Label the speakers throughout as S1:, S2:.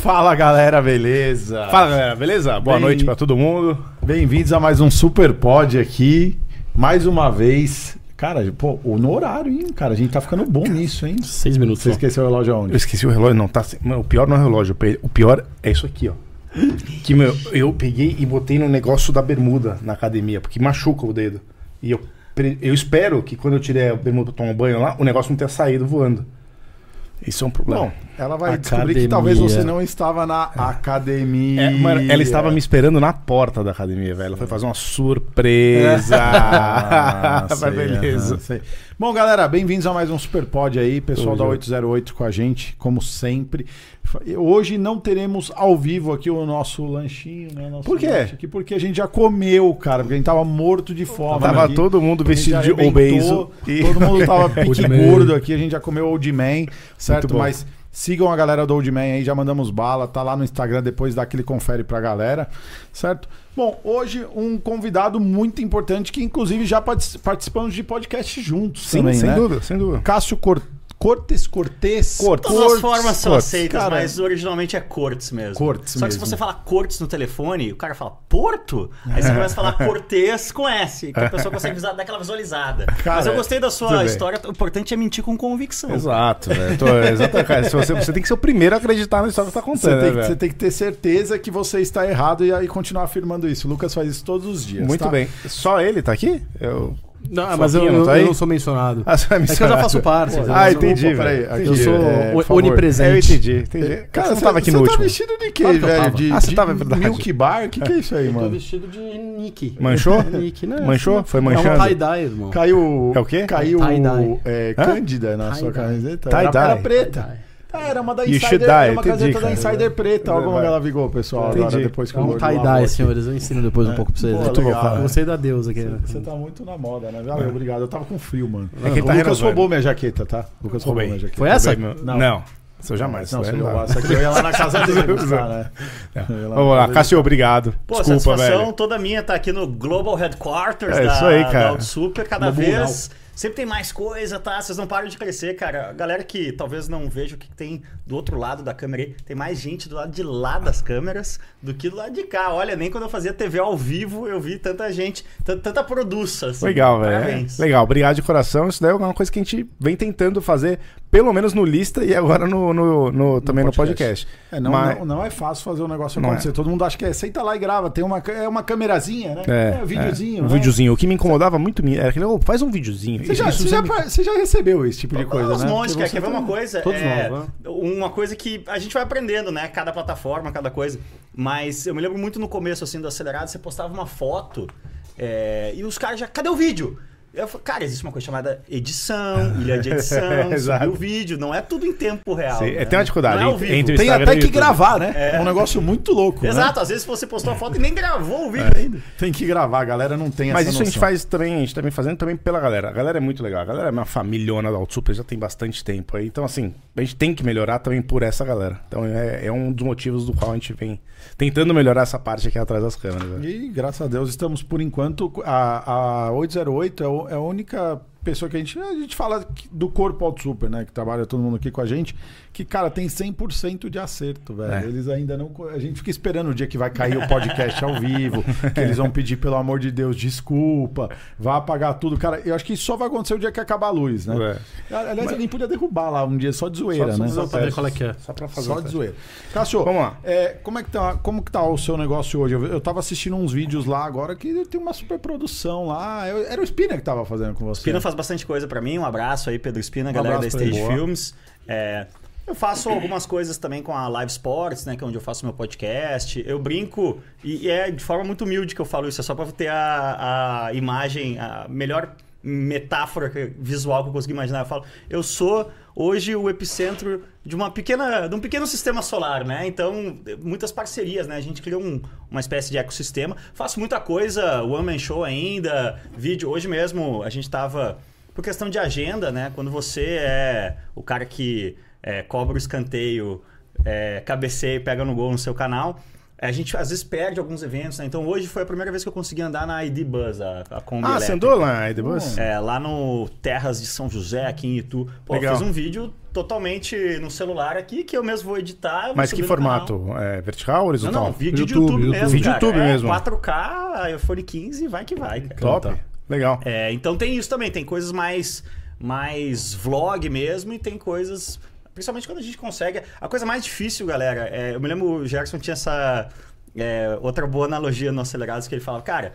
S1: Fala galera, beleza?
S2: Fala galera, beleza? Boa
S1: Bem-
S2: noite pra todo mundo.
S1: Bem-vindos a mais um Super Pod aqui. Mais uma vez. Cara, pô, no horário, hein, cara? A gente tá ficando bom nisso, hein?
S3: Seis minutos.
S1: Você
S3: só.
S1: esqueceu o relógio aonde?
S2: Eu esqueci o relógio, não, tá. sem- Mano, o pior não é o relógio, eu pe- o pior é isso aqui, ó. Que meu, eu peguei e botei no negócio da bermuda na academia, porque machuca o dedo. E eu, pre- eu espero que quando eu tirei a bermuda pra tomar banho lá, o negócio não tenha saído voando. Isso é um problema.
S1: Bom, ela vai descobrir que
S3: Academia.
S1: talvez você não estava na academia.
S2: É, mano, ela estava me esperando na porta da academia, velho. Ela foi fazer uma surpresa.
S1: Ah,
S2: Mas
S1: sei,
S2: beleza.
S1: aham, sei. Bom, galera, bem-vindos a mais um Super Pod aí, pessoal da
S2: Tudo.
S1: 808 com a gente, como sempre. Hoje não teremos ao vivo aqui o nosso lanchinho, né? Nosso
S2: Por quê?
S1: lanche aqui, porque a gente já comeu, cara, porque a gente tava morto de fome.
S2: Tava
S1: aqui.
S2: todo mundo
S1: A gente
S2: vestido
S1: já
S2: de
S1: arrebentou,
S2: obeso. E...
S1: Todo mundo tava pique
S3: Old Man.
S1: gordo aqui, a gente já comeu Old Man, certo?
S2: bom.
S1: Mas sigam a galera do Old Man aí, já mandamos bala, tá lá no Instagram, depois dá aquele confere pra galera, certo? Bom, hoje um convidado muito importante que inclusive já partic- participamos de podcast juntos
S2: Sim,
S1: também,
S2: sem
S1: né?
S2: dúvida, sem dúvida.
S1: Cássio Cor- Cortes Cortes
S2: Cortes.
S1: Cor-
S4: Todas as formas são
S2: Cortes,
S4: aceitas,
S1: cara.
S4: mas originalmente é Cortes mesmo.
S1: Cortes
S4: Só que
S1: mesmo.
S4: se você fala Cortes no telefone, o cara fala Porto, aí você começa a falar Cortês com S, que a pessoa consegue visual- dar aquela visualizada. mas eu gostei da
S2: tudo
S4: sua
S2: bem.
S4: história, o importante é mentir com convicção.
S2: Exato, velho. Tô- Exato, cara. Se você, você tem que ser o primeiro a acreditar na história que você tá
S1: Você
S2: contando.
S1: tem,
S2: né,
S1: que,
S2: velho?
S1: você tem que ter certeza que você está errado e aí continuar afirmando isso. O Lucas faz isso todos os dias.
S2: Muito
S1: tá?
S2: bem. Só ele tá aqui? Eu...
S3: Não, mas eu,
S2: Foquinha, não
S3: eu-
S2: tá
S3: eu
S2: aí?
S3: não sou mencionado.
S2: Ah, você vai me
S3: É que eu já
S2: ensinar.
S3: faço parte. entendeu?
S2: Ah,
S3: Eu sou-
S2: entendi.
S1: Opa, peraí,
S2: velho.
S1: aqui,
S3: Eu
S2: Entendi.
S3: sou
S2: É,
S3: o-
S2: por favor.
S3: onipresente.
S2: Eu entendi, entendi. É que
S1: Cara,
S2: você não
S1: você
S2: tava aqui no
S1: você
S2: último.
S1: tá vestido de quê,
S3: Claro que eu
S1: velho?
S3: tava.
S1: De,
S2: Ah, você
S1: de
S2: tava, é verdade.
S1: Milk Bar? O que, que é isso aí,
S3: Tô
S1: mano?
S3: vestido de Nick.
S2: Manchou?
S3: Nick, né?
S2: Manchou? Foi
S3: É
S2: manchando?
S3: um tie-dye, irmão.
S1: Caiu.
S2: É o quê?
S1: Caiu
S3: Tie-dye.
S1: é,
S2: Hã?
S1: Cândida na sua
S3: Tie-dye.
S1: camiseta.
S2: Tie-dye.
S1: Era- Era preta.
S3: Tie-dye.
S1: Ah, era uma da
S2: You
S1: Insider.
S2: should die,
S1: Era uma
S2: entendi,
S1: camiseta da
S2: cara.
S1: Insider preta. Olha como
S2: Vai.
S1: ela vigou, pessoal. Agora,
S2: Entendi.
S1: depois que
S3: É um
S1: o Gordo lavou
S3: tie-dye,
S1: aqui.
S3: senhores. Eu ensino depois
S2: É.
S3: um pouco pra vocês.
S1: Pô,
S3: né?
S1: legal, cara.
S3: Eu gostei da deusa aqui. né?
S1: Você tá muito na moda, né? Valeu, obrigado. Eu tava com frio, mano.
S2: É que ele
S1: o
S2: tá
S1: Lucas
S2: renovando.
S1: roubou minha jaqueta, tá? O Lucas roubou
S2: Roubei.
S1: minha jaqueta.
S3: Foi essa?
S2: Não.
S1: Não.
S2: não. Isso eu jamais.
S1: Não,
S2: isso
S1: se
S2: aí
S1: eu
S2: não dá.
S1: roubasse aqui, eu ia lá na casa dele buscar, né? Eu ia lá na
S2: Vamos
S1: casa
S2: lá,
S1: dele.
S2: Cássio, obrigado.
S4: Pô,
S2: Desculpa,
S4: satisfação
S2: velho.
S4: toda minha tá aqui no Global Headquarters
S2: É
S4: da,
S2: isso aí,
S4: da
S2: cara.
S4: Auto Super, cada
S3: Global
S4: vez. Sempre tem mais coisa, tá? Vocês não param de crescer, cara. A Galera que talvez não veja o que tem do outro lado da câmera aí. Tem mais gente do lado de lá das câmeras do que do lado de cá. Olha, nem quando eu fazia TV ao vivo eu vi tanta gente, tan- tanta produça. assim.
S2: Legal, velho.
S4: Parabéns.
S2: Legal, obrigado de coração. Isso daí é uma coisa que a gente vem tentando fazer, pelo menos no Lista e agora no, no- no- também no podcast.
S1: É, não,
S2: Mas-
S1: não, não é fácil fazer um negócio
S2: Não é.
S1: acontecer. Todo mundo acha que é. Senta lá e grava. Tem uma, é uma camerazinha, né?
S2: É,
S1: um videozinho.
S2: é. Um
S1: né?
S2: videozinho. O que me incomodava muito era aquele, "Ô, faz um videozinho.
S1: Você já,
S2: Isso
S1: você, já,
S2: me-
S1: você já recebeu esse tipo de coisa,
S4: Os
S1: né?
S4: montes,
S1: Porque
S4: cara, quer
S1: você
S4: ver uma
S1: tem-
S4: coisa?
S3: todos
S4: É,
S3: nós, né?
S4: Uma coisa que a gente vai aprendendo, né? Cada plataforma, cada coisa. Mas eu me lembro muito no começo, assim, do Acelerado, você postava uma foto é, e os caras já... Cadê o vídeo? Eu falo, cara, existe uma coisa chamada edição, ilha de edição, subir
S2: Exato.
S4: o vídeo. Não é tudo em tempo real.
S2: Sim,
S4: né?
S2: tem uma dificuldade
S4: Não é ao
S2: entre-
S4: vivo.
S2: entre-
S1: Tem
S2: Instagram
S1: até
S2: e
S1: que
S2: YouTube.
S1: gravar, né? É um negócio muito louco.
S4: Exato, às vezes você postou a foto e nem gravou o vídeo ainda.
S1: Né? Tem que gravar, a galera não tem
S2: Mas
S1: essa
S2: isso a gente
S1: noção.
S2: faz também, a gente também fazendo também pela galera. A galera é muito legal. A galera é uma familhona da Auto Super, já tem bastante tempo aí. Então, assim, a gente tem que melhorar também por essa galera. Então, é, é um dos motivos do qual a gente vem tentando melhorar essa parte aqui atrás das câmeras. né? velho.
S1: E graças a Deus estamos, por enquanto, a, a 808 é, o- é a única pessoa que a gente. A gente fala que- do corpo Auto Super, né? Que trabalha todo mundo aqui com a gente. Que, cara, tem 100% de acerto, velho.
S2: É.
S1: Eles ainda não. co- A gente fica esperando o dia que vai cair o podcast ao vivo. Que eles vão pedir, pelo amor de Deus, desculpa. Vai apagar tudo. Cara, eu acho que isso só vai acontecer o dia que acabar a luz, né?
S2: É.
S1: Aliás, alguém podia derrubar lá um dia só de zoeira, né?
S3: Só pra ver qual é que é.
S2: Só pra fazer.
S1: Só
S2: um
S1: de
S2: teste.
S1: zoeira. Cássio,
S2: Vamos lá.
S1: é, como, é que tá, como que tá o seu negócio hoje? Eu, eu tava assistindo uns vídeos lá agora que tem uma super produção lá. Eu- era o Spina que tava fazendo com você.
S4: Spina faz bastante coisa pra mim. Um abraço aí, Pedro Spina, galera da
S1: Um abraço pra ele.
S4: Stage
S1: Boa.
S4: Films. É, eu faço algumas coisas também com a Live Sports, né? Que é onde eu faço meu podcast. Eu brinco, e, e é de forma muito humilde que eu falo isso, é só pra ter a, a imagem, a melhor metáfora que- visual que eu consegui imaginar. Eu falo, eu sou hoje o epicentro de uma pequena, de um pequeno sistema solar, né? Então, muitas parcerias, né? A gente criou um- uma espécie de ecossistema. Faço muita coisa, one man show ainda, vídeo. Hoje mesmo a gente tava por questão de agenda, né? Quando você é o cara que é, cobra o escanteio, é, cabeceia e pega no gol no seu canal, A gente às vezes perde alguns eventos, né? Então hoje foi a primeira vez que eu consegui andar na ID Bus, a, a Kombi
S2: Ah, você
S4: elétrica.
S2: andou lá, depois?
S4: É, lá no Terras de São José, aqui em Itu. Pô, eu
S2: Legal.
S4: fiz um vídeo totalmente no celular aqui, que eu mesmo vou editar. eu vou
S2: Mas
S4: subir
S2: que
S4: no canal.
S2: formato? É vertical ou
S4: Não,
S2: horizontal?
S4: não, vídeo de
S3: YouTube,
S4: YouTube, mesmo.
S2: YouTube.
S4: cara.
S2: Vídeo YouTube
S4: É,
S2: mesmo.
S4: 4K, iPhone 15, vai que vai, cara.
S2: Top.
S3: Então tá.
S2: Legal.
S4: É, então tem isso também, tem coisas mais, mais vlog mesmo e tem coisas. Principalmente quando a gente consegue. A coisa mais difícil, galera, é, eu me lembro o Jackson tinha essa é, outra boa analogia no Acelerados que ele falava, cara,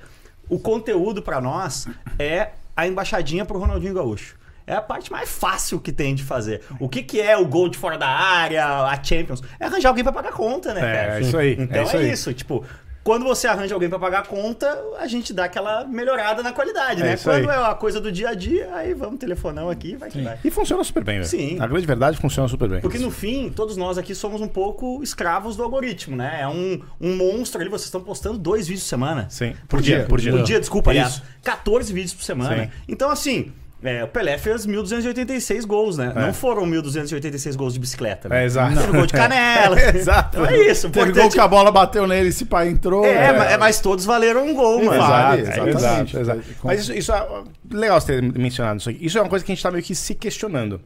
S4: o conteúdo pra nós é a embaixadinha pro Ronaldinho Gaúcho. É a parte mais fácil que tem de fazer. O que, que é o gol de fora da área, a Champions? É arranjar alguém pra pagar conta, né,
S2: É,
S4: cara?
S2: é isso aí, é
S4: Então é isso,
S2: isso aí.
S4: Tipo, quando você arranja alguém pra pagar conta, a gente dá aquela melhorada na qualidade,
S2: É
S4: né?
S2: isso
S4: Quando
S2: aí.
S4: é uma coisa do dia a dia, aí vamos telefonão aqui, vai que vai.
S2: E funciona super bem, velho.
S4: Sim.
S2: A grande verdade funciona super bem.
S4: Porque no fim, todos nós aqui somos um pouco escravos do algoritmo, né? É um, um monstro ali, vocês estão postando dois vídeos por semana.
S2: Sim, por dia, por dia. É
S4: Por dia, desculpa,
S2: Isso.
S4: aliás. 14 vídeos por semana.
S2: Sim.
S4: Então, assim, é, o Pelé fez 1.286 gols, né? Não foram 1.286 gols de bicicleta. Né?
S2: É, exato.
S4: Teve gol de canela.
S2: Exato.
S4: Então é isso. o
S1: Teve gol
S4: importante-
S1: que a bola bateu nele, esse pai entrou.
S4: É, ma- é, mas todos valeram um gol, mano.
S1: Vale,
S2: exato, É,
S1: exatamente.
S2: exato, exato. Mas isso, isso é legal você ter mencionado isso aqui. Isso é uma coisa que a gente tá meio que se questionando,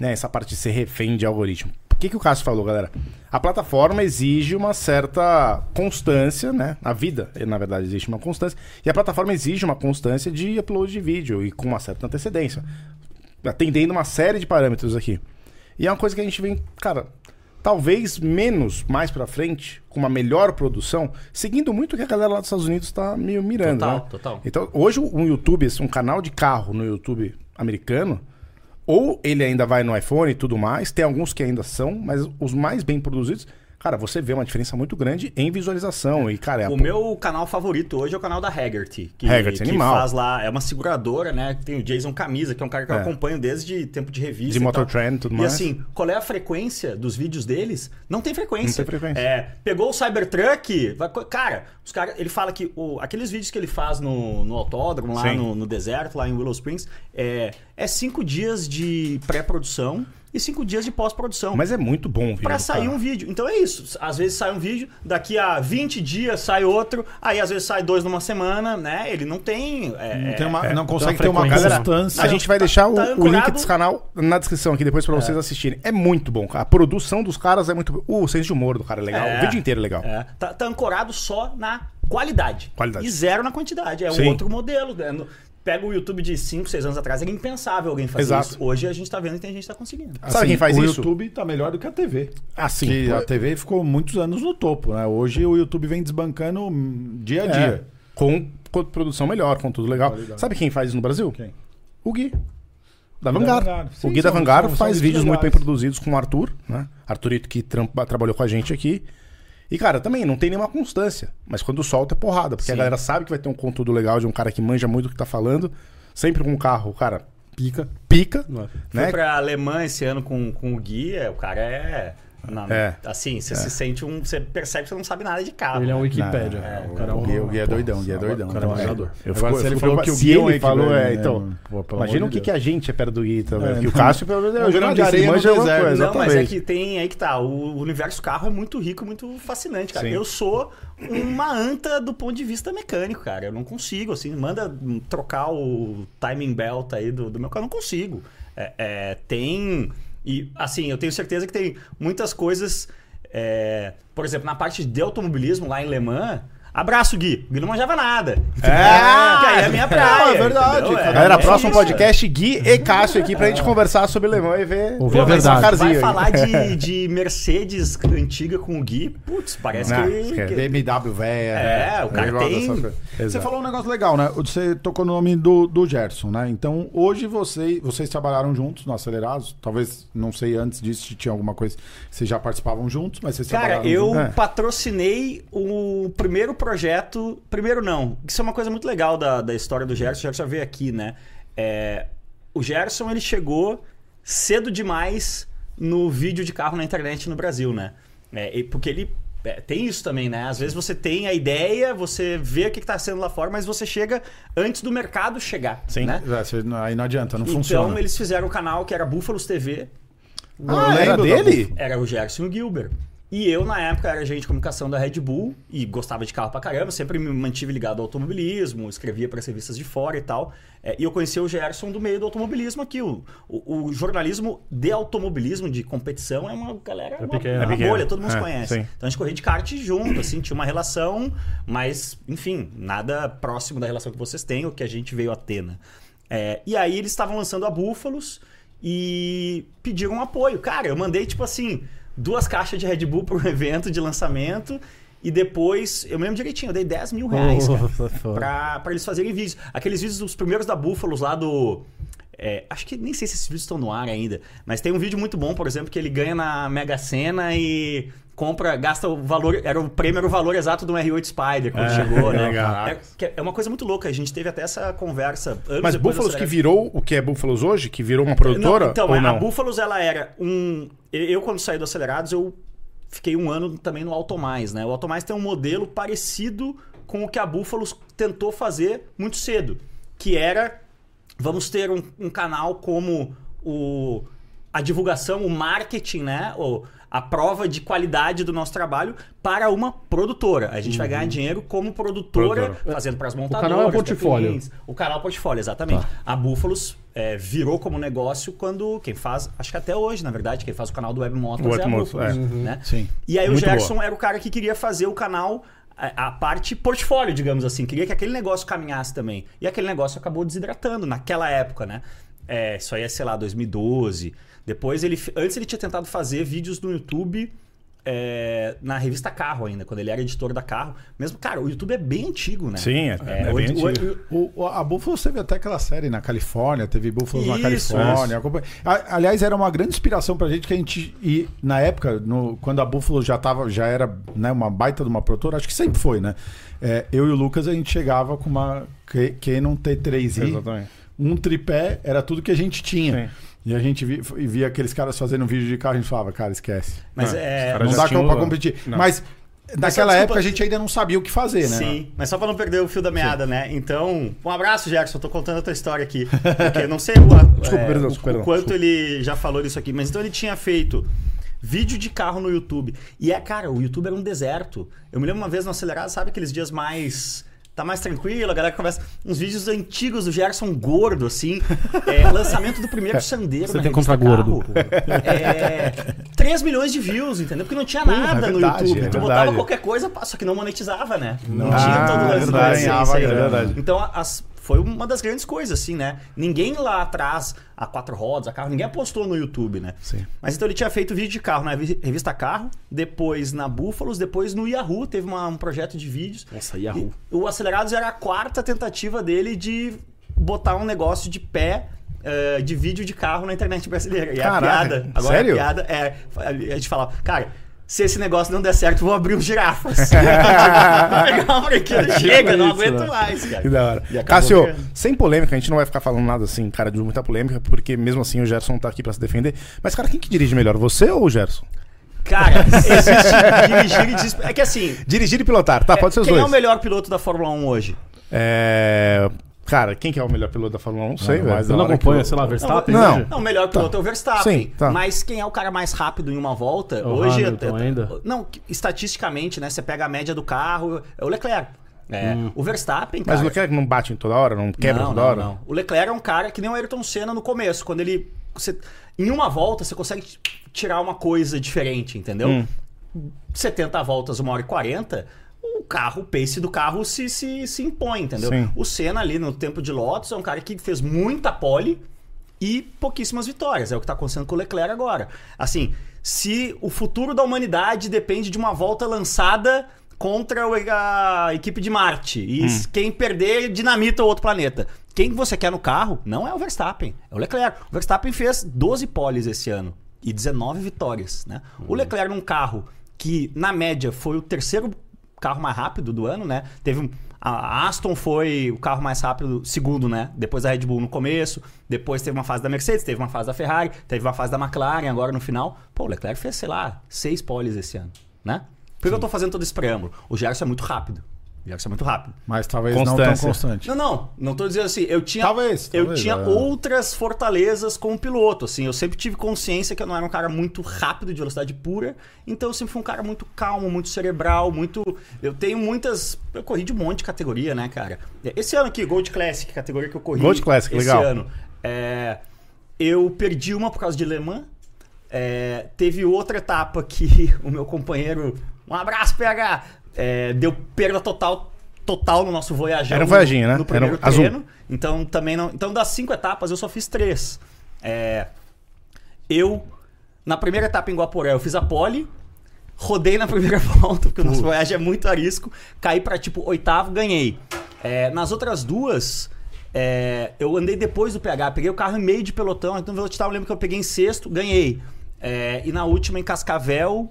S2: né? Essa parte de ser refém de algoritmo. O que, que o Cássio falou, galera? A plataforma exige uma certa constância, né? A vida, na verdade, existe uma constância. E a plataforma exige uma constância de upload de vídeo e com uma certa antecedência. Atendendo uma série de parâmetros aqui. E é uma coisa que a gente vem, cara, talvez menos mais pra frente, com uma melhor produção, seguindo muito o que a galera lá dos Estados Unidos tá meio mirando.
S3: Total,
S2: né?
S3: total.
S2: Então, hoje um YouTube, assim, um canal de carro no YouTube americano, ou ele ainda vai no iPhone e tudo mais, tem alguns que ainda são, mas os mais bem produzidos, cara, você vê uma diferença muito grande em visualização. E, cara, é a
S4: O
S2: po-
S4: meu canal favorito hoje é o canal da Haggerty. Que,
S2: Haggerty,
S4: que
S2: animal.
S4: faz lá, é uma seguradora, né? Tem o Jason Camisa, que é um cara que eu
S2: É.
S4: acompanho desde tempo de revista.
S2: De
S4: e
S2: Motor
S4: tal.
S2: Trend e tudo
S4: e
S2: mais.
S4: assim, qual é a frequência dos vídeos deles? Não tem frequência.
S2: Não tem frequência.
S4: É, pegou o Cybertruck, vai co- cara, os cara, ele fala que o- aqueles vídeos que ele faz no, no autódromo, lá
S2: Sim.
S4: no, no deserto, lá em Willow Springs, é, é cinco dias de pré-produção e cinco dias de pós-produção.
S2: Mas é muito bom, viu?
S4: Pra sair um vídeo. Então é isso. Às vezes sai um vídeo, daqui a 20 dias sai outro, aí às vezes sai dois numa semana, né? Ele não tem. é,
S1: Não,
S4: é,
S1: tem uma- não consegue ter
S3: tem uma
S1: uma
S3: frequência.
S1: constância.
S2: A gente vai deixar o,
S4: tá
S2: o link
S4: ancorado.
S2: desse canal na descrição aqui depois pra vocês assistirem. É muito bom, cara. A produção dos caras é muito boa. O senso de humor do cara é legal.
S4: É.
S2: O vídeo inteiro é legal.
S4: é, tá, tá ancorado só na qualidade.
S2: Qualidade.
S4: E zero na quantidade. É
S2: Sim.
S4: um outro modelo. né? No- Pega o YouTube de 5, 6 anos atrás, era impensável alguém fazer
S2: Exato.
S4: isso. Hoje a gente tá vendo e tem gente que tá conseguindo.
S2: Sabe quem faz
S1: o
S2: isso?
S1: YouTube tá melhor do que a TV.
S2: Assim.
S1: Que a TV ficou muitos anos no topo, né? Hoje o YouTube vem desbancando hum, dia a
S2: É,
S1: dia.
S2: com, com produção melhor, com tudo legal. Sabe quem faz isso no Brasil?
S1: Quem?
S2: O Gui. Da
S1: Gui da
S2: Vanguard.
S1: Vanguard.
S2: o
S1: Sim,
S2: Gui da
S1: são-
S2: Vanguard
S1: são- são
S2: faz
S1: vídeos
S2: vídeos muito bem
S1: legais.
S2: produzidos com o Arthur, né? Arthurito que trampa- trabalhou com a gente aqui. E, cara, também não tem nenhuma constância. Mas quando solta é porrada, porque a galera sabe que vai ter um conteúdo legal de um cara que manja muito o que tá falando. Sempre com um carro, cara,
S3: Pica.
S2: pica,
S3: é.
S4: Fui
S2: né?
S4: pra Alemanha esse ano com, com o Gui, é, o cara é. na-
S2: É.
S4: Assim, você se sente um. Você percebe que você não sabe nada de carro.
S3: Ele é um
S4: né?
S3: Wikipédia.
S1: É,
S3: o cara é
S1: o, Gui, o
S3: um...
S1: Gui é doidão, o Gui é doidão.
S3: o cara é um jogador.
S2: Eu
S1: Agora,
S2: fico-
S1: se ele
S2: eu fico
S1: falou que o Gui
S2: preocupado. Se
S1: é um
S2: ele falou,
S1: equilíbrio,
S2: é,
S1: né?
S2: então.
S1: Pô, pelo
S2: Imagina
S1: amor
S2: o
S1: de
S2: que, que a gente é perto do Gui também.
S1: É,
S2: porque o
S1: não.
S2: Cássio, pelo menos, é
S1: Um
S2: um grão
S1: grão
S2: de
S1: de areia
S2: areia,
S1: no
S2: manja alguma
S1: deserto.
S2: coisa.
S4: Não, mas é
S2: exatamente.
S4: que tem aí que tá. O universo carro é muito rico, muito fascinante, cara.
S2: Sim.
S4: Eu sou uma anta do ponto de vista mecânico, cara. Eu não consigo, assim, manda hum, trocar o timing belt aí do, do meu carro. Eu não consigo. É, é, tem. E assim, eu tenho certeza que tem muitas coisas. é, por exemplo, na parte de automobilismo lá em Le Mans. Abraço, Gui. O Gui não manjava nada.
S2: É.
S4: Que aí é a minha praia.
S1: Não, é verdade,
S4: entendeu?
S1: cara.
S2: Galera,
S4: é
S2: próximo
S4: isso.
S2: podcast, Gui e Cássio aqui pra gente conversar sobre Lemão e ver.
S3: Ouvir a
S2: ver esse
S3: verdade.
S2: sacarzinho
S4: Vai
S2: aí.
S4: falar de, de Mercedes antiga com o Gui, putz, parece
S1: Ah,
S2: Não,
S4: que,
S1: é
S2: esquece.
S4: que-
S1: BMW, velho.
S4: É, o cara tem-
S1: Você
S2: Exato.
S1: falou um negócio legal, né? Você tocou no nome do, do Gerson, né? Então, hoje você, vocês trabalharam juntos no Acelerados. Talvez, não sei antes disso, se tinha alguma coisa. Vocês já participavam juntos, mas vocês
S4: Cara,
S1: trabalharam
S4: eu
S1: juntos.
S2: É.
S4: patrocinei o primeiro projeto. Primeiro, não. Isso é uma coisa muito legal da, da história do Gerson. O Gerson já veio aqui, né? É, o Gerson, ele chegou cedo demais no vídeo de carro na internet no Brasil, né? É, e- porque ele. é, tem isso também, né? Às vezes você tem a ideia, você vê o que está sendo lá fora, mas você chega antes do mercado chegar.
S2: Sim.
S4: né?
S1: É, você- aí não adianta, não
S4: Então
S1: funciona.
S4: eles fizeram o canal que era Búfalos TV,
S2: Ah,
S1: Eu
S2: era
S1: lembro da
S2: dele?
S4: era o Gerson e o Gilbert. E eu, na época, era agente de comunicação da Red Bull e gostava de carro pra caramba, sempre me mantive ligado ao automobilismo, escrevia para revistas de fora e tal. É, e eu conheci o Gerson do meio do automobilismo aqui. O, o- o jornalismo de automobilismo, de competição, é uma galera, uma,
S3: pequeno.
S4: uma
S3: É
S2: pequeno.
S4: bolha, todo mundo se
S2: É,
S4: conhece.
S2: sim.
S4: Então a gente corria de kart junto, assim, tinha uma relação, mas, enfim, nada próximo da relação que vocês têm ou que a gente veio a ter, né? É, e aí eles estavam lançando a Búfalos e pediram um apoio. Cara, eu mandei, tipo assim, duas caixas de Red Bull para um evento de lançamento e depois, eu me lembro direitinho, eu dei 10 mil
S3: é.
S4: reais, cara pra, pra eles fazerem vídeos. Aqueles vídeos dos primeiros da Búfalos lá do. é, acho que nem sei se esses vídeos estão no ar ainda, mas tem um vídeo muito bom, por exemplo, que ele ganha na Mega Sena e compra, gasta o valor, era o prêmio era o valor exato do R8 Spider quando chegou, né?
S2: É, legal.
S4: É, que é uma coisa muito louca, a gente teve até essa conversa anos
S2: Mas
S4: depois da
S2: Búfalos que
S4: Celera-
S2: virou o que é Búfalos hoje, que virou uma produtora?
S4: não, então,
S2: ou
S4: a
S2: não?
S4: Búfalos, ela era um. Eu, quando saí do Acelerados, eu fiquei um ano também no Automais, né? O Automais tem um modelo parecido com o que a Búfalos tentou fazer muito cedo, que era vamos ter um, um canal como o a divulgação, o marketing, né? Ou a prova de qualidade do nosso trabalho para uma produtora. A gente vai ganhar dinheiro como produtora, fazendo para as montadoras.
S5: canal é um
S4: para
S5: portfólio.
S4: clientes. O canal portfólio, exatamente.
S2: Tá.
S4: A Búfalos é, virou como negócio quando quem faz, acho que até hoje, na verdade, quem faz o canal do
S2: O
S4: Webmotos é a
S2: Webmotos,
S4: Búfalos,
S2: é.
S4: né?
S1: Sim.
S4: E aí o
S2: Muito
S4: Gerson
S2: boa.
S4: era o cara que queria fazer o canal é, a a parte portfólio, digamos assim, queria que aquele negócio caminhasse também. E aquele negócio acabou desidratando naquela época, né? É, isso aí é, sei lá, 2012. Depois ele antes ele tinha tentado fazer vídeos no YouTube é, na revista Carro ainda, quando ele era editor da Carro. Mesmo, cara, o YouTube é bem antigo, né?
S2: Sim, é- é bem
S4: o- o-
S2: antigo.
S1: O- o- a Buffalo teve até aquela série na Califórnia, teve Búfalos na
S4: Isso,
S1: Califórnia. acompanha- A- aliás, era uma grande inspiração pra gente que a gente. E na época, no- quando a Buffalo já tava, já era né, uma baita de uma produtora, acho que sempre foi, né? É, eu e o Lucas, a gente chegava com uma Ca- Canon T3i.
S2: Exatamente.
S1: Um tripé era tudo que a gente tinha.
S2: Sim.
S1: E a gente vi- e via aqueles caras fazendo vídeo de carro, a gente falava, cara, esquece.
S4: Mas
S2: Não,
S4: é,
S2: Ah, os caras
S1: Não
S2: já
S1: dá
S2: tinham-
S1: pra competir.
S2: Não.
S1: Mas naquela
S4: desculpa-
S1: época a gente ainda não sabia o que fazer, né?
S4: Sim, mas só pra não perder o fio da meada, né? Então, um abraço, Jackson. Tô contando a tua história aqui. Porque eu não sei o,
S2: Desculpa,
S4: é,
S2: perdão,
S4: o-
S2: perdão,
S4: o quanto
S2: desculpa.
S4: ele já falou disso aqui. Mas então ele tinha feito vídeo de carro no YouTube. E é, cara, o YouTube era um deserto. Eu me lembro uma vez no acelerado, sabe aqueles dias mais. Tá mais tranquilo, a galera começa. Uns vídeos antigos do Gerson gordo, assim. É, lançamento do primeiro Sandeiro.
S3: Você
S4: na
S3: tem que
S4: revista
S3: comprar gordo.
S4: Carro. É, 3 milhões de views, entendeu? Porque não tinha nada
S1: é
S4: no
S1: verdade,
S4: YouTube.
S1: é
S4: tu botava
S2: verdade.
S4: qualquer coisa, pá, só que não monetizava, né? Não
S1: Ah,
S4: tinha todo o lance da
S1: verdade,
S4: essência aí,
S1: é
S4: né?
S1: verdade.
S4: Então, as- foi uma das grandes coisas, assim, né? Ninguém lá atrás, a quatro rodas, a carro, ninguém apostou no YouTube, né?
S1: Sim.
S4: Mas então ele tinha feito vídeo de carro na revi- revista Carro, depois na Búfalos, depois no Yahoo, teve uma- um projeto de vídeos.
S3: Nossa, Yahoo.
S4: E o Acelerados era a quarta tentativa dele de botar um negócio de pé eh, de vídeo de carro na internet brasileira. E a
S2: Caraca,
S4: piada, agora
S2: sério?
S4: a piada é. A gente falava, cara, se esse negócio não der certo, eu vou abrir um os girafas. Pegar uma franquia, chega, não
S3: isso,
S4: aguento
S3: né?
S4: mais, cara.
S2: Que da hora.
S4: E acabou
S2: Cássio,
S4: que-
S2: sem polêmica, a gente não vai ficar falando nada assim, cara, de muita polêmica, porque mesmo assim o Gerson tá aqui pra se defender. Mas, cara, quem que dirige melhor, você ou o Gerson?
S4: Cara, existe dirigir e des... É que assim.
S2: Dirigir e pilotar, tá? Pode ser os
S4: quem
S2: dois.
S4: é o melhor piloto da Fórmula 1 hoje?
S2: É, Cara, quem que é o melhor piloto da Fórmula 1? Ah, Não sei,
S1: não,
S2: velho.
S1: mas
S2: Da
S3: Eu não
S2: hora que
S3: acompanho,
S2: eu-
S3: sei lá, Verstappen? né?
S2: Não.
S3: hoje?
S4: Não, o melhor piloto é o Verstappen.
S2: Sim, tá.
S4: Mas quem é o cara mais rápido em uma volta?
S3: É O
S4: hoje é
S3: Hamilton ainda?
S4: Não, que- estatisticamente, né? Você pega a média do carro, é o Leclerc. É,
S3: Hum.
S4: O Verstappen, cara.
S2: Mas o Leclerc não bate em toda hora, não quebra
S4: não,
S2: toda
S4: não,
S2: hora?
S4: não. O Leclerc é um cara que nem o Ayrton Senna no começo, quando ele. você- em uma volta, você consegue t- tirar uma coisa diferente, entendeu?
S3: Hum.
S4: 70 voltas, 1 hora e 40, o carro, o pace do carro se, se, se impõe, entendeu?
S2: Sim.
S4: O Senna ali no tempo de Lotus é um cara que fez muita pole e pouquíssimas vitórias. É o que está acontecendo com o Leclerc agora. Assim, se o futuro da humanidade depende de uma volta lançada contra o- a equipe de Marte e s- quem perder dinamita o outro planeta. Quem você quer no carro não é o Verstappen, é o Leclerc. O Verstappen fez 12 poles esse ano e 19 vitórias, né? O Leclerc num carro que na média foi o terceiro carro mais rápido do ano, né? Teve um- a Aston foi o carro mais rápido, segundo, né? Depois da Red Bull no começo, depois teve uma fase da Mercedes, teve uma fase da Ferrari, teve uma fase da McLaren agora no final. Pô, o Leclerc fez, sei lá, seis poles esse ano, né? Por que eu tô fazendo todo esse preâmbulo? O Gerson é muito rápido. Já que isso é muito rápido.
S1: Mas talvez não
S2: Constância.
S1: tão constante.
S4: Não, não, não tô dizendo assim. Eu tinha,
S1: Talvez,
S4: eu
S1: talvez,
S4: tinha
S1: é.
S4: outras fortalezas como piloto, assim. Eu sempre tive consciência que eu não era um cara muito rápido, de velocidade pura. Então eu sempre fui um cara muito calmo, muito cerebral, muito. Eu tenho muitas. Eu corri de um monte de categoria, né, cara? Esse ano aqui, Gold Classic, categoria que eu corri.
S2: Gold Classic,
S4: esse
S2: legal.
S4: ano. É, eu perdi uma por causa de Le Mans. É, teve outra etapa que o meu companheiro. Um abraço, PH! é, deu perda total total no nosso voyager.
S2: Era um voyaginho, né?
S4: No primeiro
S2: Era um azul.
S4: treino. Então, também não. Então, das cinco etapas, eu só fiz três. É, eu, na primeira etapa em Guaporé, eu fiz a pole. Rodei na primeira volta, porque o nosso Voyage é muito arisco. Caí pra tipo oitavo, ganhei. É, nas outras duas, é, eu andei depois do PH. Peguei o carro em meio de pelotão. Então, no Velocitar, eu lembro que eu peguei em sexto, ganhei. É, e na última, em Cascavel,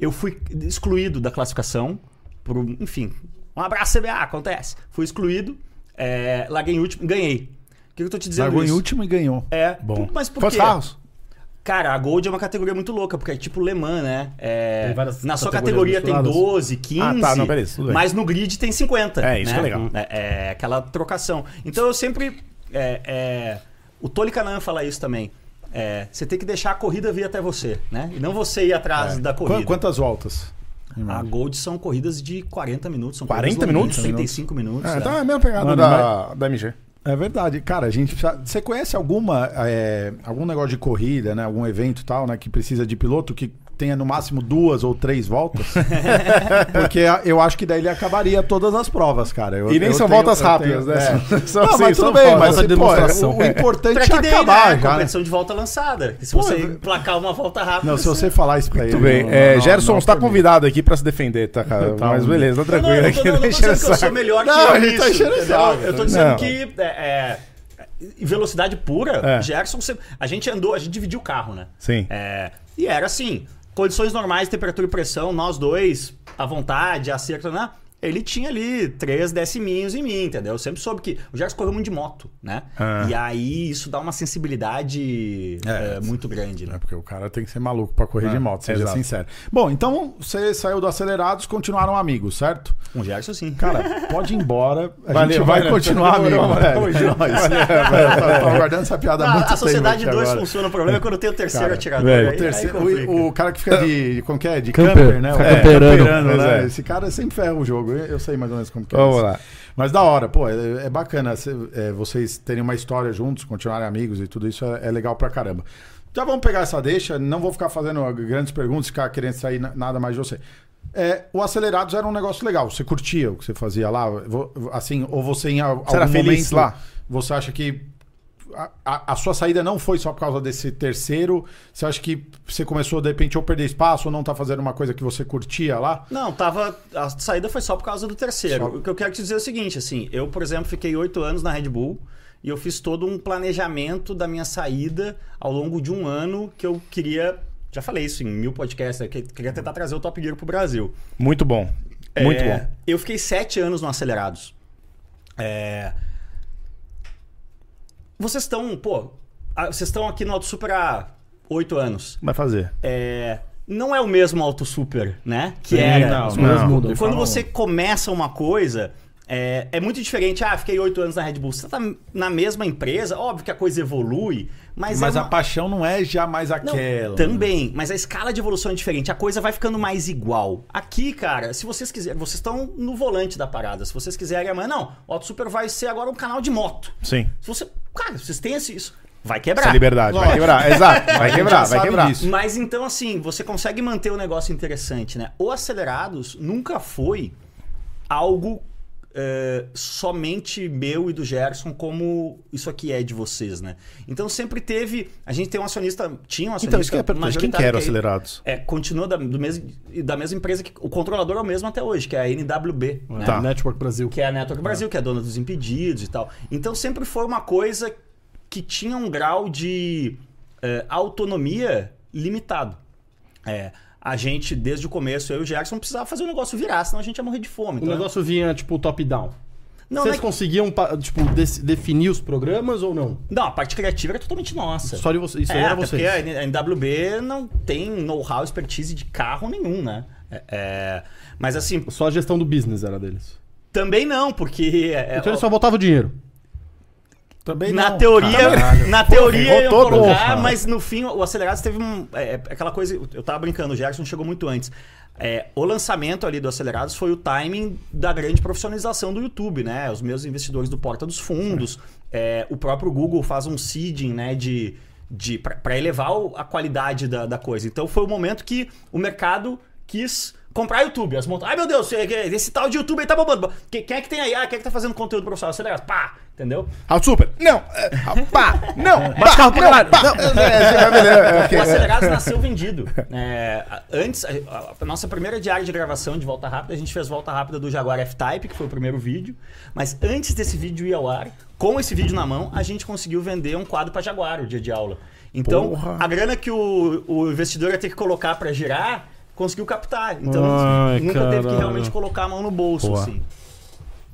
S4: eu fui excluído da classificação. Por, um- enfim, um abraço, CBA, acontece. Fui excluído, é, larguei em último, ganhei. O que eu tô te dizendo
S1: Largou em
S4: isso?
S1: último e ganhou.
S4: É,
S2: Bom.
S4: por- mas por
S2: Quantos
S4: quê?
S2: carros?
S4: Cara, a Gold é uma categoria muito louca, porque é tipo Le Mans, né? É,
S3: Tem várias
S4: na sua
S3: categorias
S4: categoria tem
S3: misturadas.
S4: 12, 15.
S2: Ah, tá, não, beleza, tudo bem.
S4: Mas no grid tem 50.
S2: É, isso
S4: né?
S2: que é legal.
S4: É, é aquela trocação. Então eu sempre. é, é, o Toli Canan fala isso também. É, você tem que deixar a corrida vir até você, né? E não você ir atrás da corrida.
S1: Qu- Quantas voltas?
S4: A Gold são corridas de 40 minutos. São
S2: 40
S4: corridas longas,
S2: minutos?
S4: 35 minutos.
S2: Ah,
S4: é.
S1: tá
S2: então é a mesma pegada
S1: Mano,
S2: da, da MG.
S1: É verdade. Cara, a gente precisa... Você conhece alguma, é, algum negócio de corrida, né? Algum evento e tal, né? Que precisa de piloto que tenha no máximo duas ou três voltas? Porque a- eu acho que daí ele acabaria todas as provas, cara. Eu-
S2: E nem
S1: eu
S2: são
S1: tenho-
S2: voltas
S1: eu tenho-
S2: rápidas, né?
S1: é.
S2: São- são
S1: Não,
S2: assim,
S1: mas
S2: são
S1: tudo bem, mas
S2: voltas de
S1: pô,
S2: demonstração.
S1: o, o importante
S4: Track
S1: é
S4: day,
S1: acabar,
S4: né?
S1: cara.
S4: Competição de volta lançada. que Se
S1: Pô,
S4: você
S1: eu-
S4: placar uma volta rápida.
S1: Não, se você falar isso pra ele...
S2: Muito bem.
S1: não-
S2: é,
S1: não-
S2: Gerson,
S1: não
S2: você tá
S1: permite.
S2: convidado aqui pra se defender, tá, cara?
S1: Tá,
S2: Mas
S1: um-
S2: beleza, tá
S4: Não, não, eu
S2: tranquilo
S4: não
S2: aqui.
S4: tô, não, não tô
S2: deixa
S4: dizendo que eu
S2: essa-
S4: sou melhor que
S2: Não,
S4: eu
S2: ele tá
S4: nisso,
S2: enchendo o
S4: entendeu?
S2: saco.
S4: Eu tô dizendo
S2: Não.
S4: que é, é, em velocidade pura,
S2: É.
S4: Gerson, você- a gente andou, a gente dividiu o carro, né?
S2: Sim.
S4: É, e era assim, condições normais, temperatura e pressão, nós dois, à vontade, acerto, né? Ele tinha ali três deciminhos em mim, entendeu? Eu sempre soube que o Gerson correu muito de moto, né?
S2: Ah.
S4: E aí isso dá uma sensibilidade
S1: É.
S4: é, muito grande, né?
S1: É porque o cara tem que ser maluco pra correr
S2: É,
S1: de moto, seja
S2: exato.
S1: sincero. Bom, então você saiu do Acelerados, continuaram amigos, certo?
S4: Com o Gerson, sim.
S1: Cara, pode ir embora. A
S2: Valeu,
S1: gente vai
S2: valeu.
S1: continuar
S2: Demorou,
S1: amigo.
S2: valeu.
S1: velho.
S2: Tamo
S1: É
S2: junto.
S1: nóis. Eu tava guardando essa piada há
S4: Ah,
S1: muito tempo.
S4: a sociedade de
S1: aqui
S4: dois
S1: agora.
S4: funciona, o problema é quando tem o terceiro
S1: Cara,
S4: atirador.
S2: velho,
S4: aí-
S1: O,
S4: aí
S1: terceiro-
S4: complica.
S1: o- o cara que fica de. Como que é? De camper,
S3: Camper,
S1: né?
S3: fica
S1: É,
S3: camperando.
S2: Pois
S1: né?
S2: é.
S1: Esse cara sempre ferra o jogo. Eu eu sei mais ou menos como que é.
S2: Vamos
S1: isso.
S2: lá.
S1: Mas da hora, pô, é, é bacana cê- é, vocês terem uma história juntos, continuarem amigos e tudo isso é, é legal pra caramba. Já vamos pegar essa deixa, não vou ficar fazendo grandes perguntas, ficar querendo sair na- nada mais de você. É, o Acelerados era um negócio legal, você curtia o que você fazia lá, Vo- assim, ou você em al- algum
S2: Você era feliz
S1: momento
S2: lá?
S1: você acha que a, a- a sua saída não foi só por causa desse terceiro? Você acha que você começou, de repente, ou perder espaço, ou não tá fazendo uma coisa que você curtia lá?
S4: Não, tava. A saída foi só por causa do terceiro.
S1: Só.
S4: O que eu quero te dizer é o seguinte, assim, eu, por exemplo, fiquei oito anos na Red Bull e eu fiz todo um planejamento da minha saída ao longo de um ano que eu queria. Já falei isso em mil podcasts, né, que eu queria tentar trazer o Top Gear pro Brasil.
S2: Muito bom. Muito
S4: É,
S2: bom.
S4: Eu fiquei sete anos no Acelerados. É... Vocês estão, pô, ah, vocês estão aqui no Auto Super há oito anos.
S2: Vai fazer.
S4: É, não é o mesmo Auto Super, né? Que
S3: Sim,
S4: era.
S1: é
S3: não,
S4: Os
S3: não.
S4: caras mudam.
S3: De
S4: Então, Quando
S3: forma
S4: você
S1: um-
S4: começa uma coisa, é, é muito diferente. Ah, fiquei oito anos na Red Bull. Você tá na mesma empresa, óbvio que a coisa evolui, mas,
S1: Mas
S4: é
S1: a
S4: uma...
S1: paixão não é jamais
S4: Não,
S1: aquela.
S4: também, mas a escala de evolução é diferente, a coisa vai ficando mais igual. Aqui, cara, se vocês quiserem, vocês estão no volante da parada, se vocês quiserem amanhã, não, o Auto Super vai ser agora um canal de moto.
S2: Sim.
S4: Se você, cara, vocês têm esse- isso, vai
S2: Essa
S4: quebrar.
S2: liberdade. Vai quebrar. Exato. Vai quebrar, vai
S1: sabe
S2: quebrar.
S1: disso.
S4: Mas então, assim, você consegue manter o negócio interessante, né? O Acelerados nunca foi algo é, somente meu e do Gerson, como isso aqui é de vocês, né? Então sempre teve. A gente tem um acionista. Tinha um acionista.
S2: Então, isso que eu ia perguntar. de Quem que
S4: majoritário
S2: era o
S4: que é-
S2: Acelerados?
S4: É, continua da, do mesmo, da mesma empresa que. O controlador é o mesmo até hoje, que é a NWB. né?
S2: Tá.
S3: Tipo, Network Brasil.
S4: que é a Network Brasil, que é dona dos impedidos e tal. Então sempre foi uma coisa que tinha um grau de eh, autonomia limitado. É, a gente, desde o começo, eu e o Jackson precisava fazer o negócio virar, senão a gente ia morrer de fome.
S3: O
S4: Então,
S3: negócio vinha, tipo, top-down.
S4: não, não,
S3: Vocês
S4: é-
S3: conseguiam, pa- tipo, dec- definir os programas ou não?
S4: não, a parte criativa era totalmente nossa.
S3: Só de vocês. Isso aí
S4: é,
S3: era
S4: até
S3: vocês.
S4: Porque a NWB não tem know-how, expertise de carro nenhum, né? É, é, mas assim,
S3: Só a gestão do business era deles.
S4: Também não, porque. é,
S3: Então ele só voltava o dinheiro.
S1: Também
S4: na
S1: não.
S4: teoria, na teoria iam
S2: errou todo.
S4: colocar,
S2: Porra.
S4: mas no fim o Acelerados teve um, é, é, aquela coisa. Eu tava brincando, o Jackson chegou muito antes. É, o lançamento ali do Acelerados foi o timing da grande profissionalização do YouTube, né? Os meus investidores do Porta dos Fundos, é, o próprio Google faz um seeding, né? De, de, para elevar o- a qualidade da, da coisa. Então foi o momento que o mercado quis comprar YouTube. As monta... Ai meu Deus, esse tal de YouTube aí tá bombando. Quem, quem é que tem aí? Ah, quem é que tá fazendo conteúdo profissional? Acelerados, pá! Entendeu?
S2: Ah, super! Não! é, Pá! Não!
S3: Bate carro pra caralho.
S2: é.
S3: Ah, é,
S4: O Acelerados nasceu vendido. É, a- antes, a, a- a nossa primeira diária de gravação de Volta Rápida, a gente fez Volta Rápida do Jaguar F-Type, que foi o primeiro vídeo. Mas antes desse vídeo ir ao ar, com esse vídeo na mão, a gente conseguiu vender um quadro para Jaguar o dia de aula. Então,
S2: Porra.
S4: a grana que o, o investidor ia ter que colocar para girar, conseguiu captar. Então,
S3: Ai,
S4: nunca teve que
S3: caralho.
S4: realmente colocar a mão no bolso,
S2: Boa.
S4: assim.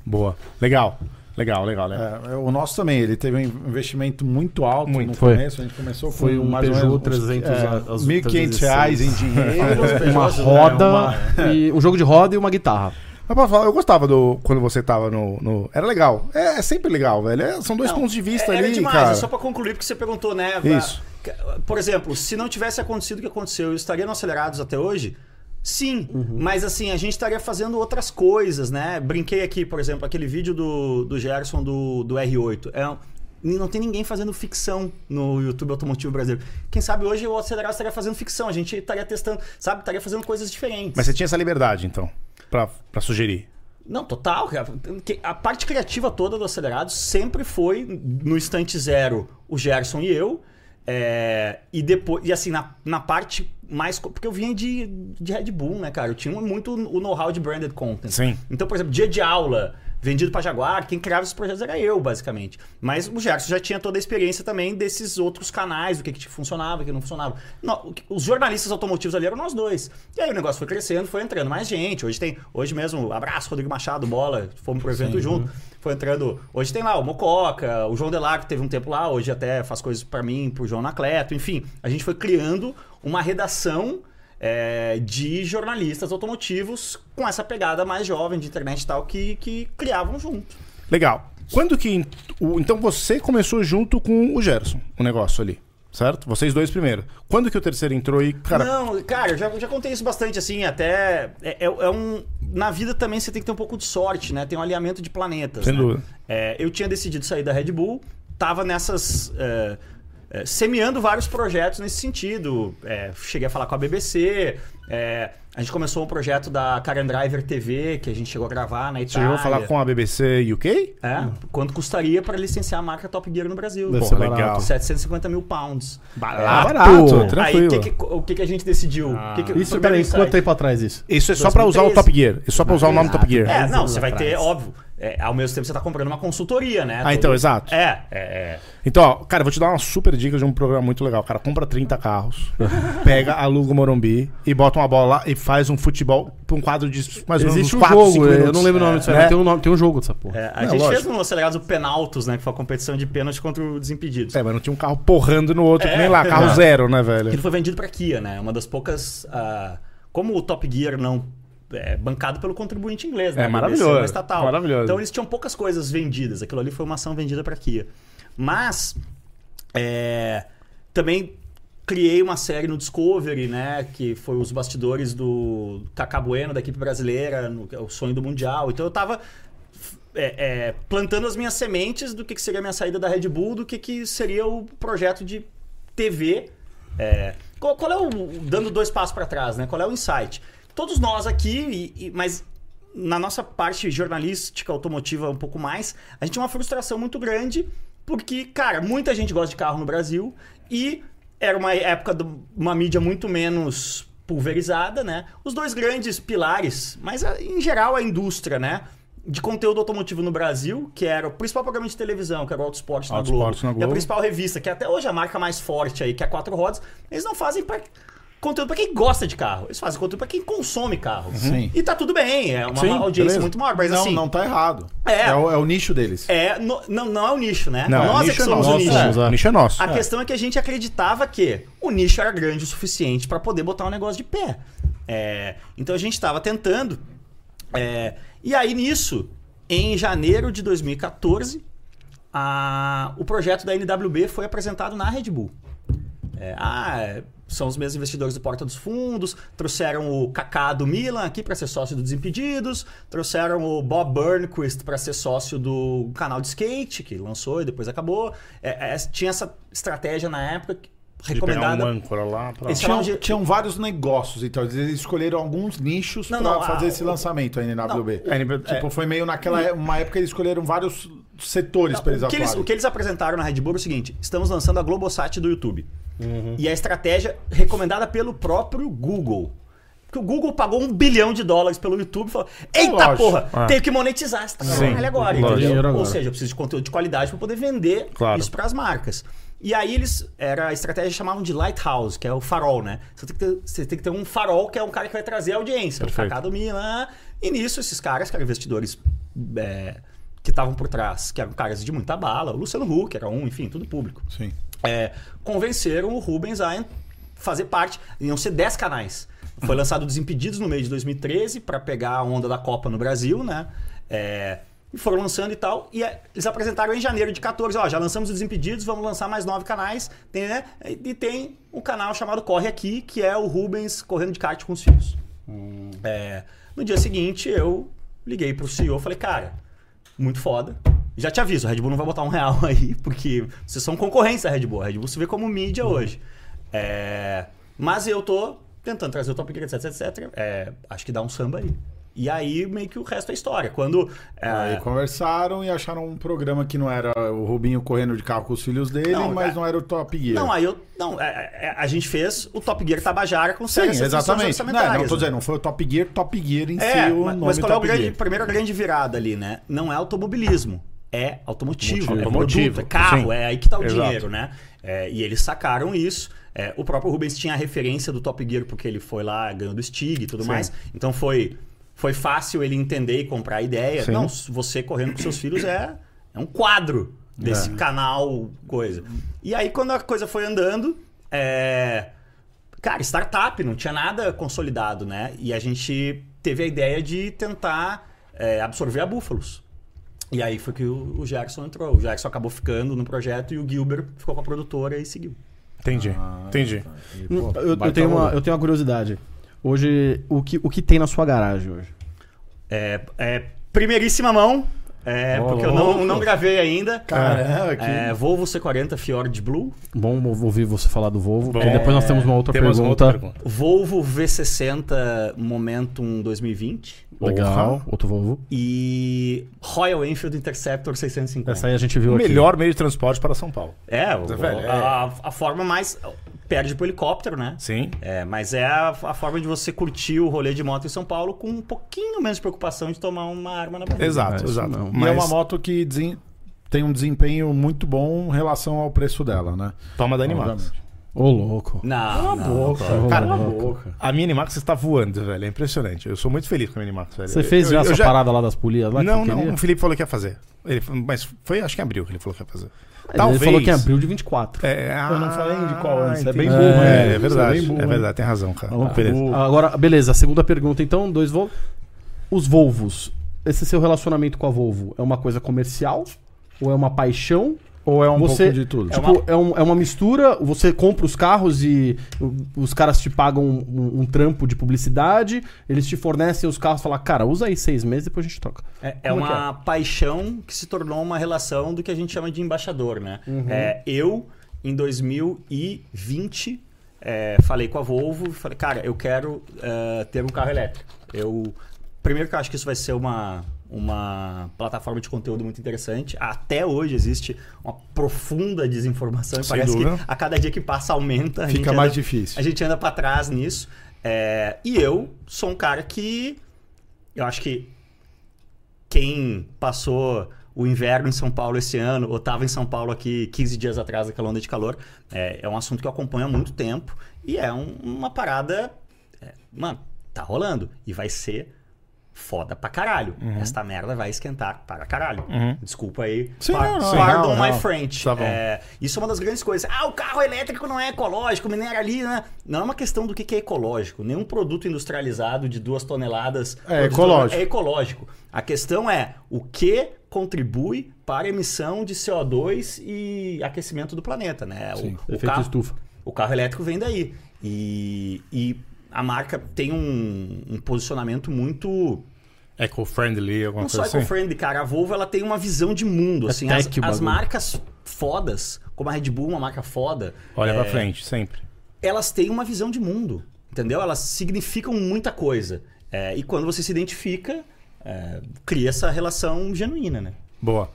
S2: Boa. Legal. Legal, legal, legal.
S1: É, o nosso também, ele teve um investimento muito alto
S2: Muito.
S1: no
S3: Foi.
S1: começo. A gente começou com
S5: Foi um
S1: mais ou
S5: Peugeot
S1: menos uns,
S5: 300
S1: é,
S5: a- aos
S1: 1.500 reais em
S5: É,
S1: dinheiro.
S3: Uma
S5: né?
S3: roda, e um jogo de roda e uma guitarra.
S2: Mas pra falar, eu gostava do quando você tava no. no- Era legal. É, é sempre legal, velho. É, são dois
S4: Não,
S2: pontos de vista
S4: é- era
S2: ali,
S4: demais,
S2: cara.
S4: é só pra concluir, porque você perguntou, né? a-
S2: Isso.
S4: ca- Por exemplo, se não tivesse acontecido o que aconteceu, eu estaria no Acelerados até hoje? Sim,
S2: Uhum.
S4: mas assim, a gente estaria fazendo outras coisas, né? Brinquei aqui, por exemplo, aquele vídeo do, do Gerson do, do R8. É um- não tem ninguém fazendo ficção no YouTube Automotivo Brasileiro. Quem sabe hoje o Acelerado estaria fazendo ficção, a gente estaria testando, sabe? Estaria fazendo coisas diferentes.
S2: Mas você tinha essa liberdade, então, pra, pra sugerir.
S4: Não, total. cara. Que A parte criativa toda do Acelerado sempre foi no instante zero o Gerson e eu. é, e depois, e assim, na, na parte mais. co- Porque eu vinha de, de Red Bull, né, cara? Eu tinha muito o know-how de branded content.
S2: Sim.
S4: Então, por exemplo, dia de aula, vendido pra Jaguar, quem criava esses projetos era eu, basicamente. Mas o Gerson já tinha toda a experiência também desses outros canais, o que, que funcionava, o que não funcionava. No- o que- os jornalistas automotivos ali eram nós dois. E aí o negócio foi crescendo, foi entrando mais gente. Hoje tem, hoje mesmo, abraço, Rodrigo Machado, bola, fomos pro evento junto. Foi entrando. Hoje tem lá o Mococa, o João Delarco teve um tempo lá, hoje até faz coisas pra mim, pro João Anacleto, enfim. A gente foi criando uma redação é, de jornalistas automotivos com essa pegada mais jovem de internet e tal que, que criavam junto.
S2: Legal. Quando que. o- então você começou junto com o Gerson, o negócio ali. Certo? Vocês dois primeiro. Quando que o terceiro entrou e. Cara,
S4: Não, cara, eu já, já contei isso bastante, assim, até. É, é- é um. Na vida também você tem que ter um pouco de sorte, né? Tem um alinhamento de planetas.
S2: Sem
S4: né?
S2: dúvida.
S4: É, eu tinha decidido sair da Red Bull, tava nessas. é, é, semeando vários projetos nesse sentido. É, cheguei a falar com a BBC. é, a gente começou um projeto da Karen Driver TV, que a gente chegou a gravar né, na
S2: você
S4: Itália.
S2: chegou a falar com a BBC UK?
S4: É, quanto custaria para licenciar a marca Top Gear no Brasil?
S5: Deve
S4: Pô,
S5: ser
S2: legal.
S5: barato.
S4: 750 mil pounds.
S2: Barato,
S4: Aí
S2: tranquilo.
S4: que que- o que, que a gente decidiu? O que que-
S5: Isso,
S4: primeiro
S5: peraí,
S4: insight.
S5: quanto tempo atrás isso?
S2: Isso é só pra usar o
S4: 2013.
S2: Top Gear. É só pra usar o nome Top Gear.
S4: É, não,
S5: anos
S4: você vai ter,
S5: atrás.
S4: óbvio. é, ao mesmo tempo você tá comprando uma consultoria, né?
S2: Ah, então, exato.
S4: É, é, é.
S2: Então, ó, cara, eu vou te dar uma super dica de um programa muito legal. Cara, compra 30 carros, pega, aluga o Morumbi e bota uma bola lá e faz um futebol pra um quadro de mais ou menos
S5: Existe
S2: uns
S5: um
S2: 4,
S5: jogo,
S2: 5
S5: eu
S2: minutos.
S5: não lembro o nome disso, aí,
S2: né?
S5: mas tem um, nome, tem um jogo dessa porra.
S4: É, a
S2: Não,
S4: gente fez
S2: lógico.
S4: no acelerado o Penaltos, né? Que foi a competição de pênalti contra o Desimpedidos.
S2: É, mas não tinha um carro porrando no outro, que nem lá, carro
S4: É.
S2: zero, né, velho?
S4: Ele foi vendido pra Kia, né? Uma das poucas. ah, como o Top Gear não. É bancado pelo contribuinte inglês, né?
S2: É
S4: A
S2: maravilhoso,
S4: é uma estatal.
S2: maravilhoso.
S4: Então eles tinham poucas coisas vendidas. Aquilo ali foi uma ação vendida pra Kia. Mas. é, também criei uma série no Discovery, né? Que foi os bastidores do Cacá Bueno, da equipe brasileira, no- é o sonho do Mundial. Então eu tava. é, é, plantando as minhas sementes do que, que seria a minha saída da Red Bull, do que, que seria o projeto de TV. É, qual, qual é o. Dando dois passos para trás, né? Qual é o insight? Todos nós aqui, e- e- mas na nossa parte jornalística automotiva um pouco mais, a gente tinha uma frustração muito grande, porque, cara, muita gente gosta de carro no Brasil e era uma época de uma mídia muito menos pulverizada, né? Os dois grandes pilares, mas a- em geral a indústria, né? De conteúdo automotivo no Brasil, que era o principal programa de televisão, que era o Auto Esporte na
S2: Auto
S4: Globo.
S2: Esporte na
S4: E a
S2: Globo.
S4: principal revista, que é até hoje a marca mais forte aí, que é a Quatro Rodas, eles não fazem pra- conteúdo pra quem gosta de carro. Eles fazem conteúdo pra quem consome carro.
S1: Sim.
S4: E tá tudo bem, é uma
S1: Sim,
S4: audiência
S1: beleza.
S4: muito maior, mas
S1: não,
S4: assim...
S1: não tá errado.
S4: É.
S1: o, é o nicho deles.
S4: É, no- não, não é o nicho, né?
S2: Não,
S4: Nós
S2: o
S4: é
S2: nicho
S4: que
S2: é
S4: somos
S2: nosso.
S4: o nicho.
S2: é. O nicho é nosso.
S4: A questão é que a gente acreditava que o nicho era grande o suficiente para poder botar um negócio de pé. É, então a gente estava tentando. é, e aí nisso, Em janeiro de 2014, a- o projeto da NWB foi apresentado na Red Bull. É, ah, é, são os mesmos investidores do Porta dos Fundos, trouxeram o Kaká do Milan aqui para ser sócio do Desimpedidos, trouxeram o Bob Burnquist para ser sócio do canal de skate, que lançou e depois acabou. É, é, tinha essa estratégia na época que-
S2: De pegar um
S4: recomendada.
S2: âncora lá pra...
S4: Esse-
S1: Tinham,
S4: onde-
S1: tinham vários negócios, então. Eles escolheram alguns nichos
S4: Não,
S1: pra
S4: não,
S1: fazer
S4: a-
S1: esse lançamento, a NWB.
S2: Não. A NWB,
S1: tipo,
S2: é.
S1: foi meio naquela é- uma época eles escolheram vários setores pra eles
S4: o, que eles,
S1: atuarem.
S4: o que eles apresentaram na Red Bull é o seguinte: estamos lançando a Globosat do YouTube. E a estratégia recomendada pelo próprio Google. Porque o Google pagou um bilhão de dólares pelo YouTube e falou: Eita
S1: Lógico.
S4: porra, tenho que monetizar essa caralho agora,
S5: Lógico.
S4: entendeu?
S5: Dinheiro
S4: Ou
S5: agora.
S4: seja, eu preciso de conteúdo de qualidade para poder vender
S2: Claro.
S4: isso para as marcas. E aí eles. Era a estratégia que chamavam de lighthouse, que é o farol, né? Você tem que ter, você tem que ter um farol que é um cara que vai trazer audiência. O
S2: Perfeito.
S4: Kaká do Milan. E nisso, esses caras, que eram investidores é, que estavam por trás, que eram caras de muita bala, o Luciano Huck era um, enfim, tudo público.
S1: Sim.
S4: É, convenceram o Rubens a en- fazer parte. Iam ser 10 canais. Foi lançado o Desimpedidos no meio de 2013 para pegar a onda da Copa no Brasil, né? É, e foram lançando e tal. E é, eles apresentaram em janeiro de 14. Ó, já lançamos o Desimpedidos, vamos lançar mais nove canais. Tem, né? E tem um canal chamado Corre Aqui, que é o Rubens correndo de kart com os filhos. É, no dia seguinte, eu liguei pro CEO e falei, cara, muito foda. Já te aviso, a Red Bull não vai botar um real aí, porque vocês são concorrência da Red Bull. A Red Bull se vê como mídia
S1: Uhum.
S4: hoje. É, mas eu tô tentando trazer o Top Gear, etc, etc. É, acho que dá um samba aí. E aí, meio que o resto é história. Quando... é,
S1: Aí conversaram e acharam um programa que não era o Rubinho correndo de carro com os filhos dele,
S4: Não,
S1: mas
S4: é-
S1: não era o Top Gear.
S4: não, aí eu... Não, é, é, a gente fez o Top Gear Tabajara com
S1: Sim,
S4: sérias restrições
S1: exatamente. Não,
S4: orçamentárias,
S1: não tô
S4: né?
S1: dizendo, não foi o Top Gear, Top Gear em
S4: É,
S1: si, o
S4: mas,
S1: nome
S4: mas qual é o
S1: Top
S4: grande,
S1: Gear.
S4: primeira grande virada ali, né? Não é automobilismo, é automotivo, é
S2: Automotivo,
S4: produto, é carro,
S2: sim.
S4: é aí que tá o
S2: Exato.
S4: dinheiro, né? É, e eles sacaram isso. É, o próprio Rubens tinha a referência do Top Gear porque ele foi lá ganhando Stig e tudo mais. Então foi, foi fácil ele entender e comprar a ideia.
S2: Sim.
S4: Não, você correndo com seus filhos é, é um quadro
S5: É.
S4: desse canal, coisa. E aí quando a coisa foi andando, é, Cara, startup, não tinha nada consolidado, né? E a gente teve a ideia de tentar é, absorver a Búfalos. E aí foi que o, o Gerson entrou. O Gerson acabou ficando no projeto e o Gilbert ficou com a produtora e seguiu.
S2: Entendi,
S5: Ah,
S2: entendi.
S1: E,
S5: Hum,
S1: pô,
S5: eu, eu
S1: baita
S5: tenho uma,
S1: rolê.
S5: eu tenho uma curiosidade. Hoje, o que, o que tem na sua garagem hoje?
S4: É, é, primeiríssima mão, é,
S5: Ô,
S4: porque eu não,
S5: louco.
S4: não gravei ainda.
S1: Caramba, que...
S4: É, Volvo C40 Fjord Blue,
S5: Bom ouvir você falar do Volvo, porque
S2: Bom, é,
S5: depois nós temos uma outra
S2: Temos uma
S5: pergunta.
S2: outra pergunta.
S4: Volvo V60 Momentum 2020
S5: Legal,
S2: Porra.
S5: outro Volvo.
S4: e Royal Enfield Interceptor 650.
S5: Essa aí a gente viu
S2: O
S5: aqui.
S2: melhor meio de transporte para São Paulo.
S4: É, o-
S2: Zé Velho, é.
S4: a, a forma mais. Perde pro helicóptero, né?
S2: Sim.
S4: É, mas é a, a forma de você curtir o rolê de moto em São Paulo com um pouquinho menos preocupação de tomar uma arma na barriga.
S2: Exato,
S5: É, isso
S2: exato.
S5: não. E é
S1: E é
S2: Mas
S1: uma moto que desen- tem um desempenho muito bom em relação ao preço dela, né?
S2: toma da Animax.
S1: Obviamente.
S5: Ô, louco.
S4: Não, não.
S5: Ô,
S2: Cara,
S5: louco.
S2: A minha Animax está voando, velho. É impressionante. Eu sou muito feliz com a minha Animax, velho.
S5: Você fez
S2: Eu-
S5: já
S2: eu
S5: essa parada lá das polias lá? que
S2: Não,
S5: você
S2: não.
S5: queria?
S2: O Felipe falou que ia fazer. Ele, falou- mas foi, acho que em abril que ele falou que ia fazer.
S5: Ele falou que é abril de 24.
S2: É,
S1: Eu não falei de qual ano, você é
S2: entendi.
S1: bem burro,
S2: É,
S1: né?
S2: é
S1: Você é
S2: verdade.
S1: bem burro,
S2: é
S1: né?
S2: verdade, tem razão, cara.
S5: Maluco.
S2: Beleza.
S1: burro.
S5: Ah, Agora, beleza, a segunda pergunta então, dois Volvos. Os Volvos, esse seu relacionamento com a Volvo é uma coisa comercial? Ou é uma paixão?
S1: Ou é um
S5: Você-
S1: pouco de tudo?
S5: Tipo, é, um- é uma mistura, você compra os carros e o- os caras te pagam um, um- um trampo de publicidade, eles te fornecem os carros e falam, cara, usa aí seis meses, depois a gente troca.
S4: É, é
S5: Como que
S4: uma paixão que se tornou uma relação do que a gente chama de embaixador, né? É, eu, em 2020, é, falei com a Volvo, falei, cara, eu quero é, ter um carro elétrico. Eu, primeiro que eu acho que isso vai ser uma, uma plataforma de conteúdo muito interessante. Até hoje existe uma profunda desinformação e
S2: Sem
S4: parece que
S2: dúvida.
S4: a cada dia que passa aumenta. A
S1: Fica
S4: gente
S1: mais
S4: anda-
S1: difícil.
S4: A gente anda pra trás nisso. É, e eu sou um cara que eu acho que quem passou o inverno em São Paulo esse ano, ou estava em São Paulo aqui 15 dias atrás daquela onda de calor, é, é um assunto que eu acompanho há muito tempo e é um- uma parada. é, mano, tá rolando. E vai ser foda pra caralho.
S1: Uhum.
S4: Esta merda vai esquentar para caralho. Desculpa aí.
S1: Sim,
S4: Par-
S1: não, não.
S4: Pardon
S2: Sim, não,
S4: my
S2: não.
S4: French.
S2: Tá bom.
S4: É, isso é uma das grandes coisas. Ah, o carro elétrico não é ecológico, mineralina. né? Não é uma questão do que que é ecológico. Nenhum produto industrializado de duas toneladas
S1: É
S4: produto-
S1: ecológico.
S4: é ecológico. A questão é o que contribui para a emissão de CO2 e aquecimento do planeta, né? O-
S1: Sim,
S4: o,
S5: efeito
S4: carro,
S5: estufa.
S4: o carro elétrico vem daí. E, e a marca tem um, um posicionamento muito.
S2: Eco-friendly, alguma
S4: Não só
S2: coisa assim.
S4: eco-friendly, cara. A Volvo ela tem uma visão de mundo.
S5: É
S4: assim, as,
S5: tech o
S4: as
S5: bagulho.
S4: marcas fodas, como a Red Bull, uma marca foda,
S2: Olha pra frente, sempre.
S4: elas têm uma visão de mundo, entendeu? Elas significam muita coisa. É, e quando você se identifica, é, cria essa relação genuína, né?
S2: Boa.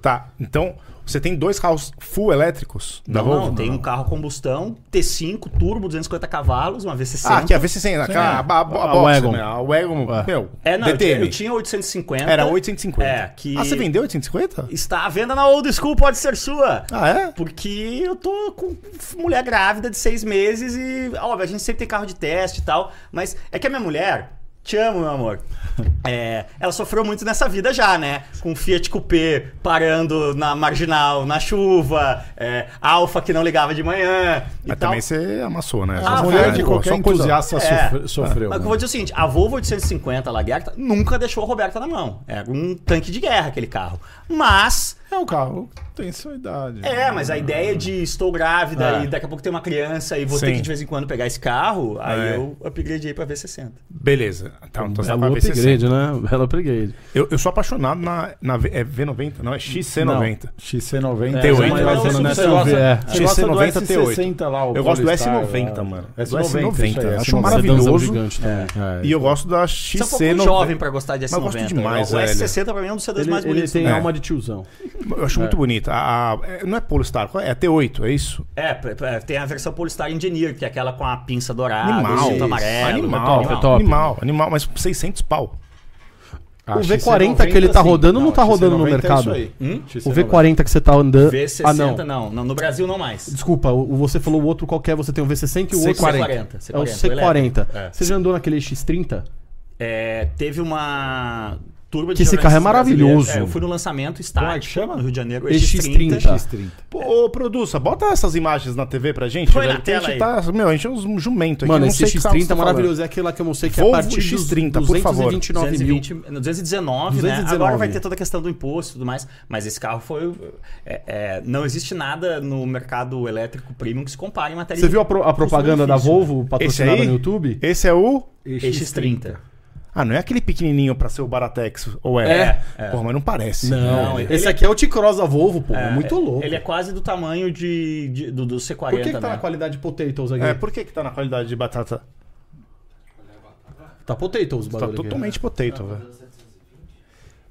S2: Tá, então você tem dois carros full elétricos da
S4: não,
S2: Volvo? Ah,
S4: não, tem um carro combustão, T5, turbo, 250 cavalos, uma V60.
S2: Ah, que a V600, aquela, a, a, a,
S1: Ah,
S5: A
S2: box,
S5: Wagon.
S2: né? A Wagon, meu,
S4: É, não, eu tinha,
S2: DTM.
S4: eu tinha 850.
S2: Era 850.
S4: É, que-
S2: Ah, você vendeu 850?
S4: Está à venda na Old School, pode ser sua.
S2: Ah, é?
S4: Porque eu tô com mulher grávida de seis meses e, óbvio, a gente sempre tem carro de teste e tal, mas é que a minha mulher, te amo, meu amor, é, ela sofreu muito nessa vida já, né? Com Fiat Coupé parando na marginal, na chuva, é, Alfa que não ligava de manhã e
S2: Mas
S4: tal.
S2: também você amassou, né?
S4: Ah,
S1: A
S2: Só
S1: mulher
S4: vai,
S1: de
S2: só
S1: qualquer
S2: coisa-
S1: entusiasta
S4: É.
S1: sofre- sofreu.
S4: Mas eu
S1: né?
S4: vou dizer o seguinte, a Volvo 850 Lagerta nunca deixou a Roberta na mão. Era um tanque de guerra aquele carro. Mas
S1: É um carro, tem sua idade.
S4: É, mas a ideia de estou grávida e daqui a pouco tem uma criança e vou ter
S2: Sim.
S4: que de vez em quando pegar esse carro, aí
S2: É.
S4: eu upgradeei pra V60.
S2: Beleza. Tá, então você
S5: Belo
S2: vai ver se-
S5: É um upgrade, né? Belo upgrade.
S2: eu, eu sou apaixonado na, na V- é V90, não, é XC90.
S1: XC90.
S2: T8.
S1: é uma
S2: Mas
S1: versão
S4: não,
S1: dessa
S4: você
S5: gosta-
S1: é.
S2: você gosta do
S1: XC90
S2: S60
S1: T8.
S2: Eu gosto do
S5: é.
S2: S90, mano. Do S90, acho maravilhoso.
S5: gigante. também.
S2: E eu gosto da
S4: Você é um pouco
S2: XC90.
S4: jovem pra gostar de S90.
S2: Mas eu gosto demais,
S4: o
S2: velho.
S4: S60 pra mim é um dos sedãs
S5: Ele,
S4: mais
S5: ele
S4: bonitos.
S5: tem
S4: né?
S2: né?
S5: alma de tiozão.
S2: Eu acho muito bonita. A, a- é- não é Polestar, qual é? É a T8, é isso?
S4: É, p- p- tem a versão Polestar Engineer, que é aquela com a pinça dourada,
S2: Animal.
S4: o cinto
S2: animal,
S4: amarelo.
S5: é
S2: animal,
S5: top.
S2: animal, animal, mas 600 pau.
S5: O V40 que ele tá rodando não tá rodando no
S1: é
S5: mercado. O V40 que você tá andando.
S4: V60
S5: ah,
S4: não.
S5: não.
S4: não, no Brasil não mais.
S5: Desculpa, o, o- você falou o outro qualquer, você tem o V60 e o outro.
S4: C40.
S5: É o
S4: elétrico.
S5: C40.
S4: É.
S5: Você já andou naquele X30?
S4: É, teve uma turma de
S5: Que esse
S4: jornalistas
S5: carro é maravilhoso.
S4: brasileiros. É, eu fui no lançamento estático,
S1: Como é que chama?
S4: no Rio de Janeiro,
S5: EX30.
S1: X30.
S2: Ô, ô, produça, bota essas imagens na TV pra gente.
S4: Põe
S2: velho,
S4: na
S2: que a
S4: tela
S2: gente
S4: aí.
S2: tá. Meu, a gente é um jumento aqui.
S5: Mano,
S2: eu não
S5: esse
S2: sei que carro você
S5: X30
S2: tá
S5: é maravilhoso.
S2: falando.
S5: É aquele lá que eu mostrei que é
S2: Volvo
S5: a partir dos
S2: X30, por favor.
S5: 229 mil.
S4: 220, não, 219, né?
S5: 219.
S4: Agora vai ter toda a questão do imposto e tudo mais. Mas esse carro foi. é, é, não existe nada no mercado elétrico premium que se compare em matéria
S5: Você
S4: de
S5: viu a, pro- a propaganda da
S4: custo-benefício,
S5: Volvo
S2: é né? Esse
S5: patrocinada
S2: aí?
S5: no YouTube?
S2: Esse é o.
S4: né? EX30.
S2: Ah, não é aquele pequenininho pra ser o Baratex, ou é?
S4: É, é.
S2: Porra, mas não parece.
S4: Não, ele-
S5: Esse aqui é o T-Cross da Volvo, pô. É,
S4: é,
S5: muito louco.
S4: Ele é quase do tamanho de, de- do, do C40.
S5: Por que, que tá
S4: né?
S5: na qualidade potatoes aqui?
S2: É, por que que tá na qualidade de batata?
S5: Tá potatoes o
S2: Tá
S5: bagulho aqui.
S4: né?
S2: totalmente potato, velho.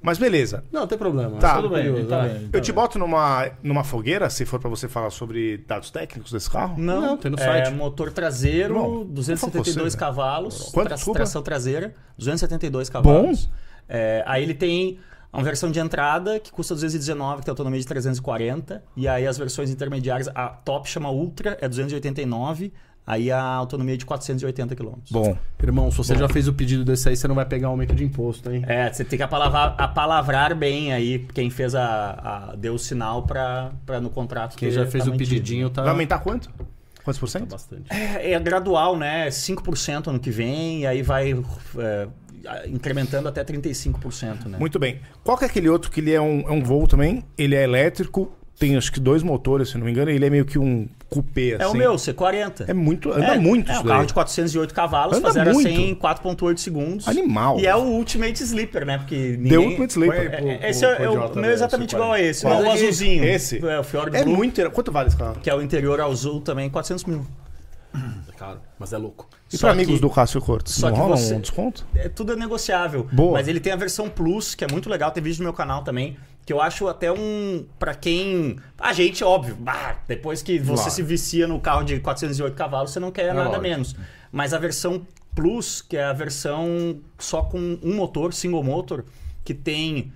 S2: Mas beleza.
S5: Não, não tem problema.
S2: Tá.
S5: Tudo bem, tá bem.
S2: Eu te boto numa, numa fogueira, se for pra você falar sobre dados técnicos desse carro.
S4: Não,
S5: Não, tem no
S4: é
S5: site.
S4: motor traseiro,
S2: Bom, não
S4: 272
S2: foi
S4: cavalos,
S2: Quanto,
S4: tra-
S2: desculpa?
S4: tração traseira, 272 cavalos.
S2: Bom.
S4: É, aí ele tem uma versão de entrada que custa 219, que é tem autonomia de 340, e aí as versões intermediárias, a top chama Ultra, é 289, aí a autonomia é de 480 km.
S2: Bom.
S5: Irmão, se você já fez o pedido desse aí, você não vai pegar aumento de imposto, hein?
S4: É, você tem que apalavar- apalavrar bem aí quem fez a, a- deu o sinal pra pra no contrato
S5: Quem
S4: ter-
S5: já fez
S4: tá
S5: o
S4: mantido.
S5: pedidinho tá...
S2: Vai aumentar quanto? Quantos por cento?
S5: Bastante.
S4: É, é gradual, né? 5% ano que vem, e aí vai é, incrementando até 35%, né?
S2: Muito bem. Qual que é aquele outro que ele é um, é um voo também? Ele é elétrico, tem acho que dois motores, se não me engano, e ele é meio que um coupé, assim.
S4: é o meu, C40.
S2: É muito, anda muito
S4: É
S2: isso
S4: um carro
S2: daí.
S4: de 408 cavalos,
S2: Anda
S4: fazer a
S2: muito.
S4: 100 em 4.8 segundos.
S2: Animal.
S4: E é o Ultimate Sleeper, né? Porque ninguém...
S2: Deu Ultimate Sleeper.
S4: É, é, esse é, é o
S2: né?
S4: meu é exatamente igual a esse.
S2: Qual?
S4: É o azulzinho.
S2: Esse?
S4: É o Fjord
S2: É
S4: Blue,
S2: muito. Quanto vale esse carro?
S4: que é o interior azul também, 400 mil.
S5: Caro, mas é louco.
S2: E
S4: Só
S2: para amigos
S4: que-
S2: do Cássio Cortes,
S4: só
S2: não
S4: que
S2: rola
S4: você-
S2: um desconto?
S4: é, tudo é negociável.
S2: Boa.
S4: Mas ele tem a versão Plus, que é muito legal, tem vídeo no meu canal também. Que eu acho até um. Pra quem. A gente, óbvio, bah, depois que você
S2: Claro.
S4: se vicia no carro de 408 cavalos, você não quer nada
S5: lógico.
S4: menos. Mas a versão Plus, que é a versão só com um motor, single motor, que tem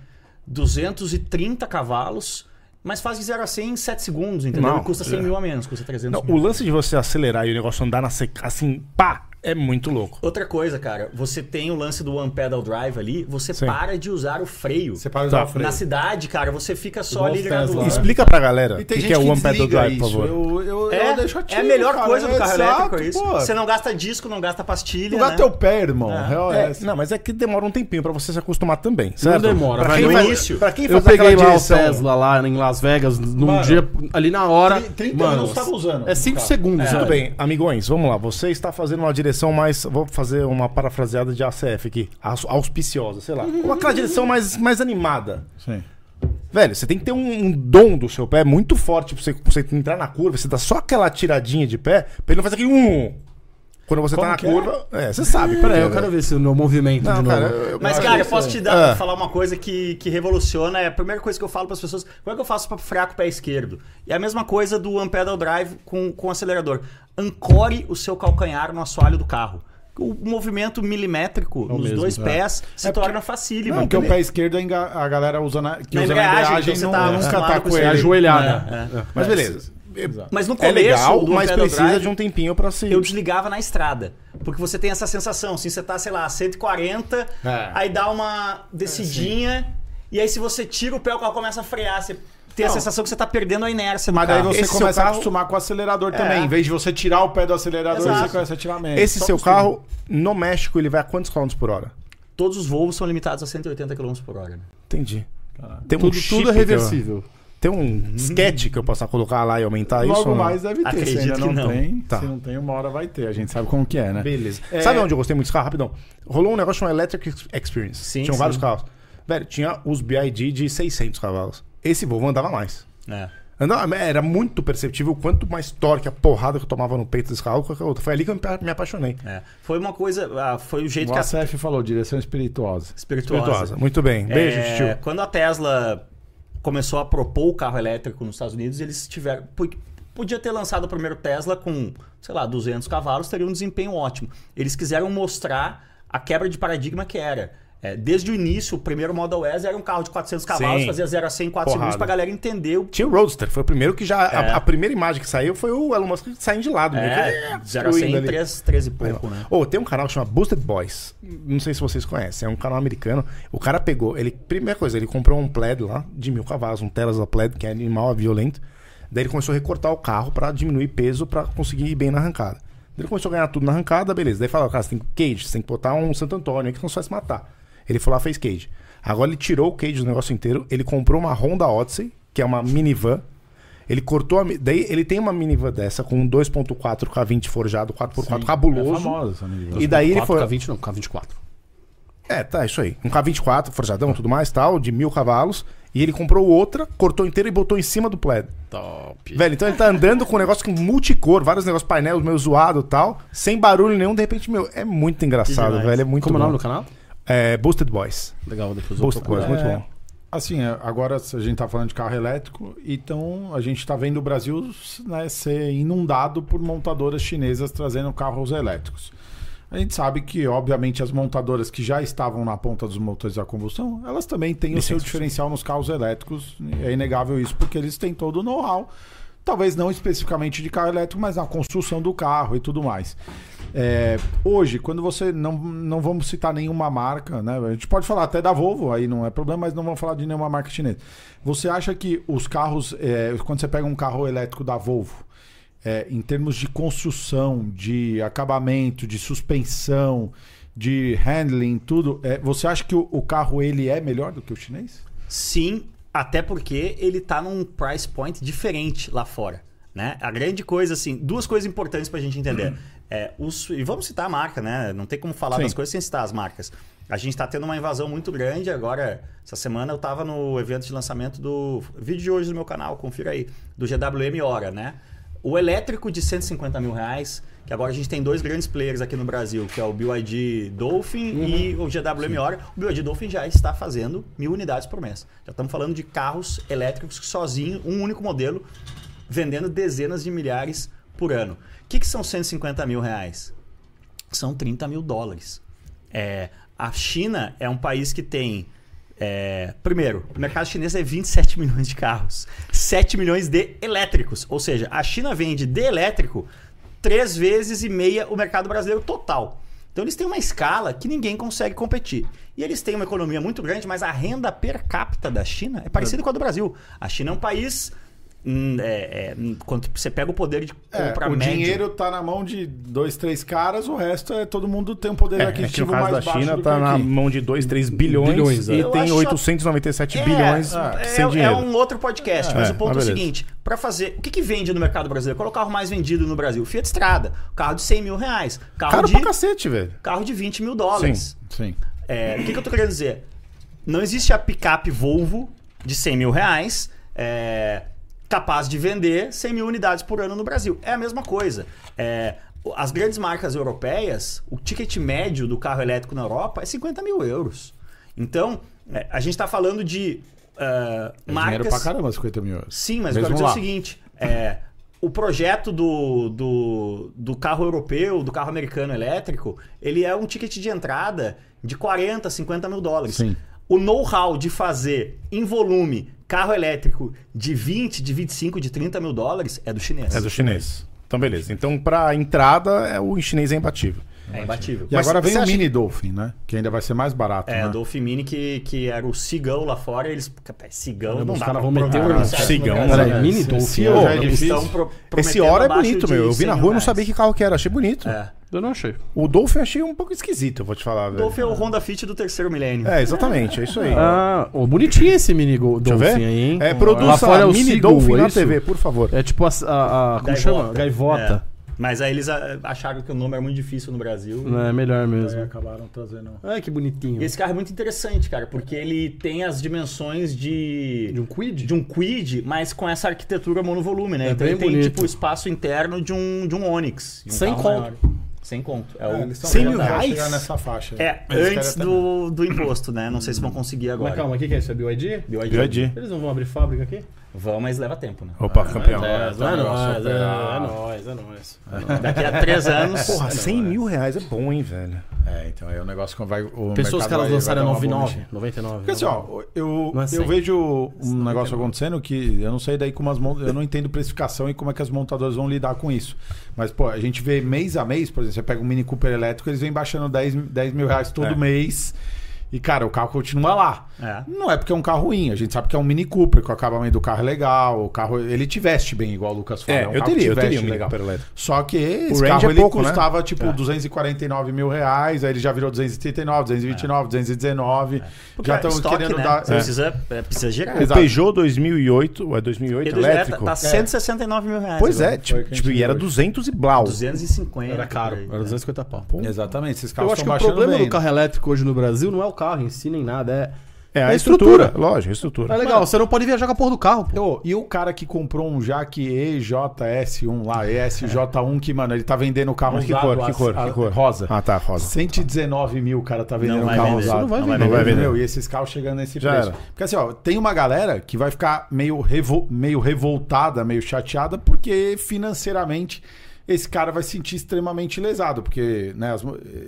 S4: 230 cavalos, mas faz de 0 a 100 em 7 segundos, entendeu?
S2: Não,
S4: e custa 100 mil a menos, custa 300
S2: Não,
S4: mil.
S2: o lance de você acelerar e o negócio andar na seca, assim, pá, É muito louco.
S4: Outra coisa, cara, você tem o lance do One Pedal Drive ali, você
S2: Sim.
S4: para de usar o freio.
S1: Você para de usar
S2: Tá.
S1: o freio.
S4: Na cidade, cara, você fica só
S3: Igual
S4: ali
S3: os
S4: ligado.
S3: Tesla,
S4: no-
S3: né?
S2: Explica pra galera o
S1: E
S2: que,
S1: tem
S2: que é
S1: gente
S2: o One
S1: desliga
S2: Pedal Drive, por
S1: isso.
S2: favor.
S1: Eu, eu,
S4: É,
S1: eu deixo
S4: é
S1: ativo,
S4: a melhor
S1: cara.
S4: coisa do carro
S1: Exato,
S4: elétrico, é isso.
S1: pô.
S4: Você não gasta disco, não gasta pastilha.
S1: Tu gasta
S4: né?
S1: teu pé, irmão. Real é
S2: É,
S1: essa.
S2: não, mas é que demora um tempinho pra você se acostumar também, certo?
S5: demora,
S2: pra
S5: vai
S2: quem
S4: no
S2: faz,
S4: início.
S2: Pra quem
S5: Eu
S2: faz
S5: peguei
S2: aquela
S5: lá o
S2: direção...
S5: Tesla lá em Las Vegas num
S1: Mano,
S5: dia, ali na hora.
S1: tri- 30
S5: mano,
S1: minutos tava usando.
S5: É 5
S1: Tá.
S5: segundos,
S2: Tudo
S5: velho.
S2: bem, amigões, vamos lá. Você está fazendo uma direção mais. Vou fazer uma parafraseada de ACF aqui. aus- Auspiciosa, sei lá. Uma aquela direção mais, mais animada.
S1: Sim.
S2: Velho, você tem que ter um, um dom do seu pé muito forte pra você, pra você entrar na curva. Você dá só aquela tiradinha de pé pra ele não fazer aquele um. Quando você
S1: Como
S2: tá na
S1: que é?
S2: curva. É, você sabe.
S5: Peraí, eu
S2: velho.
S5: quero ver se o meu movimento de
S2: Não,
S5: novo.
S2: cara, eu- eu-
S4: Mas,
S1: acho É.
S4: cara, eu
S1: isso
S4: posso
S1: aí.
S4: te dar,
S2: Ah.
S4: falar uma coisa que, que revoluciona. É a primeira coisa que eu falo para as pessoas: como é que eu faço para frear com o pé esquerdo? E é a mesma coisa do One Pedal Drive com, com o acelerador. Ancore o seu calcanhar no assoalho do carro. O movimento milimétrico nos
S5: mesmo,
S4: dois
S5: é.
S4: pés se torna facílimo.
S1: Não, porque o pé esquerdo a enga- a galera usa na, que
S4: Na
S1: usa
S4: embreagem,
S1: na
S4: então
S1: embreagem
S4: você
S1: não,
S4: tá
S1: nunca
S4: acostumado
S1: tá
S4: com
S1: com
S4: isso
S1: ele.
S4: aí.
S5: Ajoelhada. É.
S2: Mas beleza.
S4: Mas no
S2: É
S4: começo
S2: legal,
S4: do
S2: mas
S4: pedal
S2: precisa
S4: drive,
S2: de um tempinho pra se.
S4: eu desligava na estrada. Porque você tem essa sensação, assim, você tá, sei lá, 140,
S1: É.
S4: aí dá uma descidinha, e aí se você tira o pé, o carro começa a frear. Você tem a
S1: Não.
S4: sensação que você tá perdendo a inércia. do
S1: Mas daí
S4: carro.
S1: você
S2: Esse seu
S1: começa a
S2: carro-
S1: acostumar com o acelerador também. Em vez de você tirar o pé do acelerador,
S4: Exato.
S1: você começa a tirar menos.
S2: Esse
S1: É, Só um
S2: seu
S1: acostuma.
S2: carro, no México, ele vai a quantos quilômetros por hora?
S4: Todos os voos são limitados a 180 km por hora. né?
S2: Entendi. Tem um
S5: Tudo,
S2: chip
S5: tudo é
S2: que eu-
S5: reversível.
S2: Tem um sketch que eu possa colocar lá e aumentar isso?
S1: Logo
S2: ou não?
S1: mais deve ter.
S4: Acredito
S1: se ainda
S4: que
S1: não,
S4: não.
S1: tem.
S2: Tá.
S1: Se não tem, uma hora vai ter. A gente sabe como que é, né?
S2: Beleza.
S1: É-
S2: Sabe onde eu gostei muito desse carro? Rapidão. Rolou um negócio chamado Electric Ex- Experience.
S4: Sim,
S2: Tinham
S4: sim.
S2: vários carros. Velho, tinha os BID de 600 cavalos. Esse Volvo andava mais.
S4: É.
S2: Andava, era muito perceptível o quanto mais torque, a porrada que eu tomava no peito desse carro, qualquer outro. Foi ali que eu me apa- me apaixonei.
S4: é. Foi uma coisa. ah, Foi o jeito
S1: O
S4: que a
S1: ACF falou, direção espirituosa.
S4: espirituosa.
S2: Virtuosa. Muito bem. Beijo,
S4: É,
S2: tio.
S4: Quando a Tesla começou a propor o carro elétrico nos Estados Unidos, eles tiveram. po- Podia ter lançado o primeiro Tesla com, sei lá, 200 cavalos, teria um desempenho ótimo. Eles quiseram mostrar a quebra de paradigma que era. É, desde o início, o primeiro Model S era um carro de 400 cavalos,
S2: Sim.
S4: fazia 0 a 100 em 4
S2: Porrada.
S4: segundos, pra galera entender o
S2: Tinha o Roadster, foi o primeiro que já. A, a primeira imagem que saiu foi o Elon Musk saindo de lado. meio que-
S4: É, 0 a 100
S2: fluindo
S4: em
S2: ali.
S4: 3, 13 e pouco, né?
S2: Ô, tem um canal que chama Boosted Boys. Não sei se vocês conhecem. É um canal americano. O cara pegou, ele, primeira coisa, ele comprou um plaid lá de mil cavalos, um Tesla plaid, que é animal é violento. Daí ele começou a recortar o carro pra diminuir peso pra conseguir ir bem na arrancada. Daí ele começou a ganhar tudo na arrancada, beleza. Daí fala, cara, você tem cage, você tem que botar um Santo Antônio aí que não só se matar. Ele foi lá fez cage. Agora ele tirou o cage do negócio inteiro, ele comprou uma Honda Odyssey, que é uma minivan. Ele cortou a. mi- Daí ele tem uma minivan dessa com um 2.4 K20 forjado, 4x4
S1: É
S2: Tá cabuloso.
S1: famosa essa medida.
S2: E daí ele
S5: 4
S2: foi.
S5: K20 não, K24.
S2: É, tá, isso aí. Um K24, forjadão, tudo mais, tal, de mil cavalos. E ele comprou outra, cortou inteira e botou em cima do plaid.
S5: Top.
S2: Velho, então ele tá andando com um negócio com multicor, vários negócios, painel meu zoado tal, sem barulho nenhum, de repente, meu, é muito engraçado,
S4: demais.
S2: velho. É muito
S5: Como é o
S2: bom.
S5: nome do canal?
S2: É, Boosted Boys.
S5: Legal, depois eu
S2: Boosted Boys,
S5: procuro.
S2: muito
S1: É.
S2: bom.
S1: Assim, é, agora se a gente tá falando de carro elétrico, então a gente tá vendo o Brasil né, ser inundado por montadoras chinesas trazendo carros elétricos. A gente sabe que, obviamente, as montadoras que já estavam na ponta dos motores a combustão, elas também têm o seu
S2: Licença.
S1: diferencial nos carros elétricos. É inegável isso, porque eles têm todo o know-how. Talvez não especificamente de carro elétrico, mas na construção do carro e tudo mais. É, hoje, quando você. Não, não vamos citar nenhuma marca, né? A gente pode falar até da Volvo, aí não é problema, mas não vamos falar de nenhuma marca chinesa. Você acha que os carros. é, quando você pega um carro elétrico da Volvo, é, em termos de construção, de acabamento, de suspensão, de handling, tudo, é, você acha que o, o carro ele é melhor do que o chinês?
S4: Sim, até porque ele tá num price point diferente lá fora. Né? A grande coisa, assim, duas coisas importantes pra gente entender. É, os, e vamos citar a marca, né? Não tem como falar
S1: Sim.
S4: das coisas sem citar as marcas. A gente tá tendo uma invasão muito grande agora. Essa semana eu tava no evento de lançamento do vídeo de hoje do meu canal, confira aí, do GWM Hora, né? O elétrico de 150 mil reais, que agora a gente tem dois grandes players aqui no Brasil, que é o BYD Dolphin e o GWM Hora. O BYD Dolphin já está fazendo mil unidades por mês. Já estamos falando de carros elétricos que sozinho, um único modelo, vendendo dezenas de milhares por ano. O que, que são 150 mil reais? São 30 mil dólares. É, a China é um país que tem. é, primeiro, o mercado chinês é 27 milhões de carros, 7 milhões de elétricos. Ou seja, a China vende de elétrico três vezes e meia o mercado brasileiro total. Então eles têm uma escala que ninguém consegue competir. E eles têm uma economia muito grande, mas a renda per capita da China é parecida com a do Brasil. A China é um país. hum, é, é, hum, quando você pega o poder de
S1: É,
S4: compra
S1: o
S4: médio.
S1: dinheiro tá na mão de dois, três caras, o resto é todo mundo tem um poder
S2: É, é que
S1: aquisitivo
S2: no caso
S1: mais
S2: da
S1: baixo
S2: China
S1: do
S2: tá
S1: que
S2: na
S1: aqui.
S2: mão de 2, 3 bilhões,
S3: Bilhões, é.
S2: e
S4: Eu
S2: tem
S4: acho-
S2: 897
S4: É,
S2: bilhões
S4: é,
S2: sem
S4: é
S2: dinheiro.
S4: um outro podcast, mas
S2: É,
S4: o ponto é
S2: mas
S4: o
S2: beleza.
S4: seguinte: para fazer. O que, que vende no mercado brasileiro? Qual é o carro mais vendido no Brasil? Fiat Strada. Carro de 100 mil reais. Carro,
S2: Caro
S4: de,
S2: pra cacete, velho.
S4: carro de 20 mil dólares.
S1: Sim.
S4: É, o que, que eu tô querendo dizer? Não existe a picape Volvo de 100 mil reais é, capaz de vender 100 mil unidades por ano no Brasil. É a mesma coisa. É, o- as grandes marcas europeias, o ticket médio do carro elétrico na Europa é 50 mil euros. Então, é, a gente está falando de ah,
S1: É dinheiro pra
S4: marcas...
S1: caramba, 50 mil euros.
S4: Sim, mas eu
S1: Mas
S4: quero dizer
S1: vamos
S4: o
S1: lá.
S4: seguinte: é, o projeto do, do, do carro europeu, do carro americano elétrico, ele é um ticket de entrada de 40, 50 mil dólares.
S1: Sim.
S4: O know-how de fazer em volume carro elétrico de 20, de 25, de 30 mil dólares é do chinês.
S2: É do chinês. Então, beleza. Então, pra entrada, é, o chinês é imbatível.
S4: É imbatível.
S1: E
S2: Mas
S1: agora vem
S2: você
S1: o
S2: acha
S1: Mini Dolphin, né? Que ainda vai ser mais barato,
S4: É,
S1: né?
S4: Dolph Mini, que, que era o cigão lá fora, eles. Pé, Cigão, não
S5: os
S4: dá
S5: caras
S4: pra
S5: vão meter
S4: provar
S5: um
S4: isso aqui no
S2: cigão,
S4: Brasil.
S5: Peraí,
S1: é,
S5: mini
S1: esse-
S5: Dolphin?
S1: esse
S5: eu
S1: é o
S5: já-
S1: velho.
S4: Eles
S1: difícil.
S4: estão pro-
S2: Esse
S4: prometendo
S2: hora é
S4: abaixo
S2: bonito,
S4: de
S2: meu. Eu vi
S4: 100
S2: na
S4: mil
S2: rua, não
S4: reais.
S2: sabia que carro que era. Achei bonito.
S4: É.
S5: Eu não achei.
S2: O Dolphin eu achei um pouco esquisito, eu vou te falar, velho.
S4: Dolph é o Honda Fit do terceiro milênio.
S2: É, exatamente. É isso aí.
S5: Ah, ô, bonitinho esse mini go-
S2: Deixa eu
S5: Dolphin
S2: ver.
S5: aí, hein?
S2: É,
S5: Lá
S2: produza
S5: fora é o
S2: Mini
S5: Seagull,
S2: Dolphin
S5: é
S2: na
S5: isso?
S2: TV, por favor.
S5: É tipo a. a- a- como chama? Gaivota.
S4: É. Mas aí eles ah, acharam que o nome era muito difícil no Brasil.
S5: É, melhor
S1: Aí
S5: mesmo.
S1: acabaram trazendo. um-
S5: Ai, que bonitinho.
S4: E esse carro é muito interessante, cara, porque ele tem as dimensões de.
S5: De um quid?
S4: De um quid, mas com essa arquitetura monovolume, né?
S5: É
S4: então ele
S5: bem
S4: tem
S5: bonito.
S4: tipo o espaço interno de um, de um Onix. de um
S5: Sem
S4: carro
S5: conto.
S4: maior. Sem conto. É,
S1: É,
S4: o-
S1: eles tão
S2: 100
S1: vendo,
S2: mil
S1: vai
S2: reais?
S1: chegar nessa tá faixa. aí.
S4: É,
S1: Eles
S4: antes
S1: querem
S4: do, do imposto, né? Não sei se vão conseguir agora.
S5: Mas calma, o que, que é isso? É BYD?
S4: Deu a dica.
S2: Grande.
S5: Eles não vão abrir fábrica aqui?
S4: Vão, mas leva tempo, né?
S2: Opa, campeão.
S5: é nóis, é,
S1: operar.
S5: nóis, é nóis.
S4: Daqui a três anos.
S2: Porra, 100 mil reais é bom, hein, velho?
S1: É, então aí o negócio que vai. O
S5: Pessoas
S1: mercado
S5: que elas
S1: vai-
S5: lançaram
S1: vai dar uma
S5: 99, 99.
S1: Porque assim, ó, eu,
S5: Não é cem.
S1: eu vejo um
S2: tá
S1: negócio acontecendo que eu não sei daí como as mon- eu não entendo precificação e como é que as montadoras vão lidar com isso. Mas, pô, a gente vê mês a mês, por exemplo, você pega um Mini Cooper elétrico, eles vêm baixando 10, 10 mil reais todo
S2: É.
S1: mês. E, cara, o carro continua lá.
S4: É.
S1: Não é porque é um carro ruim, a gente sabe que é um Mini Cooper, que o acabamento do carro é legal, o carro. Ele te veste bem, igual o Lucas falou.
S2: É,
S1: é um
S2: eu
S1: carro que
S2: teria,
S1: te
S2: eu teria
S1: veste
S2: um Mini
S1: legal.
S2: Cooper elétrico.
S1: Só que esse
S2: range
S1: carro
S2: é
S1: ele
S2: pouco, né?
S1: custava tipo 249 mil reais, aí ele já virou 239, 229, 219.
S2: É.
S4: Porque
S1: Já estão
S4: estoque,
S1: querendo
S4: né?
S1: dar.
S4: Você precisa, é, precisa gerar.
S2: O
S1: Exato.
S2: Peugeot 2008, ou é 2008
S4: Ele já
S2: elétrico?
S4: tá, tá 169 mil reais.
S2: Pois
S4: agora.
S2: é, tipo,
S1: o que a
S2: tipo,
S1: gente
S2: e era
S1: viu.
S2: 200 e blau. É,
S4: 250.
S5: Era É caro,
S4: por aí,
S5: era
S4: né?
S5: 250 pau.
S1: Exatamente, esses carros
S5: Eu acho
S1: estão
S5: que o
S1: baixando
S5: problema
S1: bem.
S5: do carro elétrico hoje no Brasil não é o carro em si nem nada, é.
S2: É,
S5: é
S2: a estrutura. Lógico, a estrutura.
S5: É legal, você não pode viajar com a porra do carro, pô.
S1: Ô, e o cara que comprou um Jaque EJS1 lá, ESJ1, que, mano, ele tá vendendo o carro
S2: Mas que
S1: usado,
S2: cor, que
S1: a-
S2: cor,
S1: a-
S2: que cor?
S1: Rosa.
S2: Ah, tá, rosa.
S1: 119 mil o cara tá vendendo
S4: Não
S1: um
S4: vai
S1: carro
S4: vender.
S1: usado.
S4: Não vai
S2: vender. Não vai vender.
S1: Entendeu? E esses carros chegando nesse
S2: Já
S1: preço.
S2: era.
S1: Porque assim, ó, tem uma galera que vai ficar meio, revol- meio revoltada, meio chateada, porque financeiramente esse cara vai se sentir extremamente lesado, porque né,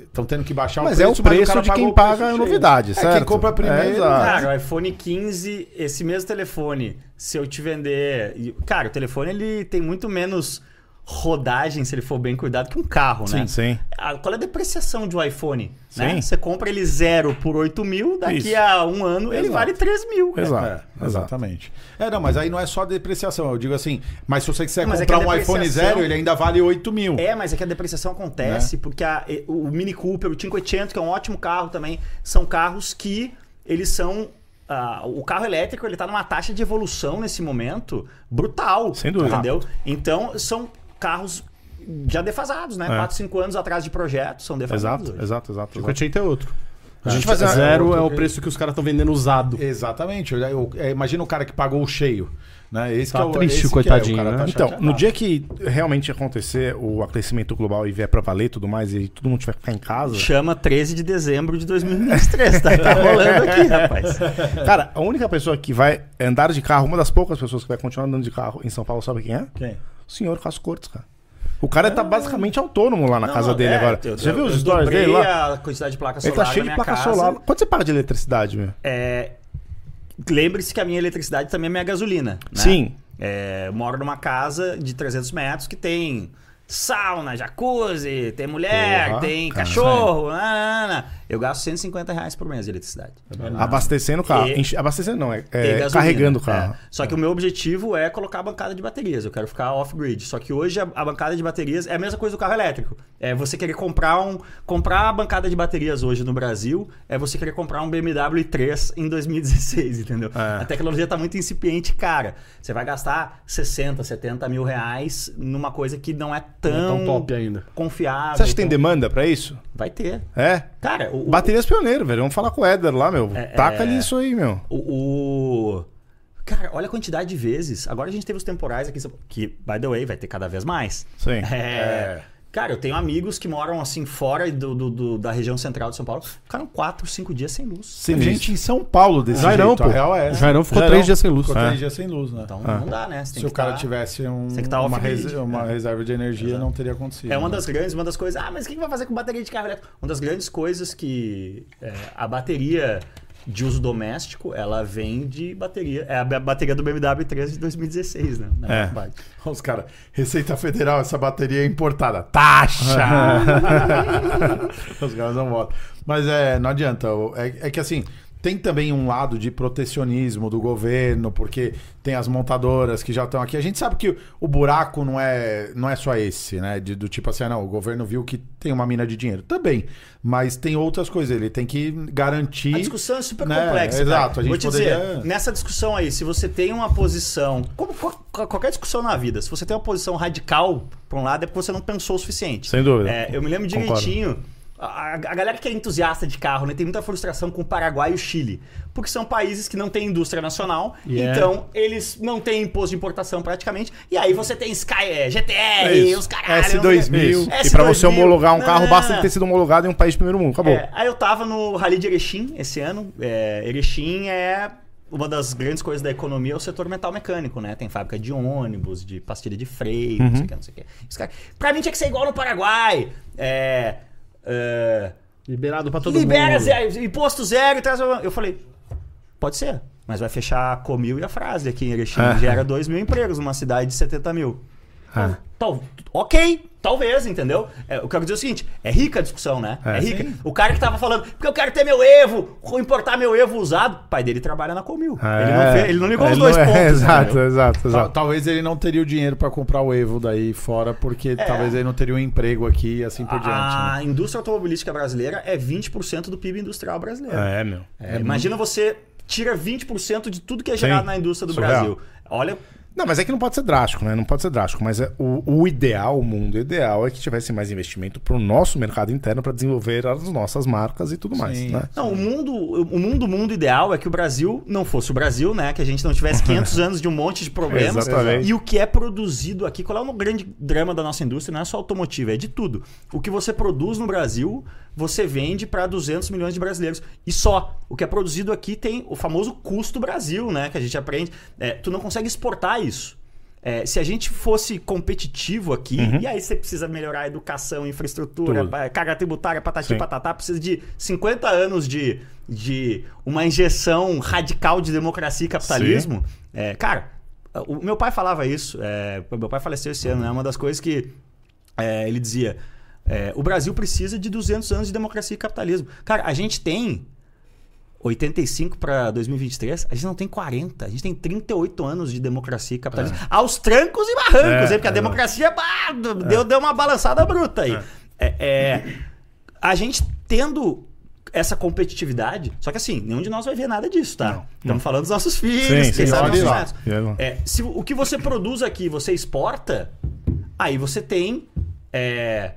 S1: estão tendo que baixar
S2: Mas
S1: o
S2: é o
S1: preço.
S2: preço
S1: cara
S2: de
S1: pagou
S2: quem
S1: o preço
S2: paga a
S1: cheio.
S2: novidade,
S1: é, Quem
S2: certo?
S1: compra primeiro... né?
S2: É, exato.
S4: Cara, o iPhone 15, esse mesmo telefone, se eu te vender. e- Cara, o telefone ele tem muito menos rodagem, se ele for bem cuidado, que um carro, né?
S2: Sim, sim.
S4: Ah, Qual é a depreciação de um iPhone?
S2: Sim.
S4: Né? Você compra ele zero por 8 mil, daqui
S2: Isso.
S4: a um ano ele
S1: Exato.
S4: vale 3 mil. né,
S2: Exato.
S1: É,
S2: exato.
S1: exatamente. É, não, mas aí não é só depreciação. Eu digo assim, mas se você quiser
S4: Mas é que
S1: comprar
S4: a
S1: um iPhone
S4: depreciação-
S1: zero, ele ainda vale 8 mil.
S4: É, mas é que a depreciação acontece,
S2: Né?
S4: porque a- e- o Mini Cooper, o 500, que é um ótimo carro também, são carros que eles são... ah, o carro elétrico, ele tá numa taxa de evolução nesse momento brutal.
S2: Sem dúvida.
S4: Entendeu? Então, são carros já defasados, né? 4, 5 anos atrás de projeto, são defasados.
S2: É. Exato,
S4: hoje.
S2: exato, exato. exato.
S5: 50 é outro. A gente
S1: fazer uma-
S5: Zero
S1: é
S5: é o
S1: outro-
S5: preço que os caras estão vendendo usado.
S1: Exatamente. Eu- eu- é, imagina o cara que pagou o cheio. Né? Esse
S5: Tá
S1: que é o,
S5: triste,
S1: esse que é,
S5: coitadinho,
S1: o cara
S5: né?
S1: tá
S2: Então,
S1: chateado.
S2: no dia que realmente acontecer o aquecimento global e vier pra valer e tudo mais, e todo mundo tiver que ficar em casa.
S4: Chama 13 de dezembro de 2023, tá, tá rolando aqui, rapaz.
S2: Cara, a única pessoa que vai andar de carro, uma das poucas pessoas que vai continuar andando de carro em São Paulo, sabe quem é?
S1: Quem?
S2: O senhor Cássio Cortes, cara. O cara tá basicamente autônomo lá na casa
S4: Ah. Não,
S2: dele
S4: é,
S2: agora.
S4: eu-
S2: Você já
S4: eu-
S2: viu
S4: eu
S2: os stories
S4: dobrei
S2: dele lá?
S4: a quantidade de placa
S2: Ele
S4: solar
S2: tá
S4: da
S2: cheio de
S4: minha
S2: placa
S4: casa.
S2: solar. Quanto você paga de eletricidade, meu?
S4: É, Lembre-se que a minha eletricidade também é minha gasolina. né?
S2: Sim.
S4: É, eu moro numa casa de 300 metros que tem sauna, jacuzzi, tem mulher,
S2: Porra,
S4: tem
S2: cara,
S4: cachorro, né, nanana. Eu gasto 150 reais por mês de eletricidade.
S2: É Abastecendo o carro.
S4: E-
S2: Enche- Abastecendo não, é,
S4: E
S2: é
S4: gasolina.
S2: carregando o carro.
S4: É. Só que o meu objetivo é colocar a bancada de baterias. Eu quero ficar off-grid. Só que hoje a, a bancada de baterias é a mesma coisa do carro elétrico. É você querer comprar um. Comprar a bancada de baterias hoje no Brasil é você querer comprar um BMW i3 em 2016, entendeu?
S2: É.
S4: A tecnologia tá muito incipiente, cara. Você vai gastar 60, 70 mil reais numa coisa que não é tão,
S5: tão top ainda.
S4: confiável.
S2: Você acha que tem
S4: tão-
S2: demanda pra isso?
S4: Vai ter.
S2: É?
S4: Cara, o, o-
S2: Baterias pioneiro, velho. Vamos falar com o Éder lá, meu.
S4: É,
S2: Taca ali isso aí, meu.
S4: O, o- Cara, olha a quantidade de vezes. Agora a gente teve os temporais aqui, em São Paulo, que, by the way, vai ter cada vez mais.
S2: Sim.
S4: É. Cara, eu tenho amigos que moram assim fora do, do- do- da região central de São Paulo. Ficaram quatro, cinco dias sem luz.
S1: Tem gente em São Paulo desse
S5: Jairão,
S1: jeito.
S5: pô.
S1: A real é essa.
S5: Jairão ficou
S2: Jairão.
S5: três dias sem luz.
S1: Ficou
S5: É.
S1: três dias sem luz, né?
S4: Então não dá, né? Você tem
S1: Se o
S4: que
S1: cara
S4: tá-
S1: tivesse um-
S4: tem que tá
S1: uma,
S4: off-grid,
S1: rese- uma
S4: né?
S1: reserva de energia, não teria acontecido.
S4: É uma
S1: né?
S4: das grandes, uma das coisas. Ah, mas o que que vai fazer com bateria de carro elétrico? Uma das grandes coisas que é, a bateria de uso doméstico, ela vem de bateria. É a bateria do BMW 3 de 2016, né? Na
S2: É.
S4: verdade.
S1: Os caras, Receita Federal, essa bateria é importada. Taxa! Os caras não votam. Mas é, não adianta. o- É, é que assim, tem também um lado de protecionismo do governo, porque tem as montadoras que já estão aqui. A gente sabe que o- o buraco não é, não é só esse, né? De- do tipo assim, ah, não, o governo viu que tem uma mina de dinheiro. Também. Mas tem outras coisas. Ele tem que garantir.
S4: A discussão é super
S1: né?
S4: complexa. cara.
S1: Exato, a gente
S4: Vou te
S1: poderia-
S4: dizer, nessa discussão aí, se você tem uma posição. Como qual- qual- qualquer discussão na vida, se você tem uma posição radical pra um lado, é porque você não pensou o suficiente.
S2: Sem dúvida.
S4: É, eu me lembro
S2: Concordo.
S4: direitinho. A, a galera que é entusiasta de carro, né? Tem muita frustração com o Paraguai e o Chile. Porque são países que não têm indústria nacional,
S2: é.
S5: Yeah.
S4: então eles não têm imposto de importação praticamente. E aí você tem Sky, é,
S2: É
S4: GTR,
S2: isso.
S4: os caralho.
S2: S2000.
S4: né? não sei o quê.
S2: E pra você
S4: S2000,
S2: homologar um
S4: não,
S2: carro,
S4: não,
S2: basta
S4: não.
S2: ele ter sido homologado em um país de primeiro mundo. Acabou.
S4: É, aí eu tava no Rally de Erechim esse ano. É, Erechim é uma das grandes coisas da economia, é o setor metal mecânico, né? Tem fábrica de ônibus, de pastilha de freio, não sei o que, não sei o que. Os caras- Pra mim tinha que ser igual no Paraguai. É. é,
S5: Liberado pra todo
S4: libera
S5: mundo.
S4: zero, imposto zero e traz. Eu falei, pode ser, mas vai fechar a Comil e a frase aqui em Erechim. Gera 2 mil empregos numa cidade de 70 mil. Então,
S2: Ah.
S4: Tal, ok, talvez, entendeu? É, eu quero dizer o seguinte: é rica a discussão, né? É, rica. O cara que tava falando, porque eu quero ter meu Evo, vou importar meu Evo usado. O pai dele trabalha na Comil. Ele, não fez- ele não ligou os dois
S2: é,
S4: pontos. né, Tá,
S2: Exato,
S4: entendeu?
S2: exato,
S1: Tal-
S2: exato.
S1: Tá, Talvez ele não teria o dinheiro pra comprar o Evo daí fora, porque talvez ele não teria um emprego aqui e assim por diante.
S4: A
S1: né?
S4: indústria automobilística brasileira é 20% do PIB industrial brasileiro.
S2: É, meu.
S4: É, imagina você tira 20% de tudo que é
S2: Sim.
S4: gerado na indústria do
S2: Surreal.
S4: Brasil. Olha,
S2: Não, mas é que não pode ser drástico, né? Não pode ser drástico. Mas é o, o ideal, o mundo ideal, é que tivesse mais investimento pro nosso mercado interno pra desenvolver as nossas marcas e tudo mais,
S1: Sim.
S2: né?
S4: não, o mundo, o mundo, o mundo ideal é que o Brasil não fosse o Brasil, né? Que a gente não tivesse 500 anos de um monte de problemas.
S2: Exatamente.
S4: E o que é produzido aqui, qual é o grande drama da nossa indústria? Não é só automotiva, é de tudo. O que você produz no Brasil, você vende para 200 milhões de brasileiros. E só. O que é produzido aqui tem o famoso custo Brasil, né? Que a gente aprende. É, tu não consegue exportar isso. É, se a gente fosse competitivo aqui, e aí você precisa melhorar a educação, infraestrutura,
S2: Uhum. Tudo.
S4: pa- É, carga tributária, patati
S2: Sim.
S4: patatá, precisa de 50 anos de, de uma injeção radical de democracia e capitalismo. É, cara, o meu pai falava isso, é, meu pai faleceu esse ano, é uma das coisas que é, ele dizia: é, o Brasil precisa de 200 anos de democracia e capitalismo. Cara, a gente tem 85 para 2023, a gente não tem 40, a gente tem 38 anos de democracia e capitalismo. Aos trancos e barrancos,
S2: É,
S4: hein? porque a
S2: é.
S4: democracia bah, deu, deu uma balançada bruta aí. É, é, a gente tendo essa competitividade, só que assim, nenhum de nós vai ver nada disso, tá? Estamos falando dos nossos filhos,
S2: Sim,
S4: quem
S2: sim,
S4: sabe
S2: olha
S4: nossos
S2: lá.
S4: netos.
S2: E aí, lá.
S4: É, se o que você produz aqui você exporta, aí você tem é,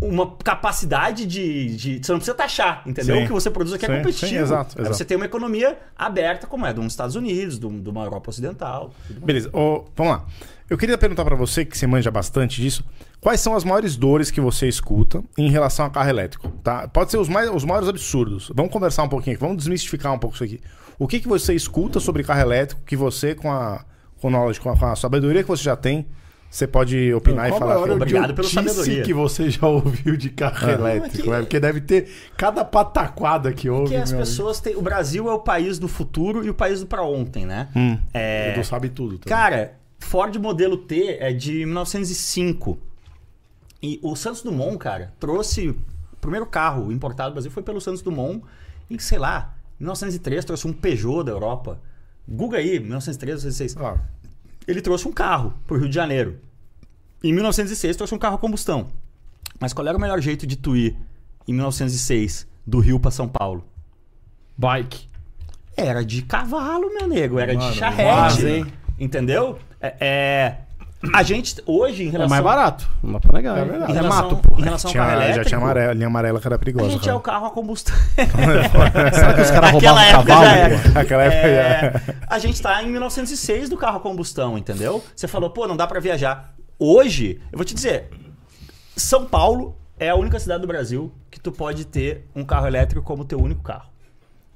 S4: uma capacidade de, de- Você não precisa taxar, entendeu?
S2: Sim.
S4: O que você produz aqui
S2: Sim,
S4: é competitivo.
S2: sim, exato,
S4: Aí
S2: exato.
S4: Você tem uma economia aberta, como é, dos Estados Unidos, do- de uma Europa Ocidental. tudo mais.
S2: Beleza, ô, vamos lá. Eu queria perguntar pra você, que você manja bastante disso, quais são as maiores dores que você escuta em relação a carro elétrico, tá? Pode ser os, mais, os maiores absurdos. Vamos conversar um pouquinho aqui, vamos desmistificar um pouco isso aqui. O que, que você escuta sobre carro elétrico que você, com a, com o knowledge, com a, com a sabedoria que você já tem, você pode opinar e
S1: Qual
S2: falar?
S1: a maior
S2: aqui?
S4: Obrigado pela
S1: idiotice
S4: sabedoria.
S1: que você já ouviu de carro elétrico,
S4: Não, é que-
S1: é porque deve ter cada pataquada que ouve.
S4: Porque as
S1: meu
S4: pessoas têm. O Brasil é o país do futuro e o país do pra ontem, né?
S2: Hum.
S1: amigo.
S4: É,
S1: Tu sabe tudo. tá?
S4: cara, Ford modelo T é de 1905. E o Santos Dumont, cara, trouxe. O primeiro carro importado do Brasil foi pelo Santos Dumont. E sei lá, em 1903 trouxe um Peugeot da Europa. Guga aí, 1903, 1906.
S1: Ah,
S4: Ele trouxe um carro pro Rio de Janeiro. Em 1906 trouxe um carro a combustão. Mas qual era o melhor jeito de tu ir em 1906 do Rio pra São Paulo?
S5: Bike.
S4: Era de cavalo, meu nego. Era
S5: Mano,
S4: de charrete.
S5: quase, hein?
S4: Entendeu? É, é, a gente, hoje, em
S5: É
S4: relação...
S5: mais barato. Não dá pra negar.
S1: É
S5: hein?
S1: verdade.
S4: Em
S5: É
S4: relação,
S5: mato, pô.
S4: em relação ao
S2: Tinha,
S4: carro
S2: já
S4: elétrico,
S2: tinha amarela, linha amarela que era
S4: a
S2: perigosa.
S4: gente é o
S2: cara.
S4: carro a combustão.
S5: Será que os
S4: Naquela
S5: caras roubavam um
S4: época
S5: cavalo?
S4: já era.
S5: pô?
S2: Aquela época
S4: É, a gente tá em 1906 do carro a combustão, entendeu? Você falou, pô, não dá pra viajar. Hoje, eu vou te dizer, São Paulo é a única cidade do Brasil que tu pode ter um carro elétrico como teu único carro.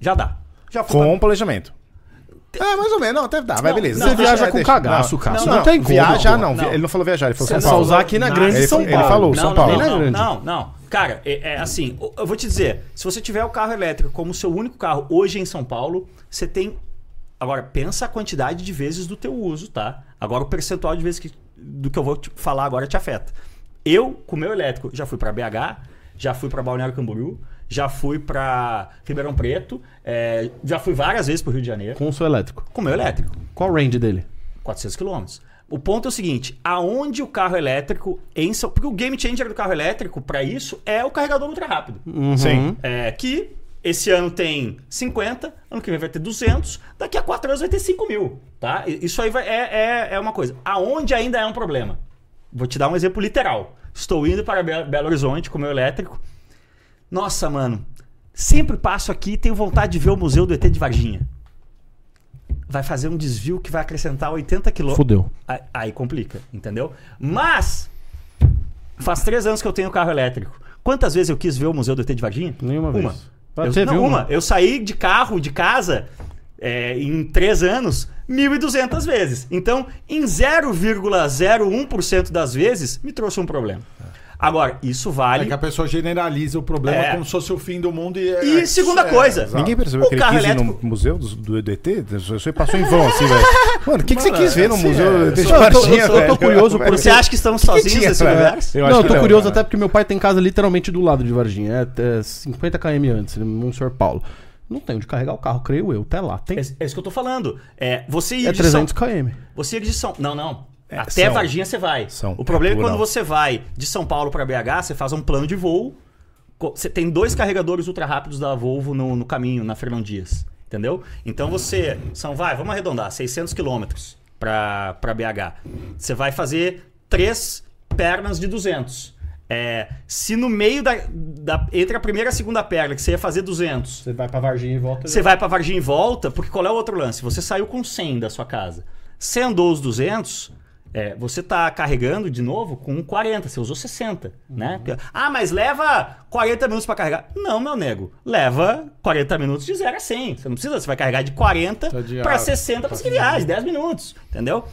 S4: Já dá. Já
S2: já- Com um planejamento. É, mais ou menos. Não, até dá, mas
S4: Não,
S2: beleza.
S4: não,
S5: Você viaja
S2: é,
S5: com
S2: deixa.
S5: cagaço, cara.
S4: não,
S5: Não, não tem como.
S2: Viajar
S5: pô.
S2: não.
S4: Não.
S2: Ele não falou viajar, ele
S4: Então
S2: falou
S5: Você
S2: São
S5: só
S2: Paulo.
S5: usar aqui na
S4: Não,
S5: grande
S2: ele-
S5: São
S2: ele
S5: Paulo.
S2: falou,
S4: não,
S2: São
S4: não,
S2: Paulo. né?
S4: Não, não,
S5: Grande.
S4: não, não. Cara, é, é assim, eu- eu vou te dizer, se você tiver o carro elétrico como seu único carro hoje em São Paulo, você tem. Agora, pensa a quantidade de vezes do teu uso, tá? Agora o percentual de vezes que, do que eu vou te falar agora te afeta. Eu, com o meu elétrico, já fui pra BH, já fui pra Balneário Camboriú, já fui pra Ribeirão Preto, é, já fui várias vezes pro Rio de Janeiro
S5: Com o seu elétrico.
S4: com o meu elétrico.
S5: Qual o range dele?
S4: 400 quilômetros. O ponto é o seguinte, aonde o carro elétrico em São... Porque o game changer do carro elétrico, para isso, é o carregador ultra rápido.
S2: Sim.
S4: É, que esse ano tem 50, ano que vem vai ter 200, daqui a 4 anos vai ter 5 mil, tá? E- Isso aí vai- é, é, é uma coisa. Aonde ainda é um problema? Vou te dar um exemplo literal. Estou indo para Be- Belo Horizonte com o meu elétrico. Nossa, mano, sempre passo aqui e tenho vontade de ver o Museu do ET de Varginha. Vai fazer um desvio que vai acrescentar 80 quilômetros.
S5: Fudeu.
S4: Aí- Aí complica, entendeu? Mas faz três anos que eu tenho carro elétrico. Quantas vezes eu quis ver o Museu do ET de Varginha?
S5: Nenhuma vez.
S4: Uma.
S5: Ah,
S4: Eu,
S5: você
S4: não,
S5: viu
S4: uma.
S5: uma?
S4: Eu saí de carro, de casa, é, em três anos, 1.200 vezes. Então, em 0,01% das vezes, me trouxe um problema. Agora, isso
S1: É
S4: vale...
S1: que a pessoa generaliza o problema
S4: É.
S1: como se fosse o fim do mundo e... é-
S4: E segunda coisa.
S1: exato.
S2: Ninguém percebeu
S4: O
S2: que ele
S4: carro
S2: quis ir no
S4: elétrico-
S2: museu do, do, do ET? Você passou em vão, assim, velho. Mano, o que, que você
S1: Mano,
S2: quis ver no
S1: assim,
S2: museu
S1: é,
S2: do ET de
S5: eu tô- eu tô-
S2: Varginha,
S5: eu tô
S2: velho?
S5: curioso por-
S4: Você acha que estamos sozinhos
S2: tinha,
S4: nesse
S2: velho?
S4: universo?
S2: Eu acho
S5: não, né? eu
S2: que
S5: tô
S2: não,
S5: curioso
S2: cara.
S5: até porque meu pai tem casa literalmente do lado de Varginha. É, é 50 km antes, em Monsenhor Paulo. Não tem onde carregar o carro, creio eu. Até lá tem.
S4: É, é isso que eu tô falando. É, você ir
S5: É
S4: de São
S5: 300 km.
S4: Você ir de São. Não, não.
S2: É,
S4: Até
S2: São.
S4: Varginha você vai.
S2: São.
S4: O problema é quando
S2: Não.
S4: você vai de São Paulo para BH, você faz um plano de voo. co- Você tem dois carregadores ultra rápidos da Volvo no, no caminho, na Fernão Dias. Entendeu? Então você. São, vai, vamos arredondar, 600 quilômetros para BH. Você vai fazer três pernas de 200. É, se no meio da, da- Entre a primeira e a segunda perna, que você ia fazer 200,
S5: Você vai pra Varginha e
S1: é.
S5: volta.
S4: você vai pra Varginha e volta, porque qual é o outro lance? Você saiu com 100 da sua casa. Você andou os 200, é, você tá carregando de novo com 40, você usou 60,
S1: Uhum.
S4: né? Ah, mas leva 40 minutos pra carregar. Não, meu nego, leva 40 minutos de 0 a 100. Você não precisa, você vai carregar de 40
S1: Tá de
S4: pra
S1: ar-
S4: 60 para reais, 10 minutos, entendeu?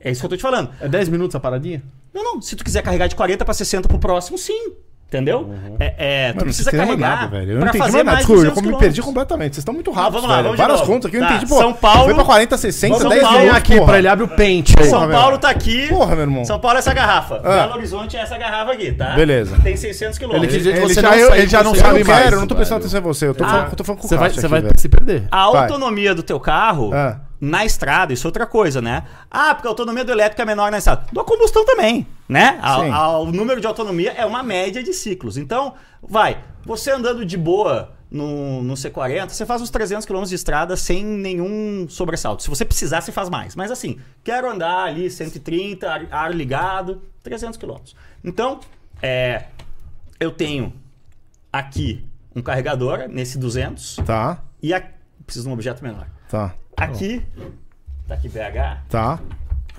S4: É isso que eu tô te falando.
S5: É 10 minutos a paradinha?
S4: Não, não, se tu quiser carregar de 40 pra 60 pro próximo, sim. Entendeu?
S1: Uhum.
S4: É, é, tu
S2: Mano,
S4: precisa
S2: vocês entenderam
S4: carregar
S2: nada, velho. Eu não
S4: pra
S2: entendi
S4: fazer
S2: mais nada.
S4: mais
S2: Desculpa, eu me
S4: 200
S2: perdi
S4: quilômetros.
S2: completamente. Vocês estão muito
S4: Não,
S2: rápidos,
S4: Tá, vamos lá,
S2: velho.
S4: vamos de
S2: Várias
S4: novo.
S2: contas aqui, eu não
S4: Tá,
S2: entendi. Pô,
S4: São Paulo-
S2: Foi pra 40, 60,
S4: São
S2: 10
S4: Paulo-
S2: minutos,
S5: aqui
S2: porra.
S5: pra ele abre o pente.
S4: São
S2: Porra,
S4: Paulo
S2: meu.
S4: tá aqui.
S2: Porra, meu irmão.
S4: São Paulo é essa garrafa.
S2: Ah.
S4: Belo Horizonte é essa garrafa aqui, tá?
S2: Beleza.
S4: Tem 600
S1: Ele
S4: quilômetros.
S1: quis dizer que
S2: Ele
S1: você
S2: já-
S1: não
S2: eu-
S1: saiu
S2: ele já
S1: com
S2: não
S1: o
S2: sabe
S1: seu
S2: o que
S1: mais,
S2: era, eu não tô
S1: velho.
S2: prestando atenção em você. Eu tô
S4: Ah.
S2: falando eu tô falando com o
S5: Você vai,
S2: Cássio
S5: você
S2: aqui,
S5: vai
S2: velho.
S5: se perder.
S4: A
S2: Vai.
S4: autonomia do teu carro
S2: Ah.
S4: na estrada, isso é outra coisa, né? Ah, porque a autonomia do elétrico é menor na estrada. Do combustão também, né? A-
S2: Sim.
S4: a- o número de autonomia é uma média de ciclos. Então, vai, você andando de boa no, no C40, você faz uns 300 km de estrada sem nenhum sobressalto. Se você precisar, você faz mais. Mas assim, quero andar ali 130, ar, ar ligado, 300 km. Então, é, eu tenho aqui um carregador nesse 200
S2: Tá,
S4: e aqui... Preciso de um objeto menor.
S2: tá,
S4: Aqui. Tá aqui BH.
S2: tá.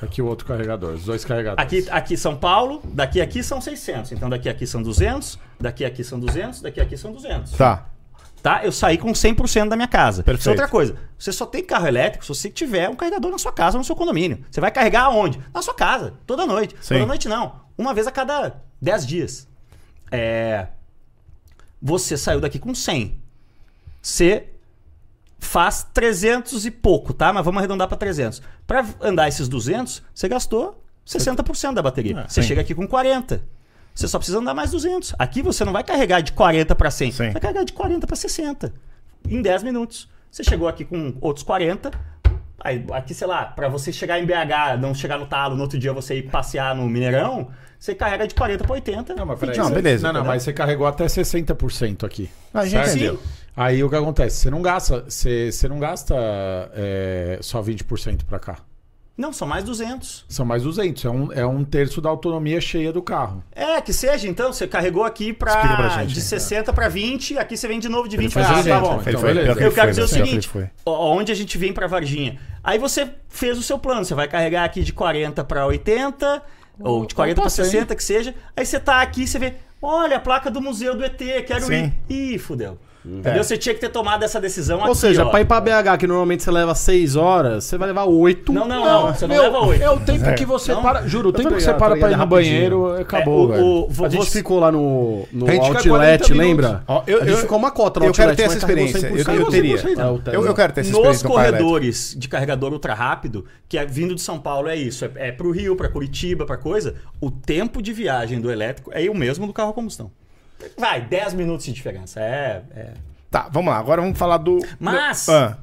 S1: Aqui o outro carregador, os dois carregadores.
S4: Aqui, aqui São Paulo, daqui aqui são 600. Então daqui aqui são 200, daqui aqui são 200, daqui aqui são 200.
S2: Tá.
S4: Tá? Eu saí com 100% da minha casa. Isso é
S2: Perfeito.
S4: outra coisa. Você só tem carro elétrico se você tiver um carregador na sua casa, no seu condomínio. Você vai carregar aonde? Na sua casa, toda noite.
S2: Sim.
S4: Toda noite não. Uma vez a cada 10 dias. É... Você saiu daqui com 100. Você faz 300 e pouco, tá? Mas vamos arredondar para 300. Para andar esses 200, você gastou 60% da bateria. você
S2: É, sim.
S4: chega aqui com 40. Você só precisa andar mais 200. Aqui você não vai carregar de 40 para 100.
S2: Sim.
S4: Vai carregar de 40 para 60. Em 10 minutos. Você chegou aqui com outros 40. Aí, aqui, sei lá, para você chegar em BH, não chegar no talo, no outro dia você ir passear no Mineirão, você carrega de 40 para 80.
S1: Não, mas
S2: Não,
S4: um.
S1: você-
S2: beleza.
S1: Não, não, mas você carregou até 60% aqui.
S2: A Ah, gente
S1: Certo?
S2: entendeu.
S1: Aí o que acontece? Você não gasta, você, você não gasta é, só 20% pra cá.
S4: Não, são mais 200.
S1: São mais 200. É um, é um terço da autonomia cheia do carro.
S4: É, que seja, então, você carregou aqui
S2: Explica pra
S4: pra
S2: gente,
S4: de
S2: hein?
S4: 60 para 20, aqui você vem de novo de 20
S1: faz
S4: para tá
S1: 200,
S4: bom.
S1: né?
S2: Ele
S1: Então,
S2: foi,
S1: beleza.
S2: pior que
S4: Eu
S2: ele
S4: quero
S2: foi,
S4: dizer o
S2: né? Pior que ele
S4: seguinte,
S2: foi.
S4: ó, onde a gente vem pra Varginha. Aí você fez o seu plano, você vai carregar aqui de 40 pra 80 ou de 40 pra
S1: passei.
S4: 60 que seja. Aí você tá aqui, você vê, olha a placa do museu do ET, quero
S2: Sim.
S4: ir. Ih, fudeu. Entendeu? Você tinha que ter tomado essa decisão
S5: Ou
S4: aqui,
S5: seja,
S4: ó.
S5: pra ir pra BH, que normalmente você leva 6 horas, você vai levar 8.
S4: Não, não, não, você não leva oito.
S1: É o tempo que você
S4: Não?
S1: para. Juro, o
S5: tô
S1: tempo que
S5: ligado,
S1: você para pra
S5: tô
S1: ir no
S5: ligado, rapidinho.
S1: banheiro, acabou,
S4: É, o-
S1: velho.
S4: o- vo-
S5: A gente
S4: você-
S5: ficou lá no, no
S1: A gente fica 40
S5: Outlet, lembra?
S2: Ó, eu-
S5: a gente
S2: eu-
S5: ficou uma cota no
S2: Eu quero
S5: Outlet.
S2: ter essa
S5: mas carregou
S2: experiência.
S5: 100%.
S2: Eu, eu teria.
S5: É, o-
S2: Eu, eu quero ter essa
S4: Nos
S2: experiência. no Paralelo.
S4: corredores de carregador ultra rápido, que é vindo de São Paulo é isso, é, é pro Rio, pra Curitiba, pra coisa, o tempo de viagem do elétrico é o mesmo do carro a combustão. Vai, 10 minutos de diferença. É, é.
S2: Tá, vamos lá. Agora vamos falar do.
S4: Mas-
S2: Ah,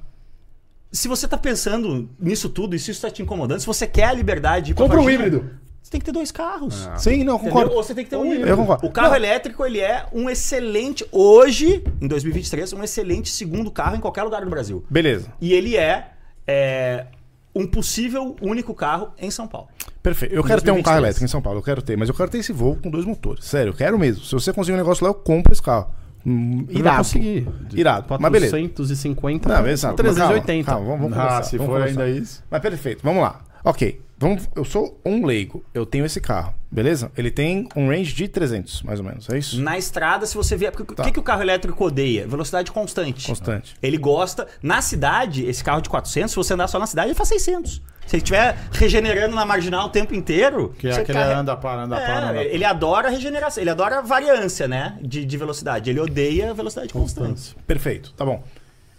S4: Se você tá pensando nisso tudo, e se isso tá te incomodando, se você quer a liberdade de ir pra
S2: compra um
S4: Varginha,
S2: híbrido.
S4: Você tem que ter dois carros.
S2: Sim, não,
S4: Entendeu?
S2: concordo.
S4: Ou você tem que ter um
S2: Eu
S4: híbrido.
S2: concordo.
S4: O carro elétrico, ele é um excelente, hoje, em 2023, um excelente segundo carro em qualquer lugar do Brasil.
S2: Beleza.
S4: E ele é, é, um possível único carro em São Paulo.
S2: Perfeito. Eu quero ter um
S4: 2023.
S2: carro elétrico em São Paulo, eu quero ter, mas eu quero ter esse voo com dois motores. Sério, eu quero mesmo. Se você conseguir um negócio lá, eu compro esse carro. Hum,
S5: Não
S2: Irado.
S5: vai conseguir.
S2: Irado. Mas beleza.
S5: 450,
S2: Não, exato. Mas calma,
S5: 380.
S2: calma, vamos, vamos conversar, vamos conversar.
S1: isso.
S2: Mas perfeito, vamos lá. Ok, vamos, eu sou um leigo. Eu tenho esse carro, beleza? Ele tem um range de 300, mais ou menos, é isso?
S4: Na estrada, se você vier. Porque
S1: Tá.
S4: o que, que o carro elétrico odeia? Velocidade constante.
S2: Constante.
S4: Ele gosta. Na cidade, esse carro de 400, se você andar só na cidade, ele faz 600. Se ele estiver regenerando na marginal o tempo inteiro.
S1: Que é
S4: você
S1: aquele
S4: carrega-
S1: anda, para, anda,
S4: É,
S1: para, anda, para.
S4: ele adora regeneração, ele adora variância, né? De, de velocidade. Ele odeia velocidade constante.
S2: Perfeito, tá bom.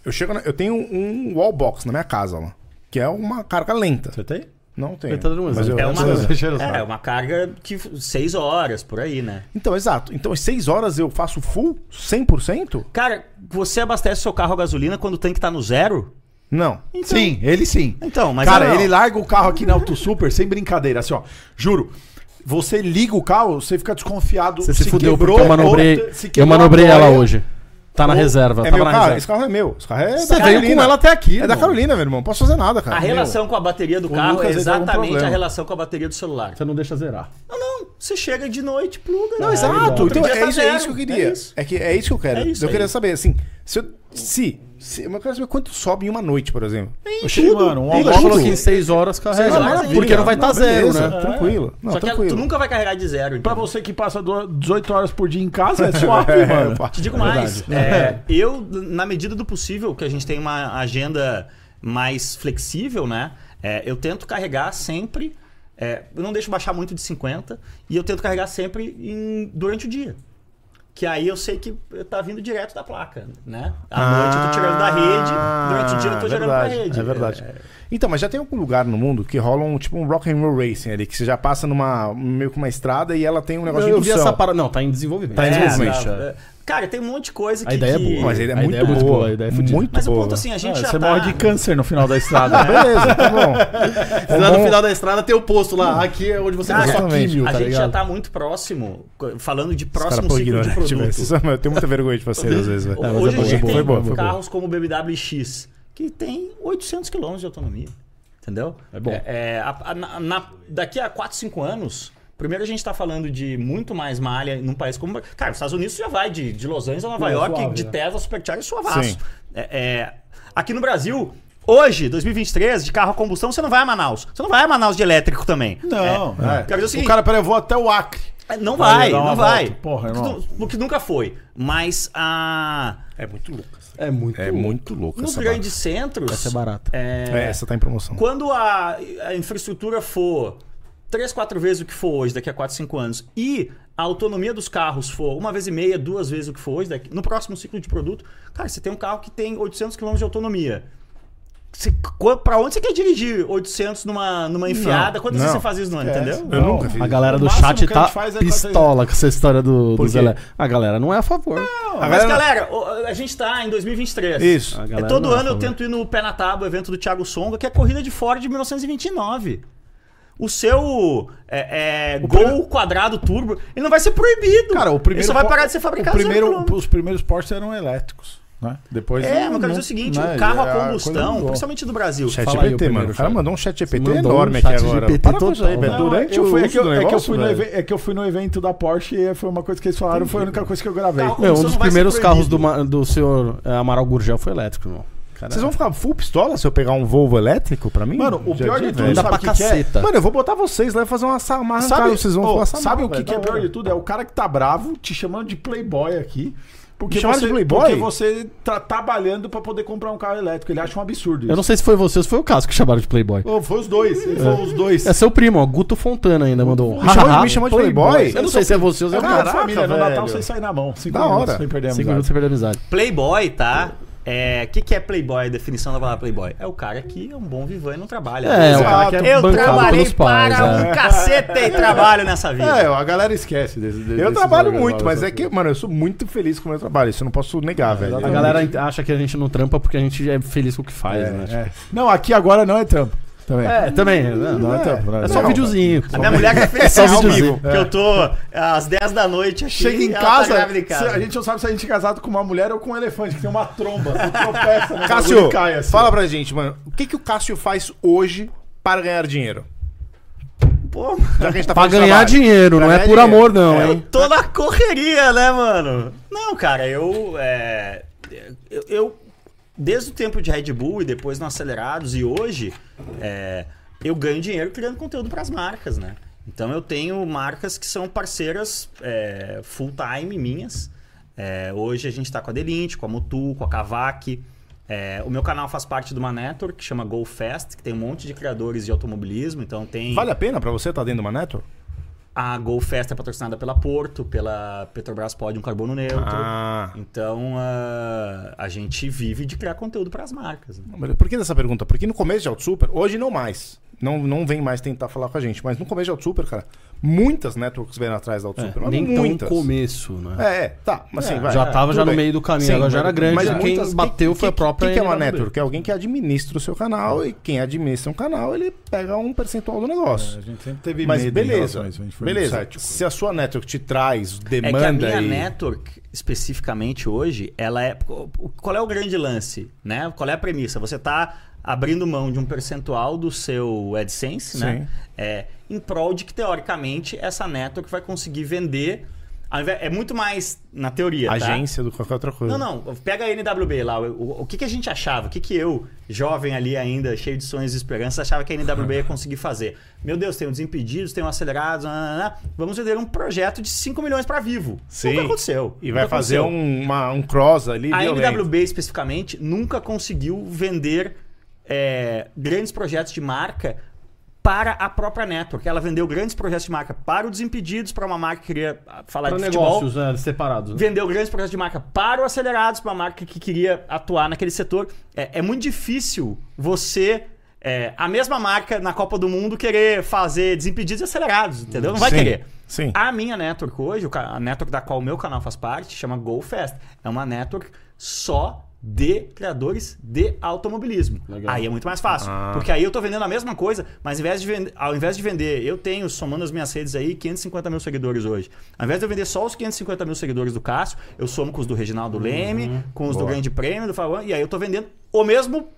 S2: Eu chego, na- eu tenho um wall box na minha casa, lá, que é uma carga lenta.
S1: Você tem?
S2: Não tenho.
S5: Eu tô dando um
S2: mas eu-
S5: exemplo.
S4: É
S1: Você-
S4: uma,
S1: você cheira o saco.
S4: é uma carga que 6 horas por aí, né?
S2: Então, exato. Então, às 6 horas eu faço full 100%?
S4: Cara, você abastece seu carro a gasolina quando o tanque tá no zero?
S2: Não.
S4: Então-
S1: sim, ele sim.
S4: Então, mas
S1: Cara,
S4: não.
S1: ele larga o carro aqui na Auto Super sem brincadeira, assim, ó. Juro. Você liga o carro, você fica desconfiado.
S5: Você se, fudeu
S1: quebrou,
S5: porque eu manobrei,
S1: ou se
S5: eu
S1: quebrou a
S5: manobrei ela
S1: boia.
S5: hoje. Tá na reserva,
S2: É
S5: tava
S2: meu
S5: na
S2: carro?
S5: reserva.
S2: Esse carro é meu. Esse carro é
S5: Você veio com ela até aqui,
S2: É da
S5: irmão.
S2: Carolina, meu irmão. Posso fazer nada, cara.
S4: A relação com a bateria do carro
S1: Lucas,
S4: é
S1: ele tem algum
S4: exatamente a
S1: problema.
S4: relação com a bateria do celular.
S5: Você não deixa zerar.
S4: Não, não. Você chega de noite, pluga.
S2: Não,
S4: né?
S2: exato.
S4: Outro
S2: Então,
S4: dia
S2: é,
S4: tá
S2: isso, é
S4: zero.
S2: isso que eu queria.
S4: É
S2: É,
S4: isso.
S2: que, é isso que eu quero.
S4: É isso
S2: eu
S4: aí.
S2: queria saber, assim, se eu. Se, se- eu quero saber quanto sobe em uma noite, por exemplo.
S4: É
S1: Eu cheguei, mano, um
S5: Ela
S2: Tudo.
S1: almoço-
S5: falou que em 6 horas carrega.
S4: Seis horas,
S5: porque
S4: sim.
S5: não vai estar
S2: Não,
S5: zero,
S2: beleza,
S5: né?
S2: Tranquilo. Não,
S4: É. Só que
S2: tranquilo.
S4: tu nunca vai carregar de zero.
S1: Pra
S4: Então.
S1: você que passa do- 18 horas por dia em casa, é suave, mano.
S4: Te digo mais. é, eu, na medida do possível, que a gente tem uma agenda mais flexível, né? é, eu tento carregar sempre. é, eu não deixo baixar muito de 50 e eu tento carregar sempre em- durante o dia. Que aí eu sei que tá vindo direto da placa, né? À noite eu tô tirando da
S2: Ah,
S4: rede, durante o dia eu tô gerando pra
S2: verdade,
S4: rede.
S2: É verdade. Então, mas já tem algum lugar no mundo que rola um tipo um rock and roll racing ali, que você já passa numa meio que uma estrada e ela tem um negócio
S5: eu
S2: de
S5: vi
S2: indução.
S5: essa parada. Não, tá em desenvolvimento.
S2: Tá em
S4: É,
S2: desenvolvimento.
S4: tá, é. cara, tem um monte de coisa que.
S5: A ideia é
S4: que-
S5: boa. é
S2: Mas ele é
S5: A
S2: muito
S5: ideia é
S2: boa.
S5: muito boa, a ideia é
S2: muito
S5: fodida.
S2: boa.
S4: Mas o ponto assim, a
S1: Ah,
S4: gente já
S1: você
S4: tá.
S1: morre de câncer no final da estrada. né?
S2: Beleza, tá bom.
S5: Lá
S2: Bom,
S5: no final da estrada tem o posto
S2: Hum.
S5: lá. Aqui é onde você
S2: Ah,
S4: Cara,
S5: faz sua
S2: exatamente.
S5: químio,
S4: a
S5: tá
S4: gente já
S5: ligado?
S4: tá muito próximo, co- falando de
S2: Os caras
S4: próximo
S2: são
S4: ciclo de
S2: ignorantes,
S4: produto.
S2: velho. Vocês são- Eu tenho muita vergonha de vocês às vezes, velho.
S5: Não, mas
S4: Hoje
S5: é
S4: a
S5: boa,
S4: gente
S5: é boa,
S4: tem
S5: é boa, é boa.
S4: carros como o BMW X, que tem 800 km de autonomia. Entendeu? É
S5: bom.
S4: na, na- daqui a 4, 5 anos, primeiro a gente tá falando de muito mais malha num país como. Cara, os Estados Unidos já vai de, de Los Angeles a Nova
S5: É,
S4: York,
S5: suave,
S4: de
S5: né?
S4: Tesla, Supercharger, suavaço.
S2: Sim.
S4: É, é, aqui no Brasil. Hoje, 2023, de carro a combustão, você não vai a Manaus. Você não vai a Manaus de elétrico também.
S1: Não,
S4: É.
S1: é.
S4: Quero dizer o
S1: o
S4: seguinte-
S1: cara, peraí, eu vou até o Acre.
S4: É, Não
S1: Vai
S4: vai,
S1: dar uma
S4: não vai.
S1: volta. Porra,
S4: Porque
S1: irmão.
S4: tu- Porque nunca foi. Mas a.
S2: É muito louco.
S5: É muito.
S2: É muito louco
S4: Nos
S2: essa
S4: grandes centros.
S5: Essa é barata.
S4: é,
S2: barra. É, essa tá em promoção.
S4: Quando a, a infraestrutura for três, quatro vezes o que for hoje, daqui a 4, 5 anos, e a autonomia dos carros for uma vez e meia, duas vezes o que for hoje, daqui- no próximo ciclo de produto, cara, você tem um carro que tem 800 km de autonomia. Você, qu- pra onde você quer dirigir 800 numa, numa enfiada? Quantas
S2: não.
S4: vezes você faz isso no ano, entendeu?
S2: Eu nunca fiz.
S5: A galera
S1: O
S5: do
S1: máximo
S5: chat
S1: que a gente
S5: tá
S1: faz é
S5: pistola com essa história do, do
S2: Por quê?
S5: Zelé. A galera não é a favor.
S2: A
S4: Mas,
S2: galera-
S4: galera, o- a gente tá em 2023.
S2: Isso.
S5: A
S4: É,
S5: galera
S4: todo
S5: não é a
S4: ano eu
S5: favor.
S4: tento ir no Pé na Tábua, evento do Thiago Songa, que é a corrida de Ford de 1929. O seu é, é, Gol quadrado turbo, ele não vai ser proibido.
S1: Cara, o primeiro
S4: ele só vai
S1: po-
S4: parar de ser fabricado
S1: o primeiro-
S4: zero quilômetro.
S1: Os primeiros Porsche eram elétricos, né? Depois.
S4: É, mas
S1: não-
S4: eu quero
S1: não-
S4: dizer o seguinte,
S1: né?
S4: o carro
S1: E a
S4: a
S1: coisa
S4: combustão,
S1: mudou.
S4: principalmente do Brasil.
S2: Chat
S5: Fala aí o
S2: GPT, mano.
S5: primeiro,
S2: O cara mandou um chat GPT
S5: Mandou um
S2: enorme
S5: chat
S2: aqui agora.
S5: GPT
S2: Para com isso aí,
S5: total,
S2: velho.
S5: né?
S2: Durante
S1: eu
S2: o
S1: fui- é que
S2: uso
S1: eu-
S2: do
S1: é que eu
S2: negócio,
S1: fui no
S2: velho.
S1: even- é que eu fui no evento da Porsche e foi uma coisa que eles falaram, foi a única coisa que eu gravei.
S4: Carro-
S5: Meu, um
S4: Isso
S5: dos
S4: não vai
S5: primeiros
S4: ser
S5: carros do,
S4: proibido.
S5: ma- do senhor eh, Amaral Gurgel foi elétrico, irmão. Caralho.
S2: Vocês vão ficar full pistola se eu pegar um Volvo elétrico pra mim?
S1: Mano, o
S2: Já
S1: pior
S2: vi,
S1: de tudo,
S2: velho.
S5: Dá
S1: sabe
S5: pra
S1: o que que é?
S5: caceta.
S2: Mano, eu vou botar vocês lá e fazer uma sarra
S1: Sabe,
S2: Sabe, vocês vão
S1: ô,
S2: falar
S1: sabe o que, que é pior de tudo? É o cara que tá bravo te chamando de playboy aqui. Porque
S2: Me chamaram
S1: você,
S2: de playboy?
S1: porque você tá trabalhando pra poder comprar um carro elétrico. Ele acha um absurdo isso.
S5: Eu não sei se foi você ou se foi o caso que chamaram de Playboy.
S1: Oh, foi os dois. Eles são os dois.
S5: É seu primo, ó. Guto Fontana ainda mandou. um.
S2: Me chamou- me chamou de playboy?
S5: Eu não sei se é você ou se é
S1: É
S5: o
S1: um cara de
S5: cara.
S1: família. No
S2: velho.
S1: Natal vocês saem na mão. Cinco
S2: Da
S1: minutos,
S2: hora.
S1: Sem perder a
S5: Cinco
S1: amizade.
S5: minutos sem perder a amizade.
S4: Playboy, tá? O que, que é playboy? A definição da palavra playboy. É o cara que é um bom vivan e não trabalha.
S5: É, o cara que é
S4: eu
S5: bancado
S4: trabalhei
S5: pelos pais.
S4: para
S5: é.
S4: um cacete e trabalho nessa vida.
S1: É, a galera esquece desse, desse
S2: Eu trabalho muito, mas
S1: assim.
S2: é que, mano, eu sou muito feliz com o meu trabalho. Isso eu não posso negar, velho.
S5: A galera acha que a gente não trampa porque a gente é feliz com o que faz, né? Tipo,
S1: Não, aqui agora não é trampo. Também.
S5: É, também. né?
S1: Não é trampo. não
S5: É só um
S1: trampo.
S5: videozinho.
S4: A minha mulher que fez
S5: só
S4: ao
S5: videozinho.
S4: vivo, que eu tô às 10 da noite aqui.
S1: Chega em
S4: ela
S1: casa,
S4: Tá grávida em
S1: se- a
S4: casa.
S1: gente não sabe se a gente é casado com uma mulher ou com um elefante, que tem uma tromba. Você tropeça no bagulho
S2: Cássio,
S1: e cai, assim.
S2: fala pra gente, mano. O que, que o Cássio faz hoje para ganhar dinheiro?
S4: Pô,
S2: Já que a gente tá
S5: Pra
S2: falando de
S5: ganhar
S2: trabalho.
S5: dinheiro,
S2: Pra
S5: não é
S2: ganhar
S5: por
S2: dinheiro.
S5: amor, não,
S2: É,
S5: hein?
S4: tô na correria, né, mano? Não, cara, eu. é, eu, eu- desde o tempo de Red Bull e depois no Acelerados e hoje, é, eu ganho dinheiro criando conteúdo pras marcas, né? Então eu tenho marcas que são parceiras é, full-time minhas. É, hoje a gente tá com a Delinte, com a Mutu, com a Kavak. É, o meu canal faz parte de uma network que chama Go Fast, que tem um monte de criadores de automobilismo, então tem.
S2: Vale a pena pra você estar dentro de uma neto?
S4: A Gol Festa é patrocinada pela Porto, pela Petrobras Pode um carbono neutro.
S2: Ah.
S4: Então ah, a gente vive de criar conteúdo para as marcas. né?
S2: Por que dessa pergunta? Porque no começo de Auto Super, hoje não mais. Não, não vem mais tentar falar com a gente, mas no começo de Auto Super, cara, muitas networks vieram atrás da Auto Super. mas
S5: É, Nem tão
S2: muitas.
S5: começo, né?
S2: É, é, tá, mas assim, vai.
S5: já tava
S2: tudo
S5: já no
S2: bem.
S5: meio do caminho, ela já era grande,
S2: mas
S5: quem
S2: muitas-
S5: bateu foi a própria
S2: O que, é uma
S5: NWB.
S2: network? É alguém que administra o seu canal e quem administra um canal, ele pega um percentual do negócio.
S1: É, A gente sempre teve
S2: mas
S1: medo em relação
S2: beleza,
S1: a isso, a gente foi
S2: beleza.
S1: muito cético.
S2: Se a sua network te traz
S4: É que a
S2: demanda
S4: minha
S2: e...
S4: network, especificamente hoje, ela é. Qual é o grande lance? Né? Qual é a premissa? Você está abrindo mão de um percentual do seu AdSense, né? É, em prol de que, teoricamente, essa network vai conseguir vender. ao invés- É muito mais na teoria. tá?
S2: agência do que qualquer outra coisa.
S4: Não, não. Pega a NWB lá. O, o- o que, que a gente achava? O que, que eu, jovem ali ainda, cheio de sonhos e esperanças, achava que a NWB ia conseguir fazer? Meu Deus, tem o Desimpedidos, tem o Acelerados, nananana. vamos vender um projeto de 5 milhões para vivo.
S2: Sim.
S4: Nunca aconteceu.
S2: E
S4: Nunca
S2: vai fazer
S4: aconteceu.
S2: um, uma- um cross ali
S4: A
S2: violento.
S4: NWB, especificamente, nunca conseguiu vender é, grandes projetos de marca para a própria network. Ela vendeu grandes projetos de marca para o Desimpedidos, para uma marca que queria ah, falar
S5: Pra
S4: de futebol.
S5: negócios né, separados. né?
S4: Vendeu grandes projetos de marca para o Acelerados, para uma marca que queria atuar naquele setor. É, é muito difícil você, é, a mesma marca na Copa do Mundo, querer fazer Desimpedidos e Acelerados, entendeu? Não vai
S2: Sim,
S4: querer.
S2: sim.
S4: A minha network hoje, o ca- a network da qual o meu canal faz parte, chama GoFest. É uma network só de criadores de automobilismo.
S5: Legal.
S4: Aí é muito mais fácil.
S2: Ah.
S4: Porque aí eu tô vendendo a mesma coisa, mas ao invés, de vend- ao invés de vender, eu tenho, somando as minhas redes aí, 550 mil seguidores hoje. Ao invés de eu vender só os 550 mil seguidores do Cássio, eu somo com os do
S2: Uhum.
S4: Reginaldo Leme, com os do Grande Prêmio, do Fabão, e aí eu tô vendendo o mesmo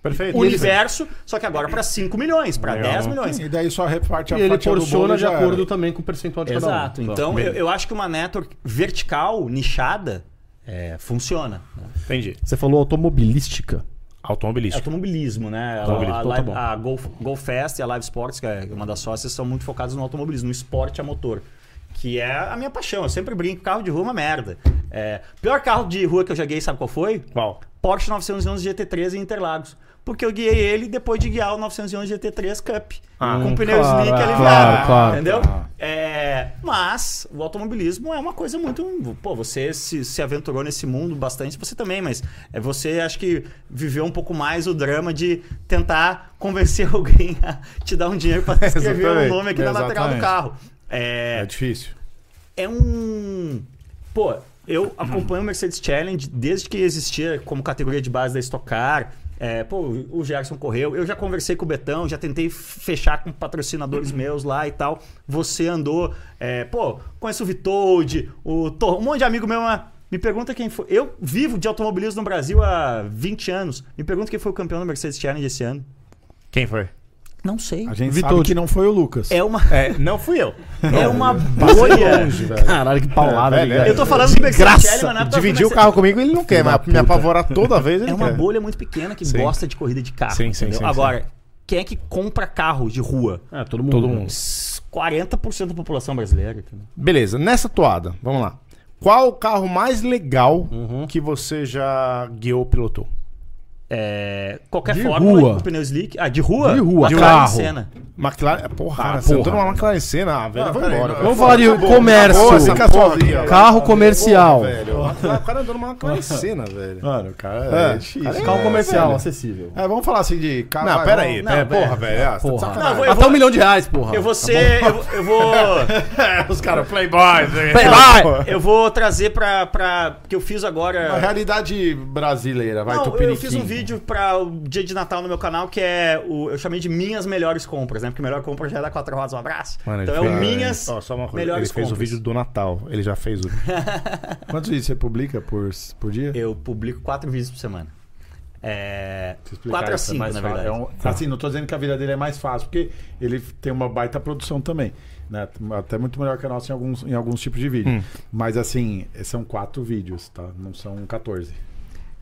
S2: Perfeito.
S4: universo, só que agora para 5 milhões, para 10 milhões.
S1: E daí só reparte a
S5: E ele
S1: fatia do bolo
S5: porciona
S1: e
S5: de
S1: já era.
S5: acordo também com o percentual de cada um.
S4: Exato. Então, eu, eu acho que uma network vertical, nichada, é, funciona. né?
S2: Entendi.
S5: Você falou automobilística.
S4: É
S2: Automobilístico.
S4: automobilismo, né? A-
S5: Automobilismo,
S4: A,
S5: então tá
S4: Live-
S5: bom.
S4: a Go, Go Fest e a Live Sports, que é uma das sócias, são muito focadas no automobilismo, no esporte a motor. que é a minha paixão. Eu sempre brinco, carro de rua é uma merda. É, pior carro de rua que eu já guiei, sabe qual foi?
S2: Qual?
S4: Porsche 911 GT3 em Interlagos. Porque eu guiei ele depois de guiar o 911 GT3 Cup.
S2: Ah,
S4: com pneu
S5: claro,
S4: slick
S5: claro,
S4: aliviado.
S5: claro,
S4: entendeu? É, mas o automobilismo é uma coisa muito. Pô, você se, se aventurou nesse mundo bastante, você também, mas é você acho que viveu um pouco mais o drama de tentar convencer alguém a te dar um dinheiro para escrever o
S1: Exatamente,
S4: nome aqui na lateral do
S1: exatamente.
S4: carro. É,
S1: É difícil.
S4: é um. Pô, eu acompanho o Mercedes Challenge desde que existia como categoria de base da Stock Car. É, pô, o Gerson correu. Eu já conversei com o Betão, já tentei fechar com patrocinadores meus lá e tal. Você andou. é, pô, conheço o Vitold, o Tor- um monte de amigo meu. mas Me pergunta quem foi. Eu vivo de automobilismo no Brasil há 20 anos. Me pergunta quem foi o campeão do Mercedes Challenge esse ano.
S2: Quem foi?
S4: Não sei.
S1: A gente
S5: Vitor,
S1: sabe que não foi o Lucas.
S4: É uma,
S2: É, não fui eu.
S4: é uma bolha.
S5: Caralho, que paulada, né,
S2: É,
S5: velho.
S2: velho,
S4: Eu tô falando do Mercedes Challenge, mas na época eu fui
S2: Dividiu o
S4: Mercedes-
S2: carro comigo ele não quer,
S5: da
S2: mas me
S5: puta.
S2: apavorar toda vez ele
S4: É uma
S2: quer.
S4: bolha muito pequena que
S2: Sim.
S4: gosta de corrida de carro.
S2: Sim, sim,
S4: entendeu?
S2: sim,
S4: Agora, quem é que compra carro de rua?
S5: Ah, todo mundo.
S2: Todo mundo.
S4: 40% da população brasileira. entendeu?
S2: Beleza, nessa toada, vamos lá. Qual o carro mais legal que você já guiou ou pilotou?
S4: É, qualquer
S5: De
S4: forma,
S5: rua.
S4: o pneu slick. Ah, de rua?
S5: De rua,
S4: McLaren
S5: carro.
S4: Senna.
S2: McLaren. é, Porra, cara, você
S5: porra.
S2: entrou numa McLaren Senna, ah, velho. vamos embora.
S5: Vamos falar de comércio.
S2: Porra, você fica sozinho. ó.
S5: Carro comercial.
S2: Porra, velho. O cara andou numa McLaren Senna, velho.
S1: Mano, o cara é,
S2: É.
S1: difícil.
S2: Cara,
S5: Carro
S2: É,
S5: comercial,
S2: velho.
S5: acessível.
S1: É, vamos falar assim de carro.
S2: Não,
S1: vai,
S2: pera
S1: vamos-
S2: aí.
S4: Não,
S2: pera-
S4: velho.
S2: porra, velho. ah, você tá de
S5: Porra.
S2: sacanagem.
S4: Não, eu vou- eu
S5: Até
S4: vou-
S5: um milhão de reais, porra.
S4: Eu vou ser. eu, eu vou.
S2: Os caras, playboys. né?
S5: Playboy!
S4: eu vou trazer pra. pra que eu fiz
S1: A
S4: agora.
S1: realidade brasileira, vai,
S4: Não,
S1: Tupiniquim.
S4: eu fiz um vídeo para o dia de Natal no meu canal que é o eu chamei de minhas melhores compras, né? Porque melhor compra já é da quatro rodas, um abraço.
S2: Mano, ele
S4: então é
S2: fez-
S4: o minhas
S2: Ó, só uma coisa.
S4: melhores
S2: Ele fez o
S4: compras.
S2: vídeo do Natal. Ele já fez o.
S1: Quantos vídeos você publica por, por dia?
S4: Eu publico quatro vídeos por semana. É.
S1: Deixa eu explicar
S4: Quatro a
S1: isso, é
S4: cinco,
S1: mais
S4: na
S1: fácil.
S4: verdade.
S1: É um- assim, não tô dizendo que a vida dele é mais fácil, porque ele tem uma baita produção também. Né? Até muito melhor que a nossa em alguns, em alguns tipos de vídeo. Mas assim, são quatro vídeos, tá? Não são 14.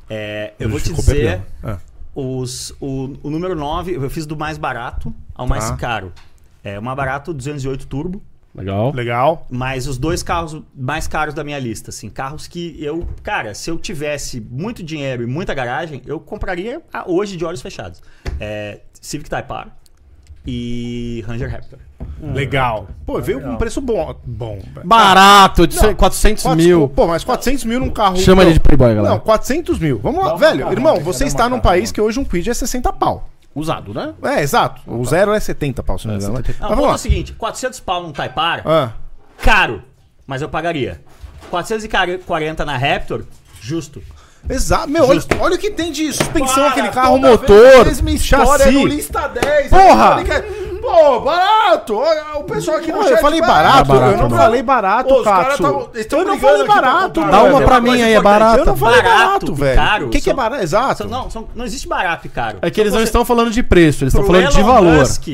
S4: É, eu vou te
S2: Ficou
S4: dizer
S2: perdendo.
S4: os, o, o número 9, eu fiz do mais barato ao mais
S2: Tá.
S4: caro. É, o mais barato, 208 turbo.
S5: Legal.
S2: Legal.
S4: Mas os dois carros mais caros da minha lista, assim, carros que eu, cara, se eu tivesse muito dinheiro e muita garagem, eu compraria ah, hoje de olhos fechados. É, Civic Type R e Ranger Raptor.
S2: É. Legal. Pô, veio com um preço bom. Bom. velho.
S5: Barato, 400
S2: Quatro-
S5: mil.
S2: Pô, mas 400 mil num carro.
S5: Chama ele de playboy, galera.
S2: Não, 400 mil. Vamos lá,
S1: Dá uma
S2: velho.
S1: macarrão,
S2: irmão,
S1: tem que
S2: você
S1: dar
S2: está num
S1: macarrão.
S2: país que hoje um quid é 60 pau.
S5: Usado, né?
S2: É, exato. O zero é 70 pau, se não me engano. Mas
S4: Não, o ponto é o
S2: vamos lá.
S4: seguinte, 400 pau num Type R,
S2: Ah,
S4: caro, mas eu pagaria. 440 na Raptor, justo.
S2: exato. Meu, olha,
S4: Justo.
S2: olha o que tem de suspensão
S1: Para,
S2: aquele carro,
S1: toda
S2: motor,
S1: vez a mesma história
S2: chassi.
S1: no lista 10.
S2: Porra!
S1: ele quer- Pô, barato! Olha, O pessoal aqui
S2: Não,
S1: no
S2: eu
S1: chat,
S2: falei barato,
S5: barato,
S2: eu não
S5: barato.
S2: falei barato,
S1: Os caras
S2: Katsu.
S1: tavam- eles tão
S2: eu não
S1: brigando
S2: falei
S1: aqui pra
S2: barato,
S1: comprar,
S5: Dá uma
S1: velho.
S5: pra
S1: Uma
S5: mim
S1: coisa
S5: aí, é
S1: importante.
S5: barato.
S2: Eu não falei
S4: Barato
S2: barato,
S4: e
S2: velho.
S4: caro,
S2: O que, que é
S4: são-
S2: barato? Exato.
S4: São- não, são- não existe barato e caro.
S5: É que eles
S4: Então
S5: não
S4: você-
S5: estão falando de preço, eles estão
S4: pro
S5: falando de
S4: Elon
S5: valor.
S4: Musk,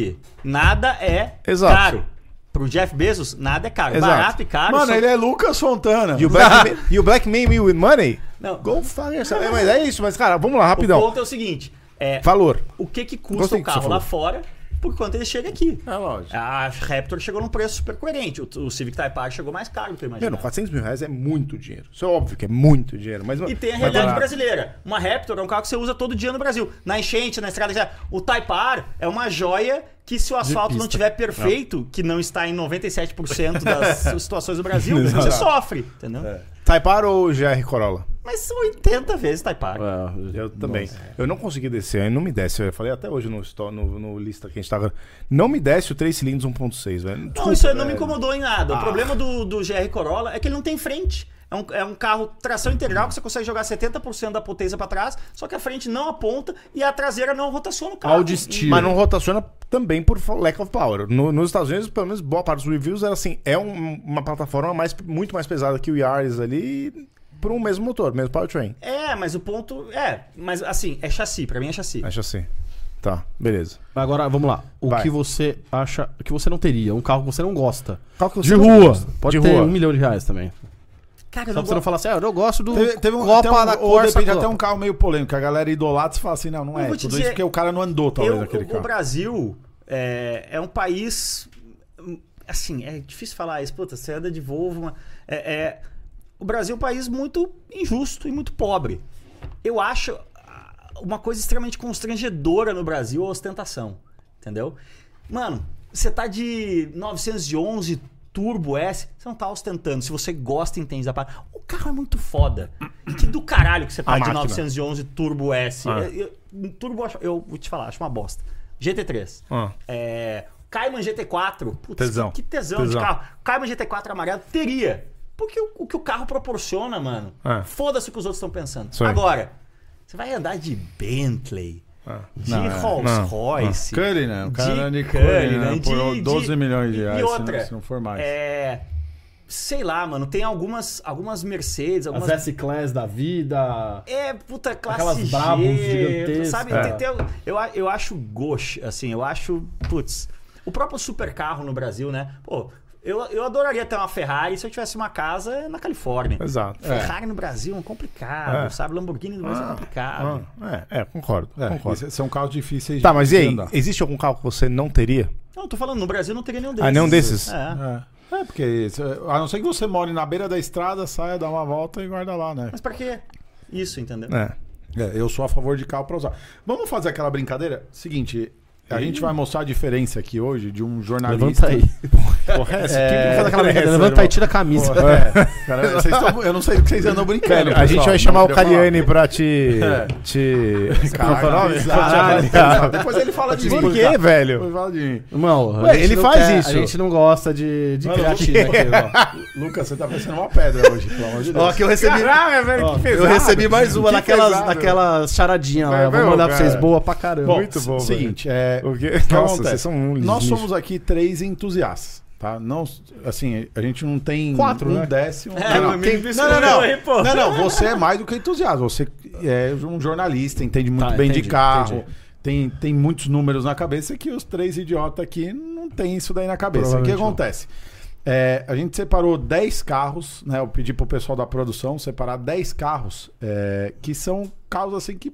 S4: nada é
S2: Exato.
S4: caro. Pro Jeff Bezos, nada é caro.
S2: Exato.
S4: Barato e caro.
S1: Mano,
S4: são-
S1: ele é Lucas Fontana.
S2: E o Black, Ma- e o Black Man Me With Money?
S4: Não.
S2: Go fuck yourself. É, mas é isso, mas cara, vamos lá,
S4: O
S2: rapidão.
S4: ponto é o seguinte: é,
S2: Valor.
S4: o que, que custa
S2: Gostei
S4: o
S2: que você
S4: carro lá
S2: falou.
S4: fora por quanto ele chega aqui?
S1: É lógico.
S4: A Raptor chegou num preço super coerente. O, o Civic Type R chegou mais caro do que eu
S2: Mano,
S4: imaginava.
S2: 400 mil reais é muito dinheiro. Isso é óbvio que é muito dinheiro. Mas,
S4: E tem a
S2: mas
S4: realidade
S2: barato.
S4: brasileira. Uma Raptor é um carro que você usa todo dia no Brasil. Na enchente, na estrada. etc. O Type R é uma joia que se o asfalto não tiver perfeito, que não está em 97% das situações do Brasil, você sofre, entendeu?
S2: Taipar ou GR Corolla?
S4: Mas são 80 vezes Type R.
S2: Eu também. Eu não consegui descer, aí não me desce. Eu falei até hoje no, sto- no, no lista que a gente tava. Não me desce o 3 cilindros 1.6, velho.
S4: Não,
S2: Desculpa,
S4: Então, isso aí não me
S2: velho.
S4: incomodou em nada. O problema do, do GR Corolla é que ele não tem frente. É um, é um carro tração integral que você consegue jogar 70% da potência pra trás, só que a frente não aponta e a traseira não rotaciona o carro.
S5: Audi Steel.
S2: Mas não rotaciona também por fa- lack of power. No- nos Estados Unidos, pelo menos boa parte dos reviews era assim: é um- uma plataforma mais, muito mais pesada que o Yaris ali, por um mesmo motor, mesmo powertrain.
S4: É, mas o ponto. É, mas assim, é chassi. Pra mim é chassi.
S2: Acho assim. Tá, beleza.
S5: Agora, vamos lá. O
S2: Vai.
S5: que você acha que você não teria? Um carro que você não gosta.
S2: Qual que é
S5: De
S2: você
S5: rua.
S2: gosta?
S5: Pode
S2: De
S5: ter
S2: rua.
S5: um milhão de reais também.
S4: Cara, eu
S5: Só
S4: não
S5: pra você não
S4: gosto.
S5: falar assim, ah, eu gosto do
S1: Teve, teve um, até
S5: Copa
S1: um,
S5: da
S1: ou
S5: Corsa.
S1: depende até
S5: Copa.
S1: um carro meio polêmico. A galera idolatra e fala assim, não, não é.
S4: Eu vou te
S1: Tudo
S4: dizer,
S1: isso porque o cara não andou, talvez,
S4: Eu,
S1: naquele
S4: o, o
S1: carro.
S4: Brasil é, é um país. assim, é difícil falar isso. Puta, você anda de Volvo. mas É, é- o Brasil é um país muito injusto e muito pobre. Eu acho ah, uma coisa extremamente constrangedora no Brasil é a ostentação. Entendeu? Mano, você tá de 911 Turbo S, você não tá ostentando. Se você gosta e entende da parada. O carro é muito foda. Que do caralho que você tá
S2: A
S4: de
S2: máquina.
S4: 911 Turbo S.
S2: Ah.
S4: Eu- eu- Turbo, eu acho- eu vou te falar, acho uma bosta. GT3.
S2: Ah.
S4: É, Cayman GT4. Putz,
S2: Tesão.
S4: Que, que tesão,
S2: Tesão.
S4: de carro. Cayman GT4 amarelo teria. Porque o, o que o carro proporciona, mano.
S2: É.
S4: Foda-se o que os outros estão pensando.
S2: Isso aí.
S4: Agora, você vai andar de Bentley, de
S1: Não, é.
S4: Rolls
S2: Não,
S4: Royce.
S1: Cully, né? O cara
S4: de
S1: de
S4: Cully,
S1: Cully, né?
S4: né?
S1: Por
S4: De-
S1: 12
S4: de-
S1: milhões de
S4: e
S1: reais, se não-
S4: outra,
S1: se não for mais.
S4: É, sei lá, mano. Tem algumas, algumas Mercedes,
S5: As
S4: algumas
S5: S-Class da vida.
S4: É, puta, classe
S5: Aquelas
S4: G,
S5: Brabus gigantescas.
S4: Sabe,
S5: É.
S4: tem- tem- eu, a- eu acho gosh, assim, eu acho, putz, o próprio supercarro no Brasil, né? Pô, eu, eu adoraria ter uma Ferrari se eu tivesse uma casa na Califórnia.
S2: Exato.
S4: Ferrari no Brasil é complicado,
S2: É.
S4: sabe? Lamborghini no Brasil é complicado.
S2: Ah, é, é, concordo.
S1: É,
S2: concordo.
S1: isso- são carros difíceis
S2: Tá, mas e aí?
S1: andar.
S2: Existe algum carro que você não teria?
S4: Não, eu tô falando, no Brasil não teria nenhum desses.
S2: Ah, nenhum desses?
S4: É.
S1: É. É, porque isso- a não ser que você more na beira da estrada, saia, dá uma volta e guarda lá, né?
S4: Mas pra quê? Isso, entendeu?
S2: É.
S1: É, eu sou a favor de carro pra usar. Vamos fazer aquela brincadeira? Seguinte, a gente vai mostrar a diferença aqui hoje de um jornalista.
S5: Levanta aí.
S2: Porra, essa, quem que
S5: É,
S2: faz aquela
S5: levanta
S2: brincadeira,
S5: aí,
S2: irmão?
S5: tira a camisa.
S1: É, cara, vocês tão- eu não sei o que vocês andam brincando.
S2: Velho, a gente
S1: pessoal,
S2: vai
S1: não É.
S2: chamar o
S1: queria falar.
S2: Cariani pra te. te.
S1: Caralho,
S2: Qual que é o nome?
S1: caralho, caralho. Depois ele fala de mim.
S2: Por quê, velho?
S1: Depois fala de mim.
S5: Irmão, a
S2: Ué,
S5: gente
S2: ele
S5: não
S2: faz isso.
S5: A gente não gosta de, de
S1: Mano,
S5: creatina aqui, ó.
S1: Lucas, você tá parecendo uma pedra hoje, pelo amor de Deus.
S5: Ó, que eu recebi.
S2: Caralho, velho,
S5: ó,
S2: que
S5: eu
S2: pesado.
S5: recebi mais uma
S2: Que
S5: naquelas,
S2: pesado.
S5: naquelas charadinhas lá.
S2: Vai,
S5: Eu
S2: vai,
S5: Vou mandar pra
S2: cara.
S5: vocês. Boa pra caramba.
S2: muito bom,
S1: Seguinte, é,
S2: O quê?
S1: que
S2: Nossa,
S1: acontece?
S2: vocês são um
S1: Nós
S2: lixo.
S1: somos aqui três entusiastas, tá? Não, assim, a gente não tem
S5: Quatro,
S1: um
S5: né?
S1: décimo.
S4: É,
S1: não,
S4: mas
S1: quem- não,
S4: me
S1: não,
S4: descobriu
S1: não.
S4: aí, pô.
S1: Não, não, você é mais do que entusiasta. Você é um jornalista, entende muito
S5: Tá,
S1: bem de
S5: entendi,
S1: carro.
S5: entendi.
S1: Tem, tem muitos números na cabeça que os três idiotas aqui não tem isso daí na cabeça. O que
S5: Provavelmente não.
S1: acontece? É, a gente separou 10 carros, né? Eu pedi pro pessoal da produção separar 10 carros é, que são carros assim que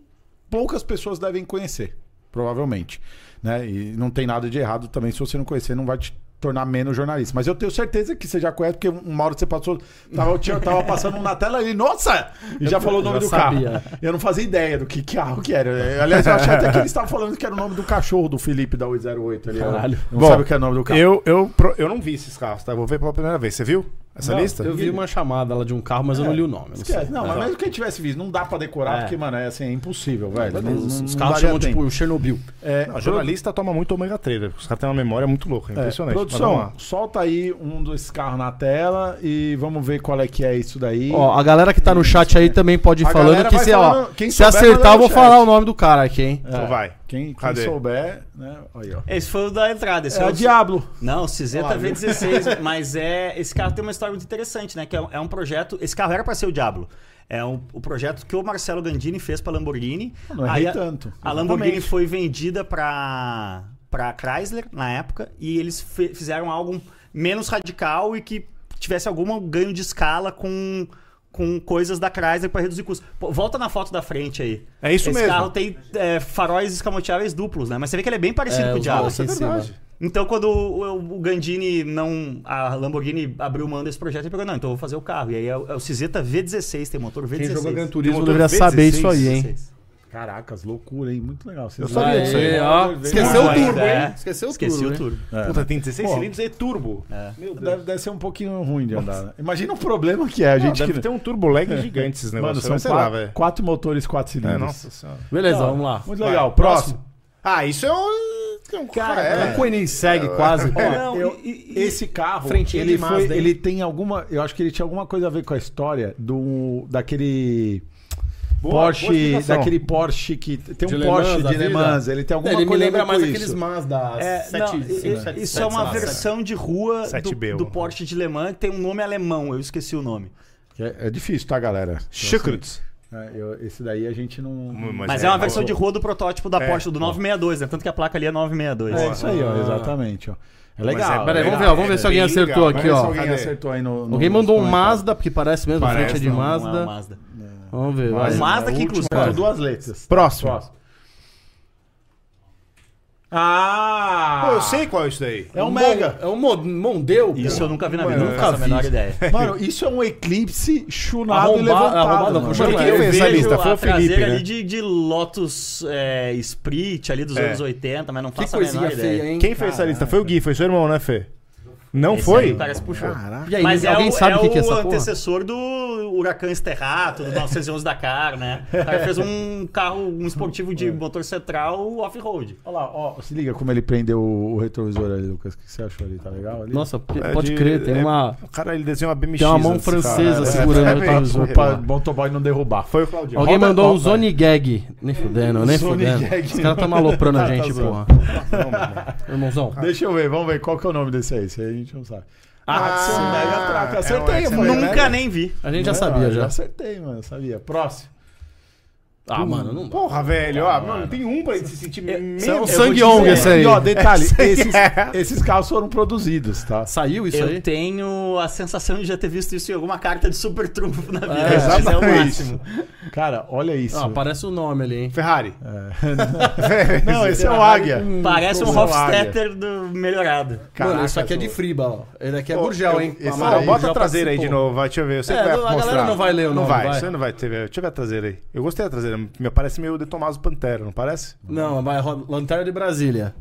S1: poucas pessoas devem conhecer, provavelmente. Né? E não tem nada de errado também. Se você não conhecer, não vai te tornar menos jornalista. Mas eu tenho certeza que você já conhece, porque uma hora você passou. Tava, eu, tinha, eu tava passando um na tela e, nossa! E já falou o nome
S5: já
S1: do
S5: sabia.
S1: carro. Eu não fazia ideia do que carro que era. É, Aliás, eu achava até que eles estavam falando que era o nome do cachorro do Felipe da 808 ali.
S5: Caralho.
S1: Não
S2: Bom,
S1: sabe o que é o nome do carro.
S2: Eu, eu, pro- eu não vi esses carros, tá? Eu Vou ver pela primeira vez. Você viu essa
S5: Não,
S2: lista?
S5: Eu vi uma chamada lá de um carro, mas eu não li o nome. eu Não sei.
S1: Esquece. Não, mas mesmo que tivesse visto, não dá pra decorar,
S5: É.
S1: porque, mano, é assim, é impossível, velho. Não,
S5: Os,
S1: não-
S5: os
S1: não
S5: carros
S1: daria
S5: chamam
S1: tempo.
S5: tipo Chernobyl.
S1: É,
S2: Não, jornalista toma muito ômega 3, velho. os caras têm uma memória muito louca, é
S1: É,
S2: impressionante. Mas vamos
S1: Produção,
S2: lá.
S1: solta aí um dos carros na tela e vamos ver qual é que é isso daí.
S5: Ó, a galera que tá no chat aí também pode ir
S1: A
S5: falando
S1: galera
S5: que
S1: vai
S5: se, ó,
S1: falando, quem
S5: se
S1: souber,
S5: acertar,
S1: manda
S5: eu vou
S1: no
S5: falar
S1: chat.
S5: o nome do cara aqui, hein?
S2: Então vai.
S5: é
S1: Quem, quem
S2: Cadê?
S1: souber, né? Aí, ó.
S4: Esse foi o da entrada. Esse
S1: É
S4: é
S1: a
S4: o
S1: Diablo.
S4: Não, Cizeta V16, mas é. Esse carro tem uma história muito interessante, né? Que é, um- é um projeto. Esse carro era para ser o Diablo. É um, o projeto que o Marcelo Gandini fez para Lamborghini.
S1: Não errei
S4: Aí a-
S1: tanto.
S4: A Lamborghini foi vendida para para Chrysler na época e eles fe- fizeram algo menos radical e que tivesse algum ganho de escala com com coisas da Chrysler para reduzir custos. Pô, volta na foto da frente aí.
S2: É isso
S4: Esse
S2: mesmo.
S4: carro tem é, faróis escamoteáveis duplos, né? Mas você vê que ele é bem parecido com o
S5: os
S4: Diablo.
S5: malucos em
S2: É
S5: cima.
S4: Então, quando o, o- o Gandini não. A Lamborghini abriu mão desse projeto, ele pegou, não, então eu vou fazer o carro. E aí é o, é o Cizeta V16, tem motor V16.
S5: Quem jogou Gran
S2: Tem
S5: Turismo
S2: motor
S5: deveria saber
S2: V16,
S5: É isso aí, hein?
S4: 16.
S1: Caracas, loucura, hein? Muito legal. Vocês
S2: Eu sabia disso aí.
S5: Esqueceu o
S4: Mas,
S5: turbo,
S4: é,
S5: hein? Esqueceu o
S4: Esqueci
S5: turbo,
S4: o
S5: né?
S4: turbo.
S2: Puta, tem 16
S1: Pô.
S2: cilindros e é
S1: É.
S2: turbo. Meu Deus.
S1: Deve, deve ser um pouquinho ruim de andar. né? Imagina o problema que é a gente
S2: Não,
S1: que...
S2: deve ter um turbo lag gigante esses
S1: Mano,
S2: negócios.
S1: são
S2: sei lá,
S1: quatro,
S2: velho.
S1: quatro motores, quatro
S2: É,
S1: cilindros.
S2: nossa senhora.
S5: Beleza, vamos lá.
S1: Muito
S2: Vai.
S1: legal. Próximo.
S2: Ah, isso é um. é um-
S5: Cara,
S2: é.
S5: é. Koenig segue quase. cara.
S4: Não,
S1: É, eu-
S4: e- e-
S1: Esse carro,
S5: Frentinha
S1: ele,
S5: de
S1: foi,
S5: Mazda, hein?
S1: ele tem alguma... Eu acho que ele tinha alguma coisa a ver com a história do daquele...
S2: Boa-
S1: Porsche,
S2: boa explicação.
S1: daquele Porsche que tem
S5: De
S1: um
S5: Le
S1: Porsche
S5: Mans,
S1: de
S5: a
S1: Le
S5: vida.
S1: Mans, ele tem alguma
S5: Ele me
S1: coisa a ver
S5: lembra
S1: com
S5: mais
S1: isso.
S5: aqueles Mazda
S4: É, não, e- e- isso é uma versão de rua
S2: 7B,
S4: do, do
S2: ó.
S4: Porsche de Le Mans, que tem um nome alemão, eu esqueci o nome.
S1: É, é difícil, tá, galera?
S2: Chucrutes.
S1: É, eu- esse daí a gente não.
S4: Mas é uma
S2: boa.
S4: versão de rua do protótipo da
S2: É.
S4: Porsche, do 962, né? Tanto que a placa ali é 962.
S1: É isso aí, ó,
S5: Ah.
S1: exatamente, ó. É legal.
S2: é-
S5: Peraí,
S1: é
S5: vamos ver,
S1: legal.
S5: ó, vamos ver
S2: é
S5: se alguém
S2: bem
S5: acertou
S2: legal.
S5: aqui,
S1: Vamos ver
S5: ó.
S1: se alguém
S2: Cadê?
S1: acertou aí no. no-
S5: Alguém
S1: nos
S5: mandou um
S1: comentários.
S5: Mazda, porque parece mesmo,
S2: Parece,
S5: frente é de
S2: não, não
S4: Não é um
S5: Mazda. é
S4: Mazda.
S5: Vamos ver,
S4: Mas
S5: vai.
S4: Mazda que
S1: último,
S4: inclusive.
S1: Faltam duas letras.
S2: Próximo.
S1: Próximo.
S5: Ah!
S2: Pô, eu sei qual é isso daí.
S1: É um mega.
S5: É um Mo- Mondeu.
S4: Isso eu nunca vi na vida,
S2: Mano,
S4: não faço a
S2: nunca
S4: menor
S2: vi.
S4: ideia.
S1: Mano, isso é um eclipse chunado
S5: Arromba-
S1: e levantado.
S5: arrombado,
S1: mano.
S5: não, como chama?
S1: Porque
S2: Quem
S4: eu
S2: fez essa
S4: vejo
S2: lista? Foi
S4: a
S2: o Felipe,
S4: traseira
S2: né?
S4: ali de, de Lotus é, Sprit ali dos
S2: É.
S4: anos 80, mas não
S5: Que
S4: faço a menor
S5: coisinha
S4: ideia.
S5: feia, hein?
S2: um Quem fez essa lista? Foi o Gui, foi seu irmão, né, Fê? Não
S4: Esse
S2: foi?
S4: aí parece que puxou.
S2: Caraca.
S5: E aí,
S4: Mas
S5: alguém
S4: é o,
S5: sabe
S4: é
S5: o que, que é
S4: o
S5: essa porra?
S4: antecessor do Huracan Esterrato, do 911 Dakar, né? O cara fez um carro, um esportivo
S5: É.
S4: de motor central off-road.
S1: Olha lá, ó, se liga como ele prendeu o o retrovisor ali, Lucas. O que você achou ali? Tá legal ali?
S5: Nossa, p-
S2: É
S5: pode
S2: de-
S5: crer, tem
S2: é-
S5: uma.
S2: Cara, ele desenhou uma BMX.
S5: Tem uma mão
S2: esse
S5: francesa
S2: assim,
S1: É,
S2: cara. É,
S5: tá segurando o retrovisor.
S1: pra motoboy não derrubar.
S2: Foi o Claudio.
S5: Alguém
S1: Roda-
S5: mandou um
S1: roda.
S5: Zone Gag. Nem fudendo, nem fudendo. Os caras estão maloprando
S2: Tá,
S5: a gente, porra. Irmãozão.
S1: Deixa eu ver, vamos ver qual que é o nome desse aí. Isso aí a gente não sabe.
S5: Ah,
S1: Axel Mega Tracker. Acertei, né?
S2: é um Axel
S1: mano.
S2: Mega.
S5: né?
S4: Nunca nem vi.
S5: A
S2: é
S5: gente já sabia, já.
S1: Acertei, mano. Sabia. Próximo.
S2: né?
S5: Ah, mano, não dá.
S2: Porra, velho. Ó, mano, tem um pra ele se sentir menos.
S5: são-
S2: Eu-
S5: são- é Sangue Ong, esse aí. é.
S1: E ó, detalhe, esses, esses carros foram produzidos, tá?
S5: Saiu isso
S4: eu
S5: aí?
S4: tenho a sensação de já ter visto isso em alguma carta de super trunfo na vida.
S5: É,
S4: Isso é o
S2: exatamente.
S4: máximo.
S1: Cara, olha isso. É
S5: Ah, aparece o nome ali, hein?
S2: Ferrari.
S1: não, esse é o Águia.
S5: Hum,
S4: Parece um
S1: Como é o
S4: Hofstetter do melhorado.
S5: mano, isso aqui é de friba, ó. Ele aqui é
S2: Pô,
S5: Gurgel,
S2: eu-
S5: hein?
S2: esse-
S5: Amarelo,
S2: Ó, bota
S5: Gurgel
S2: a traseira aí de
S5: participou.
S2: novo, vai, deixa eu ver. Eu sei
S5: É,
S2: que vai
S5: não- a
S2: mostrar.
S5: galera não vai ler o
S2: Não
S5: nome,
S2: vai,
S5: vai.
S2: você não vai ter. Deixa eu ver a traseira aí. Eu gostei da traseira, me parece meio de Tomás Pantera, não parece?
S5: Não, vai Ro- Lanterna de Brasília.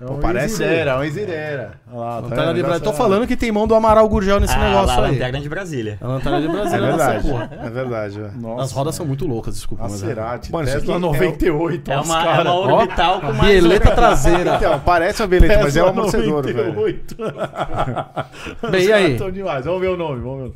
S1: É um
S2: parece-
S1: Easyreira, um Easyreira. Olha lá, tá
S5: Lanterna
S1: vendo?
S5: de
S1: Já
S5: Brasília. Tô
S1: saiu.
S5: falando que tem mão do Amaral Gurgel nesse
S4: Ah, lá,
S5: negócio aí.
S4: Lanterna de Brasília.
S5: A Lanterna de
S2: É
S5: Brasília, nossa
S2: verdade,
S5: porra.
S2: é verdade. é.
S1: Nossa,
S5: As rodas são muito loucas, desculpa.
S1: a
S5: mas é.
S1: Cerati,
S2: Mano, isso
S1: Tesla
S2: aqui é
S1: 98,
S4: É
S1: os
S4: uma, é
S1: cara-
S4: uma orbital com mais...
S5: Bieleta traseira.
S2: Então, parece uma beleza, mas é um amortecedor, velho.
S1: 98.
S5: Bem, e aí?
S1: Estão demais. Vamos ver o nome. Vamos ver.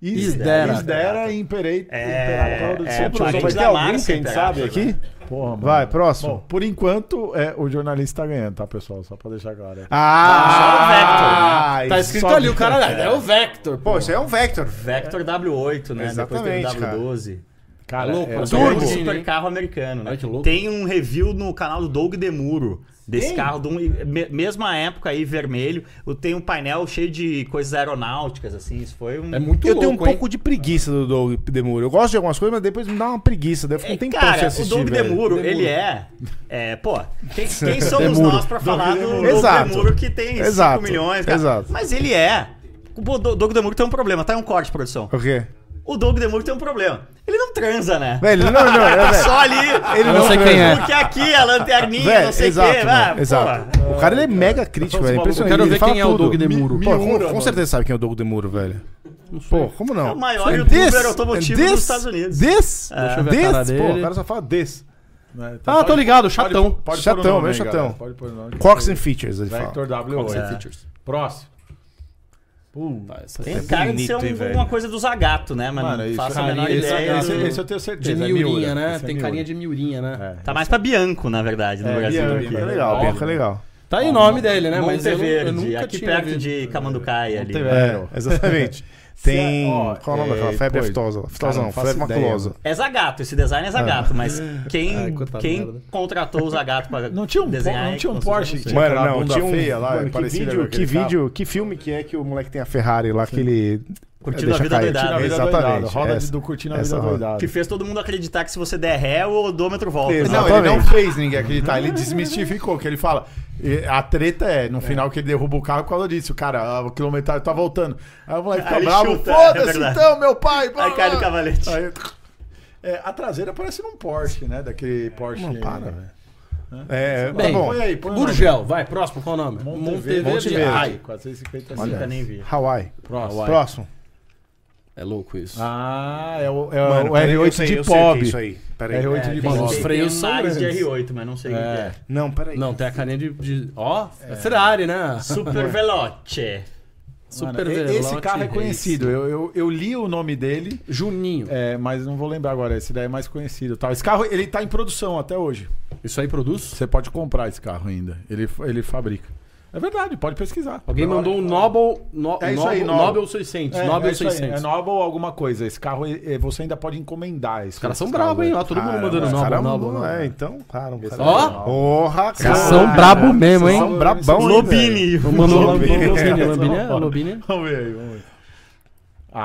S5: Isdera.
S1: Isdera Imperei.
S4: É,
S1: Imperator do
S4: é,
S1: Sopro.
S4: pra gente
S1: Vai-
S4: da Márcia, Imperator, né?
S1: Porra, mano.
S2: Vai, próximo.
S1: Bom, por enquanto, é, o jornalista tá ganhando, tá, pessoal? Só pra deixar claro. Tá, um
S2: tá Ah,
S5: Tá
S2: isso-
S5: escrito ali, o cara é o Vector, pô.
S2: Pô, isso aí é um Vector.
S4: Vector W8, né? Depois
S2: Exatamente,
S4: teve W12.
S1: Cara,
S5: louco,
S1: é,
S5: mas
S1: turbo.
S4: Turbo.
S5: Turbo.
S4: super carro um americano, né?
S5: Olha que louco.
S4: Tem um review no canal do Doug Demuro desse carro, de um- me- mesma época aí, vermelho. O- Tem um painel cheio de coisas aeronáuticas, assim. Isso foi um.
S5: É muito
S2: eu
S5: louco,
S2: tenho um
S5: hein?
S2: pouco de preguiça do Doug Demuro. Eu gosto de algumas coisas, mas depois me dá uma preguiça. Daí eu fico um
S4: É,
S2: tempão sem
S4: Cara, o
S2: assistir,
S4: Doug
S2: velho.
S4: Demuro, ele é, é. Pô, quem, quem somos nós pra falar do Doug
S2: Exato.
S4: Demuro que tem 5
S2: Exato.
S4: milhões? Cara.
S2: Exato.
S4: Mas ele é. O Do- Doug Demuro tem um problema, tá? É um corte, produção.
S2: O quê?
S4: O Doug Demuro tem um problema. Ele não transa, né?
S2: Velho, não, não, é,
S4: Tá
S2: velho.
S4: só ali.
S2: Ele
S5: Eu não sei
S2: transa.
S5: quem é.
S4: Porque aqui a lanterninha,
S2: Velho,
S4: não sei o
S2: exato,
S4: quê.
S2: mano,
S4: Ah, pô.
S2: exato. O cara ele é mega crítico, velho. é
S5: Eu
S2: Impressionante.
S5: quero
S2: ele
S5: ver
S2: fala
S5: quem é o
S2: tudo.
S5: Doug Demuro.
S2: Pô, com, com certeza sabe quem é o Doug Demuro, velho. Pô, como não?
S4: É o maior
S2: And
S4: youtuber
S2: this-
S4: automotivo
S2: and
S4: dos
S2: this-
S4: Estados Unidos. É.
S2: This?
S4: Deixa
S5: eu ver a cara
S2: This? Pô,
S5: dele.
S2: o cara só fala this.
S1: Né? Então
S5: Ah,
S1: pode-
S5: tô ligado,
S1: pode-
S5: chatão.
S1: pode
S2: Chatão,
S1: pôr o nome
S2: bem
S1: aí,
S2: chatão.
S1: galera. Pode pôr o nome.
S2: Corks and features, ele fala.
S1: Vector W8.
S4: É.
S1: Próximo. Puta,
S5: essa
S4: Tem
S5: é
S4: cara de
S2: bonito,
S4: ser um-
S2: hein, velho?
S4: alguma coisa do Zagato, né? Mas
S1: Mano,
S4: não
S1: isso-
S4: faço
S2: é
S4: a
S1: cara,
S4: menor
S1: esse-
S4: ideia.
S1: esse-
S4: do-
S1: esse eu tenho
S5: de
S1: certeza. é
S5: miurinha,
S1: Miura.
S5: né?
S1: Esse é
S5: Tem
S1: Miura.
S5: carinha de miurinha, né?
S1: É.
S4: Tá mais pra Bianco, na verdade, no
S1: É,
S4: Brasil.
S1: Bianco,
S4: aqui.
S2: É legal,
S5: Ó.
S2: o Bianca é legal.
S5: Tá aí o nome dele, né? Mas eu, não- né? eu
S4: Monteverde,
S5: nunca
S4: aqui
S5: tinha
S4: perto
S5: visto. É.
S4: de Camanducaia ali.
S1: Montever-
S2: É,
S1: É.
S2: exatamente. Tem.
S1: ó,
S2: qual o nome
S1: é,
S2: daquela? Febre
S1: pô,
S2: aftosa. Aftosa
S1: cara,
S2: não,
S1: não faço
S2: febre
S1: ideia,
S2: maculosa.
S4: É Zagato, esse design é Zagato, mas quem,
S5: Ai, quanta merda.
S4: quem contratou o Zagato pra
S1: Não tinha um,
S4: desenhar?
S1: po- não
S4: aí,
S1: tinha um
S4: com
S1: Porsche que
S4: certeza
S1: tinha aquela bunda feia lá,
S2: um mano, que
S1: parecida
S2: vídeo,
S1: com
S2: que,
S1: aquele carro?
S2: vídeo que filme que é que o moleque tem a Ferrari lá, que ele.
S4: Curtindo
S2: deixa
S4: a vida
S2: cair.
S4: doidada.
S1: Curtindo a vida doidada,
S2: Exatamente. é
S1: Roda
S2: essa.
S1: do Curtindo a
S2: essa
S1: Vida
S2: roda.
S4: não.
S1: Doidada.
S4: Que fez todo mundo acreditar que se você der ré, o odômetro volta.
S2: Exato.
S4: né?
S1: Não, ele não
S2: Exatamente.
S1: fez ninguém acreditar. Ele desmistificou, que ele fala. eh, A treta é, no final que ele derruba o carro por causa disso. Cara, ah, o quilometragem tá voltando. Aí o moleque
S4: Aí
S1: fica
S4: ele
S1: bravo.
S4: chuta, é
S1: Foda-se
S4: verdade.
S1: então, meu pai. blá,
S4: Aí cai
S1: blá."
S5: Ah!
S4: do cavalete.
S1: Aí- É, a traseira parece num Porsche, né? Daquele Porsche.
S2: Não, para, velho. É, tá
S5: né, Bem,
S2: bom.
S1: Põe aí, põe o nome.
S5: Gurgel, vai, próximo, qual é o nome?
S1: Monteverde.
S2: Monteverde.
S5: Ai,
S1: 450
S4: Nunca nem vi.
S2: Hawaii.
S1: Próximo.
S2: Próximo.
S5: É louco isso.
S1: Ah, é o, é
S2: Mano,
S1: o
S2: peraí, eu
S1: R8
S2: sei, eu
S1: de
S2: sei o que é
S1: pobre.
S2: Isso aí. Pera aí.
S1: R8
S4: É,
S1: de
S4: tem-
S5: Mano,
S1: pobre.
S5: os
S4: tem-
S5: freios
S4: tem
S5: são
S4: mais de
S5: grandes.
S4: R8, mas não sei o que
S1: É.
S4: é.
S2: Não, peraí.
S5: Não, tem a carinha de. de- Ó, é Ferrari, né?
S4: Super Veloce.
S1: Mano,
S5: Super
S1: e-
S5: Veloce
S1: esse carro é
S5: Race.
S1: conhecido. Eu, eu, eu li o nome dele,
S5: Juninho.
S1: é, mas não vou lembrar agora. Esse daí é mais conhecido. Tal. Esse carro ele tá em produção até hoje.
S5: Isso aí produz?
S1: Você pode comprar esse carro ainda. Ele, ele fabrica. É verdade, pode pesquisar.
S5: Alguém mandou um Nobel, no,
S1: É isso
S5: Nobel,
S1: aí, Nobel.
S5: Nobel. 600.
S1: É,
S5: Nobel
S1: é, isso aí,
S5: 600.
S1: é Nobel alguma coisa. Esse carro é, é, você ainda pode encomendar. Esse
S5: Os caras são
S1: esse carro,
S5: brabos, hein?
S1: é.
S5: Ó, todo mundo mandando
S2: Os
S5: Nobel,
S2: caras
S5: Nobel,
S2: mandam- É,
S5: Nobel.
S2: então, cara. um cara-
S5: Ó.
S2: Porra, cara.
S1: né?
S5: Vocês são brabo mesmo, hein?
S2: São brabão, hein, velho?
S4: Lobini.
S5: Mandou
S2: Lambini.
S5: Lambini, Lambini, Lambini, é, Lambini.
S1: Vamos ver aí, vamos ver.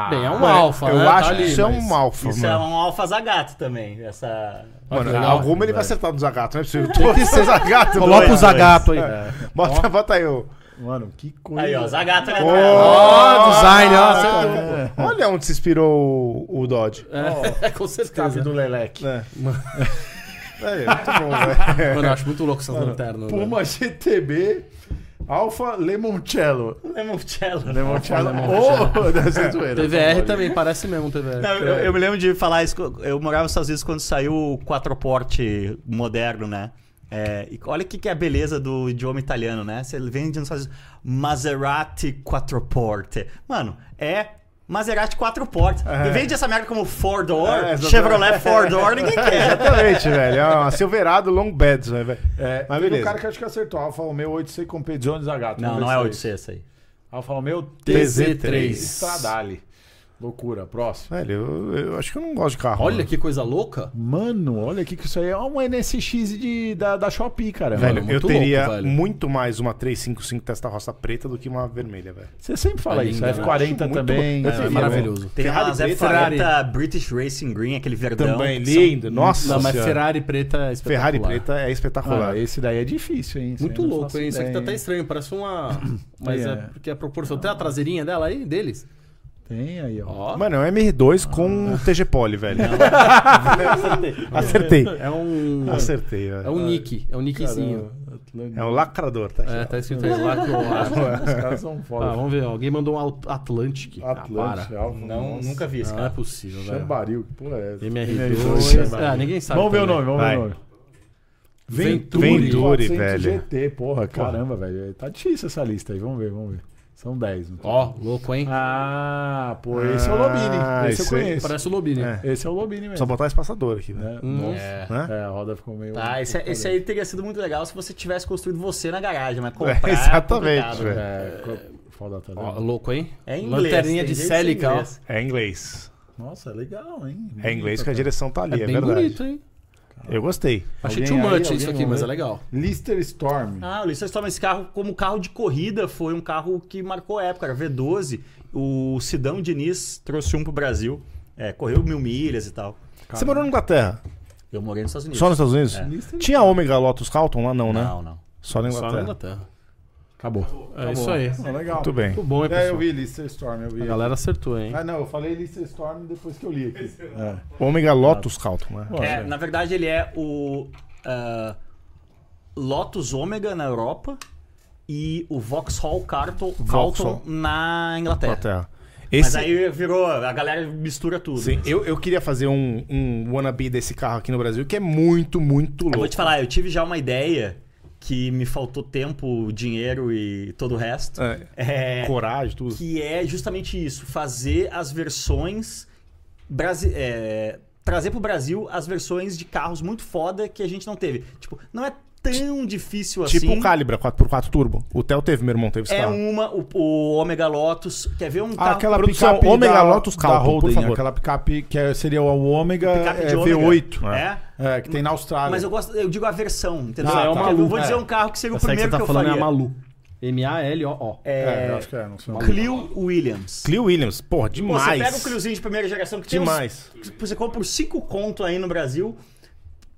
S5: Bem, é um
S2: Mano,
S5: alfa,
S2: Eu
S5: né?
S2: acho
S5: Tá
S2: que
S5: ali,
S2: isso é
S5: mas-
S2: um alfa,
S4: Isso é
S2: mano.
S4: um alfa zagato também. Essa.
S2: Mano,
S5: legal,
S2: alguma ele vai acertar no Zagato, não é possível. Todos os Zagato. né?
S5: Coloca o
S4: dois.
S5: Zagato aí.
S2: É. Bota, bota aí o...
S1: Mano, que coisa.
S4: Aí, ó, Zagato né?
S5: Ó, design, ó. acertou.
S1: É.
S2: É. Olha onde se inspirou o, o Dodge.
S5: É, com certeza.
S1: do Leleque.
S2: É. É, muito bom, velho.
S5: Mano, eu acho muito louco essas lanternas. né?
S1: Puma GTB Alfa Lemoncello.
S4: Lemoncello.
S1: né? Lemoncello. Ô, deve
S5: É,
S1: ser zoeira.
S5: TVR também, parece mesmo um TVR.
S4: Não, eu, eu me lembro de falar isso. co- Eu morava nos Estados Unidos quando saiu o quatroporte moderno, né? É, e olha o que, que é a beleza do idioma italiano, né? Você vende nos Estados Unidos Maserati quattroporte. Mano, é Maserati quattroporte. E Vende essa merda como four door,
S2: É, exatamente.
S4: Chevrolet four door, ninguém quer.
S2: Exatamente, velho. É uma Silverado Long Beds, né, velho.
S1: É,
S2: Mas
S1: teve
S2: beleza.
S1: um cara que acho que acertou. Alfa Romeo 8C com Pedione Zagato.
S4: Não,
S1: Vamos
S4: não
S1: ver
S4: é
S1: se
S4: o
S1: foi
S4: de essa aí.
S1: isso. Alfa Romeo
S5: TZ3.
S1: Stradale. Loucura. Próximo.
S2: Velho, eu, eu acho que eu não gosto de carro.
S5: Olha
S2: mano.
S5: que coisa louca.
S1: Mano, olha aqui que isso aí é um NSX de, da, da Shopee, cara.
S2: Velho,
S5: Mano,
S2: eu
S5: muito
S2: teria
S5: louco, velho.
S2: muito mais uma 355 Testarossa preta do que uma vermelha, velho.
S1: Você sempre fala
S5: É
S1: isso.
S5: linda,
S1: F40
S2: né?
S1: também.
S2: Eu
S1: né?
S5: É,
S2: teria,
S5: maravilhoso.
S4: Tem
S2: Ferrari
S4: umas F40
S2: Ferrari.
S4: British Racing Green, aquele verdão.
S2: Também,
S4: que são-
S2: lindo. Nossa
S5: Não, mas
S2: senhora.
S5: Ferrari preta é espetacular.
S2: Ferrari preta é espetacular.
S1: Ah, esse daí é difícil, hein? Isso
S5: Muito
S1: aí eu não
S5: louco,
S1: faço
S5: hein? Isso aqui tá
S1: ideia,
S5: até
S1: hein?
S5: estranho, parece uma. Mas é,
S1: É.
S5: porque a proporção. Tem a traseirinha dela aí, deles?
S1: Tem aí, ó.
S5: Ó.
S2: Mano, é um MR2 com TG Poly, velho. Acertei.
S5: É um.
S2: Acertei,
S5: É
S2: velho.
S5: um nick, é um nickzinho.
S2: É um lacrador, tá?
S5: É, tá escrito aí lá que eu acho.
S1: Os caras são
S5: Ah,
S1: foda.
S5: vamos ver, alguém mandou um Alt- Atlantic. Ah,
S1: Atlante,
S5: para.
S1: Alfa,
S4: Não,
S1: nossa.
S4: nunca vi esse
S2: Ah,
S5: Não, não é
S4: cara.
S5: possível, velho.
S1: Chambaril, que porra é essa?
S5: MR2.
S1: MR2.
S5: Ah, ninguém sabe.
S1: Vamos ver o
S5: também.
S1: nome, vamos ver o
S2: Vai.
S1: nome.
S5: Venturi.
S2: Venturi,
S1: 400
S2: velho.
S1: GT, porra, caramba, velho. Tá difícil essa lista aí, vamos ver, vamos ver. São 10. não tem?
S5: Ó, louco, hein?
S1: Ah, pô, esse é o Lobini.
S2: Ah,
S1: esse eu
S2: esse aí.
S1: conheço.
S5: Parece o Lobini.
S2: É.
S1: Esse é o Lobini mesmo.
S2: Só botar um espaçador aqui, velho.
S1: né?
S5: Hum,
S1: Nossa.
S5: é.
S2: Hã?
S1: É, a roda ficou meio.
S4: Tá, esse, esse aí teria sido muito legal se você tivesse construído você na garagem, mas comprar
S2: É,
S4: é,
S2: exatamente,
S4: complicado,
S2: velho.
S1: É, co- foda tá
S5: Ó,
S1: vendo?
S5: louco, hein?
S4: É em inglês.
S5: Lanterninha
S4: tem
S5: de
S4: jeito ser em
S5: Celica, ó.
S4: inglês.
S2: É inglês.
S1: Nossa, legal, hein?
S2: É inglês que a direção tá
S5: É
S2: ali, é,
S5: bem
S2: verdade.
S5: bonito, hein?
S2: Eu gostei.
S5: Achei
S1: Alguém
S5: too
S1: aí,
S5: much
S1: alguém
S5: isso aqui, mas é
S1: mandou?
S5: legal.
S1: Lister Storm.
S4: Ah, o Lisa Storm, esse carro, como carro de corrida, foi um carro que marcou época, era V12. O Sidão Diniz trouxe um pro Brasil. É, correu mil milhas e tal.
S2: Você morou na Inglaterra?
S4: Eu morei nos Estados Unidos.
S2: Só nos Estados Unidos?
S1: Lister-
S2: Tinha Omega Lotus Carlton lá, não, né?
S4: Não, não.
S2: Só na
S5: Só
S2: Inglaterra.
S5: na Inglaterra.
S1: Acabou.
S5: É isso aí.
S1: Ah, legal.
S2: Muito bem.
S5: Muito bom, hein,
S1: É,
S5: pessoal?
S1: eu vi Lister Storm, eu vi.
S5: A galera acertou, hein?
S1: Ah, não, eu falei Lister Storm depois que eu li aqui. É.
S2: Omega Lotus Carlton, né?
S4: É, na verdade, ele é o ah, Lotus Ômega na Europa e o Vauxhall Carlton,
S2: Vauxhall.
S4: Carlton na Inglaterra.
S2: Inglaterra.
S4: Mas
S2: Esse,
S4: aí virou, a galera mistura tudo.
S2: Sim, eu, eu queria fazer um, um wannabe desse carro aqui no Brasil, que é muito, muito
S4: Eu
S2: louco.
S4: vou te falar, eu tive já uma ideia que me faltou tempo, dinheiro e todo o resto.
S2: É.
S4: É,
S2: Coragem, tudo.
S4: que é justamente isso, fazer as versões brasi é, trazer pro Brasil as versões de carros muito foda que a gente não teve. Tipo, não é tão difícil
S2: Tipo
S4: assim.
S2: o Calibra 4x4 Turbo. O Theo teve, meu irmão, teve esse
S4: é
S2: carro.
S4: uma o, o Omega Lotus, quer ver um
S1: Tá. Ah,
S4: carro
S1: aquela
S2: produção
S1: picape
S2: Ômega
S1: da,
S2: Lotus
S1: da
S2: Calton, por
S1: Holden,
S2: favor.
S1: aquela picape que é- seria o Ômega
S4: Picape de
S1: é,
S4: Ômega.
S1: V8,
S4: É.
S1: É, que tem na Austrália.
S4: Mas eu gosto, eu digo a versão, entendeu?
S1: Ah, é
S4: Eu
S1: uma
S4: vou
S5: Lu,
S4: dizer
S5: é.
S4: um carro que seria o
S5: Essa aí que
S4: primeiro
S5: você tá
S4: que eu
S5: falando é a
S4: faria.
S5: Malu. M-A-L-O-O.
S1: É, eu
S4: É,
S1: acho que é, não sei. o nome.
S4: Clio Williams.
S2: Clio Williams, porra,
S4: Pô,
S2: demais.
S4: você pega o Cliozinho de primeira geração que tem uns-
S2: Demais.
S4: Você compra por 5 conto aí no Brasil,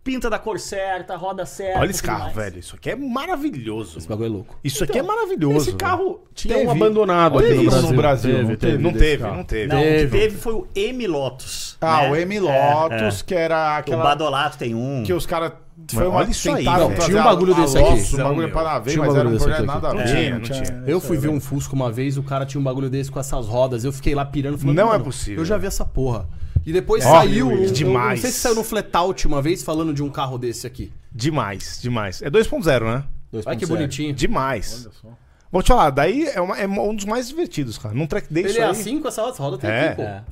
S4: pinta da cor certa, roda certa.
S2: Olha esse
S4: tudo
S2: carro,
S4: é mais.
S2: velho. Isso aqui é maravilhoso.
S5: Esse bagulho é louco.
S2: Isso aqui é maravilhoso.
S1: Esse carro tinha
S5: Teve.
S1: um abandonado
S5: Teve
S1: aqui
S5: isso
S1: no Brasil.
S5: no Brasil,
S1: Teve, teve
S2: velho.
S5: não
S2: Não
S1: desse
S2: teve,
S1: carro.
S2: não teve.
S4: Não, o
S5: Teve.
S4: que teve foi o M Lotus.
S1: Ah,
S4: né?
S1: o M
S4: É,
S1: Lotus, que era
S4: é. O
S1: aquela
S4: Badolato tem um.
S1: que os caras foi
S2: Mano,
S1: uma
S2: olha isso aí,
S1: tentaram
S2: velho.
S1: trazer
S5: Tinha um
S1: a-
S5: bagulho
S1: a
S5: desse aqui.
S1: Lotus, Um bagulho
S2: Meu.
S1: para nada a ver,
S5: Tinha um
S1: mas era um
S5: bagulho desse
S1: projeto
S5: aqui.
S1: nada a
S2: Não
S1: ver.
S2: tinha, não tinha.
S1: É
S5: Eu fui ver um Fusca uma vez, o cara tinha um bagulho desse com essas rodas. Eu fiquei lá pirando, falando,
S2: Não é
S5: "Mano,
S2: possível."
S5: Eu já vi essa porra. E depois
S2: É,
S5: saiu.
S2: que
S5: um-
S2: demais.
S5: eu Não sei se saiu no Flatout uma vez falando de um carro desse aqui.
S2: Demais, demais. É 2.0, né?
S5: Olha que
S4: 2.0.
S5: bonitinho.
S2: Demais. Vou te falar, daí é, uma- é um dos mais divertidos, cara. Num track day
S5: Ele
S2: isso
S5: é
S2: aí...
S5: assim com essa roda, essa roda tem
S2: É.
S5: aqui, pô.
S4: É.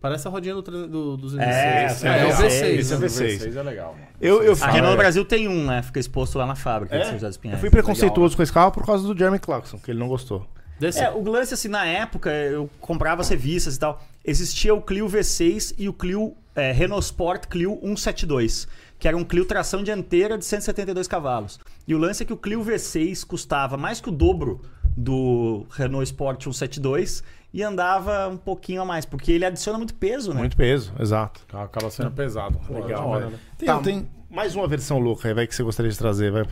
S5: Parece a rodinha do, tre- do, dos
S4: É,
S5: NC.
S4: esse é
S5: o
S4: legal.
S2: Esse é
S5: V6. né?
S2: V6.
S1: é legal, mano.
S2: Eu, eu,
S4: A
S2: falo,
S4: Renault
S2: é.
S4: Brasil tem um, né? Fica exposto lá na fábrica de São José dos
S2: eu
S4: Pinhais.
S2: fui preconceituoso com esse carro por causa do Jeremy Clarkson, que ele não gostou.
S5: Desse.
S4: É, o lance, assim, na época, eu comprava as revistas e tal. Existia o Clio V6 e o Clio é, Renault Sport Clio 172, que era um Clio tração dianteira de 172 cavalos. E o lance é que o Clio V6 custava mais que o dobro do Renault Sport 172 e andava um pouquinho a mais, porque ele adiciona muito peso, né?
S2: Muito peso, exato.
S1: Acaba sendo pesado.
S2: Legal,
S1: É. Da hora,
S2: velho.
S1: né?
S2: Tem,
S1: Tá,
S2: tem mais uma versão louca aí, vai, que você gostaria de trazer, vai.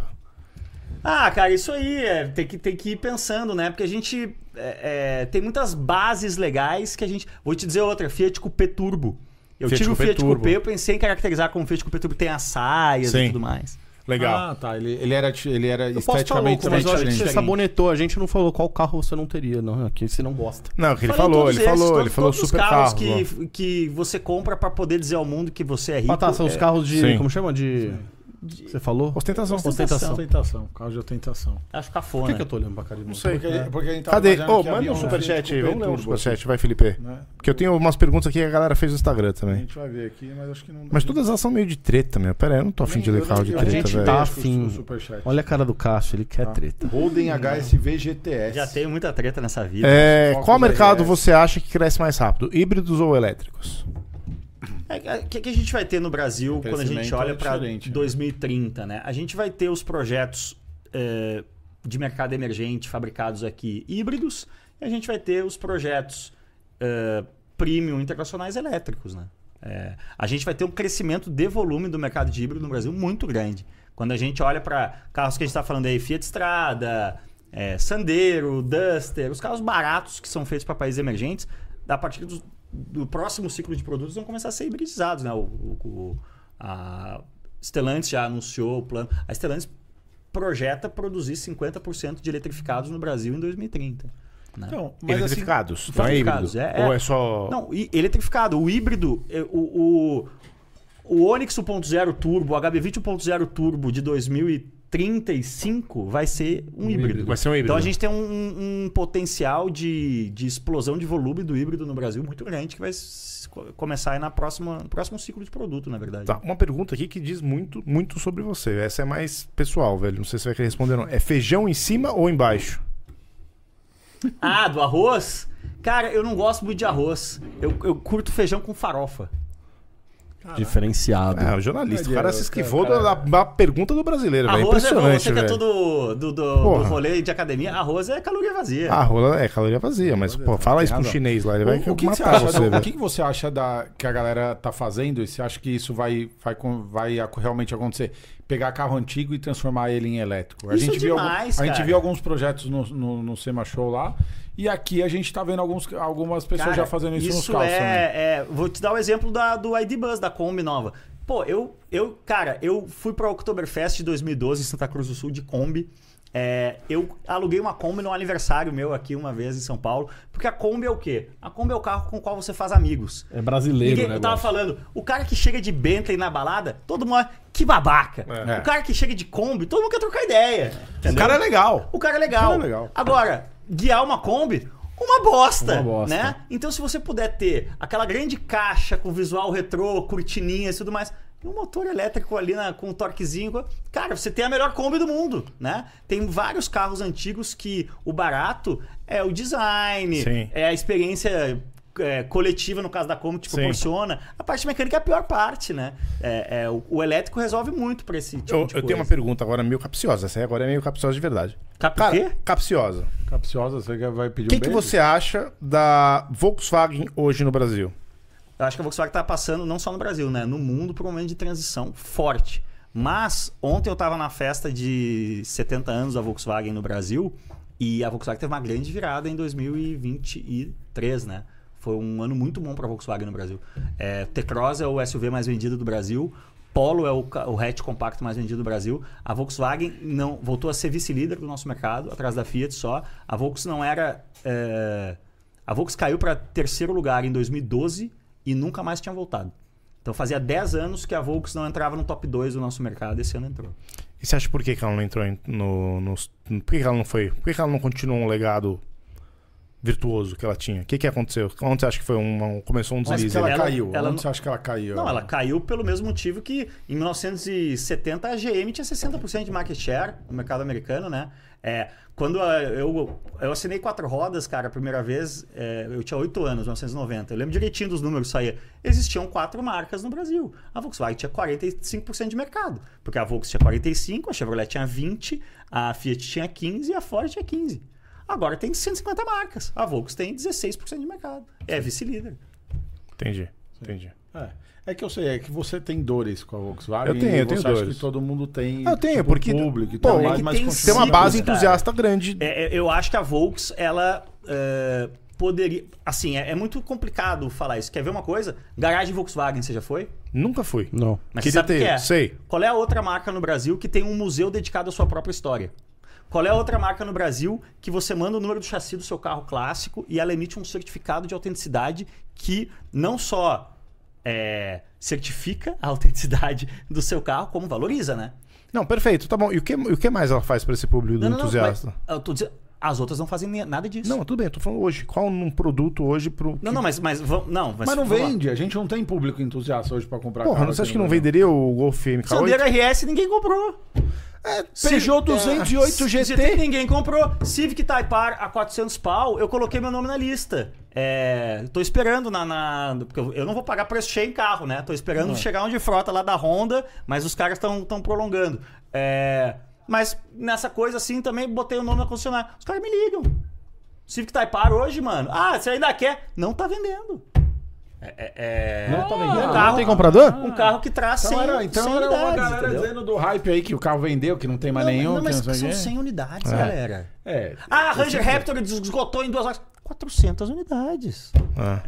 S4: Ah, cara, isso aí é, tem, que, tem que ir pensando, né? Porque a gente é, é, tem muitas bases legais que a gente. Vou te dizer outra: Fiat Coupé Turbo. Eu
S2: Fiat
S4: tive o
S2: Coupé
S4: Fiat
S2: Turbo.
S4: Coupé, eu pensei em caracterizar como Fiat Coupé Turbo tem as saias
S2: Sim.
S4: e tudo mais. tá
S2: Legal.
S1: Ah, tá. Ele, ele era, ele era
S5: Eu posso estar
S1: esteticamente
S5: louco,
S2: é
S5: mas eu Então, acho que
S1: diferente.
S5: você sabonetou. A gente não falou qual carro você não teria, não. Aqui você não gosta.
S2: Não, que ele
S4: Falei
S2: falou,
S4: todos
S2: ele
S4: esses,
S2: falou,
S4: todos-
S2: ele falou né?
S4: todos os
S2: super
S4: carros
S2: carro.
S4: que, que você compra pra poder dizer ao mundo que você é rico.
S5: Ah, tá, são os
S4: é,
S5: carros de.
S2: Sim.
S5: Como chama? De. Você falou?
S2: Ostentação.
S5: Ostentação.
S1: Tentação, carro de ostentação.
S4: acho
S5: Por que,
S4: cafona.
S5: que eu tô olhando pra cara de Não
S2: sei.
S1: Porque a gente
S2: Cadê?
S1: imaginando
S2: Ô,
S1: que
S2: manda
S1: havia
S2: um superchat aí.
S1: Fiat
S2: Vamos ler um
S1: Turbo,
S2: superchat, vai, Felipe.
S1: né?
S2: Porque eu tenho umas perguntas aqui que a galera fez no Instagram
S1: A
S2: também.
S1: gente vai ver aqui, mas acho que não.
S2: Mas todas elas são meio de treta, meu. Pera aí, eu não tô afim de ler carro de
S1: Eu- eu-
S2: treta,
S1: eu-
S5: gente
S2: velho.
S5: tá-
S1: acho que
S5: afim.
S1: o superchat.
S5: Olha a cara do Cássio, ele quer treta.
S1: Holden HSV GTS.
S4: Já tenho muita treta nessa vida.
S2: É,
S1: Focus
S2: qual mercado
S1: RS?
S2: você acha que cresce mais rápido? Híbridos ou elétricos?
S4: É, O que, que a gente vai ter no Brasil quando a gente
S1: Crescimento é
S4: olha para
S1: diferente, né?
S4: 2030, né? A gente vai ter os projetos é, de mercado emergente fabricados aqui híbridos e a gente vai ter os projetos é, premium internacionais elétricos, né? É, a gente vai ter um crescimento de volume do mercado de híbrido no Brasil muito grande. Quando a gente olha para carros que a gente está falando aí, Fiat Strada, é, Sandero, Duster, os carros baratos que são feitos para países emergentes, a partir do, do próximo ciclo de produtos vão começar a ser hibridizados. Né? O, o- o- a Stellantis já anunciou o plano. A Stellantis projeta produzir 50% de eletrificados no Brasil em 2030. né?
S1: Então, mas assim,
S2: Eletrificados, não é
S4: eletrificados,
S2: híbrido?
S4: é, é.
S2: Ou é só...
S4: Não, e eletrificado. O híbrido, é, o, o, o Onix 1.0 Turbo, o HB20 1.0 Turbo de 2035 vai ser um, híbrido.
S2: Vai ser um híbrido.
S4: Então a gente tem um, um potencial de, de explosão de volume do híbrido no Brasil muito grande que vai s- co- começar aí na próxima, no próximo ciclo de produto, na verdade.
S2: Tá, uma pergunta aqui que diz muito, muito sobre você. Essa é mais pessoal, velho. Não sei se você vai querer responder ou não. É feijão em cima ou embaixo?
S4: Ah, do arroz? Cara, eu não gosto muito de arroz. Eu, eu curto feijão com farofa.
S5: Diferenciado.
S2: Ah, o jornalista. O cara se esquivou
S1: Cara,
S2: da, da pergunta do brasileiro, velho.
S4: Arroz é bom,
S2: Impressionante,
S4: você que é
S2: velho.
S4: todo do, do, do
S2: Porra.
S4: rolê de academia, arroz é caloria vazia.
S2: Ah, rola é caloria vazia, mas pô, fala isso pro
S1: razão.
S2: chinês lá, ele vai
S1: O, o que, que você
S2: matar
S1: acha,
S2: você, né?
S1: do- o
S2: velho.
S1: que que você acha da, que a galera tá fazendo? E você acha que isso vai, vai, com- vai ac- realmente acontecer? Pegar carro antigo e transformar ele em elétrico. A
S4: Isso é
S1: gente viu
S4: demais,
S1: algum- A gente
S4: cara.
S1: viu alguns projetos no, no, no Sema Show lá. E aqui a gente tá vendo alguns, algumas pessoas
S4: Cara,
S1: já fazendo isso, nos né? carros também.
S4: é, é, Vou te dar o exemplo da, do ID Bus, da Kombi nova. Pô, eu, eu cara, eu fui pra Oktoberfest de 2012 em Santa Cruz do Sul de Kombi. É, eu aluguei uma Kombi no aniversário meu aqui uma vez em São Paulo. Porque a Kombi é o quê? A Kombi é o carro com o qual você faz amigos.
S5: É brasileiro,
S4: Ninguém-
S5: né?
S4: eu tava falando, o cara que chega de Bentley na balada, todo mundo é, que babaca.
S1: É.
S4: O cara que chega de Kombi, todo mundo quer trocar ideia.
S1: O cara é legal.
S4: O cara é legal.
S1: O cara é legal.
S4: Agora, guiar uma Kombi, uma bosta,
S5: Uma bosta.
S4: né? Então, se você puder ter aquela grande caixa com visual retrô, cortininhas e tudo mais, e um motor elétrico ali na- com um torquezinho, co- cara, você tem a melhor Kombi do mundo, né? Tem vários carros antigos que o barato é o design,
S2: Sim.
S4: é a experiência... é, coletiva, no caso da Kombi, te
S2: Sim.
S4: proporciona. A parte mecânica é a pior parte, né? É, é, o, o elétrico resolve muito pra esse tipo
S2: Eu,
S4: de
S2: eu
S4: coisa.
S2: tenho uma pergunta agora meio capciosa. Essa aí agora é meio capciosa de verdade.
S4: Cap-
S2: Cara,
S4: quê?
S2: capciosa.
S1: Capciosa, você quer- vai pedir
S2: O que,
S1: um
S2: que
S1: beijo?
S2: você acha da Volkswagen hoje no Brasil?
S4: Eu acho que a Volkswagen está passando, não só no Brasil, né? No mundo, por um momento de transição forte. Mas ontem eu estava na festa de 70 anos da Volkswagen no Brasil e a Volkswagen teve uma grande virada em 2023, né? Foi um ano muito bom para a Volkswagen no Brasil. É, T-Cross é o SUV mais vendido do Brasil. Polo é o, ca- o hatch compacto mais vendido do Brasil. A Volkswagen não voltou a ser vice-líder do nosso mercado, atrás da Fiat só. A Volkswagen não era... é, a Volks caiu para terceiro lugar em 2012 e nunca mais tinha voltado. Então fazia 10 anos que a Volks não entrava no top 2 do nosso mercado, esse ano entrou.
S2: E você acha por que, que ela não entrou em- no, nos- Por que, que ela não foi? Por que, que ela não continuou um legado virtuoso que ela tinha? O que, que aconteceu? Onde você acha que foi um. um- começou um
S1: Mas
S2: deslize?
S1: que ela,
S2: ali?
S4: Ela-
S1: caiu.
S4: ela
S1: Onde
S4: não-
S1: você acha que ela caiu?
S4: Não, ela caiu pelo mesmo motivo que em 1970 a GM tinha 60% de market share no mercado americano, né? É, quando a- eu, eu assinei quatro rodas, cara, a primeira vez, é, eu tinha 8 anos, 1990. Eu lembro direitinho dos números que saía. Existiam quatro marcas no Brasil. A Volkswagen tinha 45% de mercado, porque a Volkswagen tinha 45%, a Chevrolet tinha 20%, a Fiat tinha 15% e a Ford tinha 15%. Agora tem 150 marcas. A Volks tem 16% de mercado. É vice-líder.
S2: Entendi, entendi.
S1: É. É que eu sei, é que você tem dores com a Volkswagen.
S2: Eu tenho,
S1: e
S2: eu tenho
S1: você acha
S2: dores.
S1: que todo mundo tem.
S2: Eu tenho,
S1: tipo,
S2: porque-
S1: Público e
S2: pô,
S1: tal,
S2: é
S1: mas,
S4: que
S1: mas
S4: tem
S1: continua-
S2: Tem uma base
S4: Sim, cara.
S2: entusiasta grande.
S4: É, é, eu acho que a Volks, ela é, poderia. Assim, é, é muito complicado falar isso. Quer ver uma coisa? Garagem Volkswagen, você já foi?
S2: Nunca fui.
S5: Não.
S4: Mas
S2: Queria
S4: você sabe
S2: ter,
S4: o que é.
S2: sei.
S4: Qual é a outra marca no Brasil que tem um museu dedicado à sua própria história? Qual é a outra marca no Brasil que você manda o número do chassi do seu carro clássico e ela emite um certificado de autenticidade que não só é, certifica a autenticidade do seu carro, como valoriza, né?
S2: Não, perfeito, tá bom. E o que, e o que mais ela faz pra esse público do entusiasta?
S4: mas eu tô dizendo, as outras não fazem nem- nada disso.
S2: Não, tudo bem, eu tô falando hoje. Qual um produto hoje pro.
S4: não, não, mas, mas vamos- não, mas,
S1: Mas não
S4: vamos lá.
S1: vende, a gente não tem público entusiasta hoje pra comprar
S2: Porra,
S1: carro
S2: não você
S1: aqui
S2: acha que
S1: no
S2: não
S1: Brasil.
S2: venderia o Golf
S4: Sandero é
S2: MK8?
S4: RS ninguém comprou.
S2: É,
S1: Peugeot 208
S4: GT
S1: GT.
S4: ninguém comprou. Civic Taipar a 400 pau, eu coloquei meu nome na lista. É, tô esperando na, na- porque eu eu não vou pagar preço cheio em carro, né? Tô esperando chegar onde frota lá da Honda, mas os caras estão tão prolongando. É, mas nessa coisa assim também botei o nome na concessionária. Os caras me ligam. Civic Taipar hoje, mano. Ah, você ainda quer? Não tá vendendo. É, é, é...
S1: Não tá
S4: um
S1: vendendo?
S4: carro,
S5: Tem comprador?
S4: um carro que traz
S1: Então
S4: 100,
S1: era, então
S4: 100
S1: era uma
S4: unidades,
S1: galera
S4: entendeu?
S1: dizendo do hype aí que o carro vendeu, que não tem mais
S4: Não,
S1: nenhum.
S4: não,
S1: que
S4: mas
S1: não sei o
S4: são
S1: quê.
S4: 100 unidades, galera.
S1: É.
S4: Ah, a Ranger Raptor esgotou em duas horas. 400 unidades.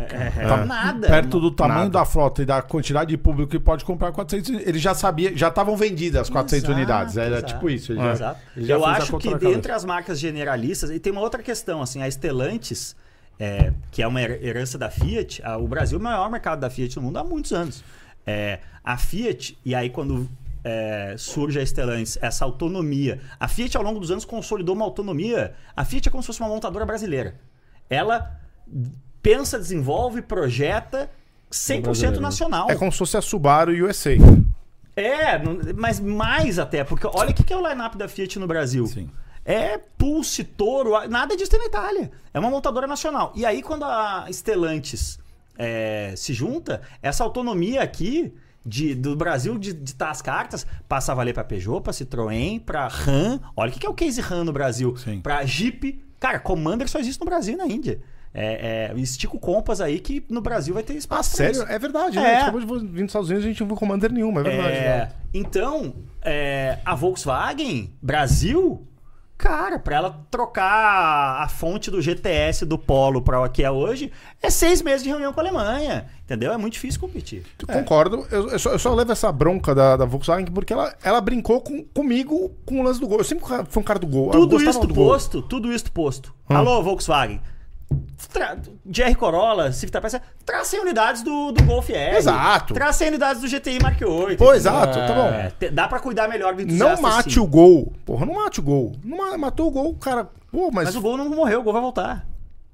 S2: É.
S4: É, nada.
S1: Perto do tamanho
S2: Nada.
S1: da frota e da quantidade de público que pode comprar 400, eles já sabia, já estavam vendidas as 400
S4: Exato,
S1: unidades, era
S4: exato, É.
S1: tipo isso. ele já-
S4: Exato.
S1: ele já
S4: Eu
S1: fez a
S4: acho
S1: conta
S4: que
S1: na cabeça.
S4: dentre as marcas generalistas, e tem uma outra questão, assim, a Stellantis, é, que é uma her- herança da Fiat, a- o Brasil é o maior mercado da Fiat no mundo há muitos anos. É, a Fiat, e aí quando é, surge a Stellantis, essa autonomia, a Fiat ao longo dos anos consolidou uma autonomia, a Fiat é como se fosse uma montadora brasileira. Ela pensa, desenvolve, projeta 100% nacional.
S2: É como se fosse a Subaru USA.
S4: É, não- mas mais até, porque olha o que, que é o line-up da Fiat no Brasil.
S1: Sim.
S4: É Pulse, Toro, a- nada disso tem na Itália. É uma montadora nacional. E aí, quando a Stellantis é, se junta, essa autonomia aqui de- do Brasil de ditar as cartas passa a valer para Peugeot, para Citroën, para Ram. Olha o que, que é o case Ram no Brasil.
S1: Sim.
S4: Para Jeep. Cara, Commander só existe no Brasil e na Índia. É, é, estica o Compass aí que no Brasil vai ter
S2: Ah,
S4: espaço. pra
S2: sério?
S4: isso.
S2: É verdade,
S4: É.
S2: né? A gente acabou de vir dos Estados Unidos e a gente não viu Commander nenhum, é verdade.
S4: É, então, é, a Volkswagen Brasil, cara, pra ela trocar a fonte do GTS do Polo pra o que é hoje, é seis meses de reunião com a Alemanha, entendeu? É muito difícil competir.
S2: Concordo. Eu, eu só, eu só levo essa bronca da, da Volkswagen porque ela, ela brincou com, comigo com o lance do gol. Eu sempre fui um cara do gol. eu
S4: Tudo
S2: gostava
S4: isso
S2: do gol.
S4: posto, tudo isso posto.
S2: Hum.
S4: Alô, Volkswagen. Tra... GR Corolla, Civic Taipei, traz 100 unidades do, do Golf R.
S2: Exato.
S4: Traz 100 unidades do GTI Mark 8.
S2: Pô, exato, tá bom.
S4: Dá pra cuidar melhor do
S2: Não
S4: entusiasta,
S2: mate
S4: sim.
S2: o gol. Porra, não mate o gol. Não ma- matou o gol, cara. Pô, mas.
S4: Mas o gol não morreu, o gol vai voltar.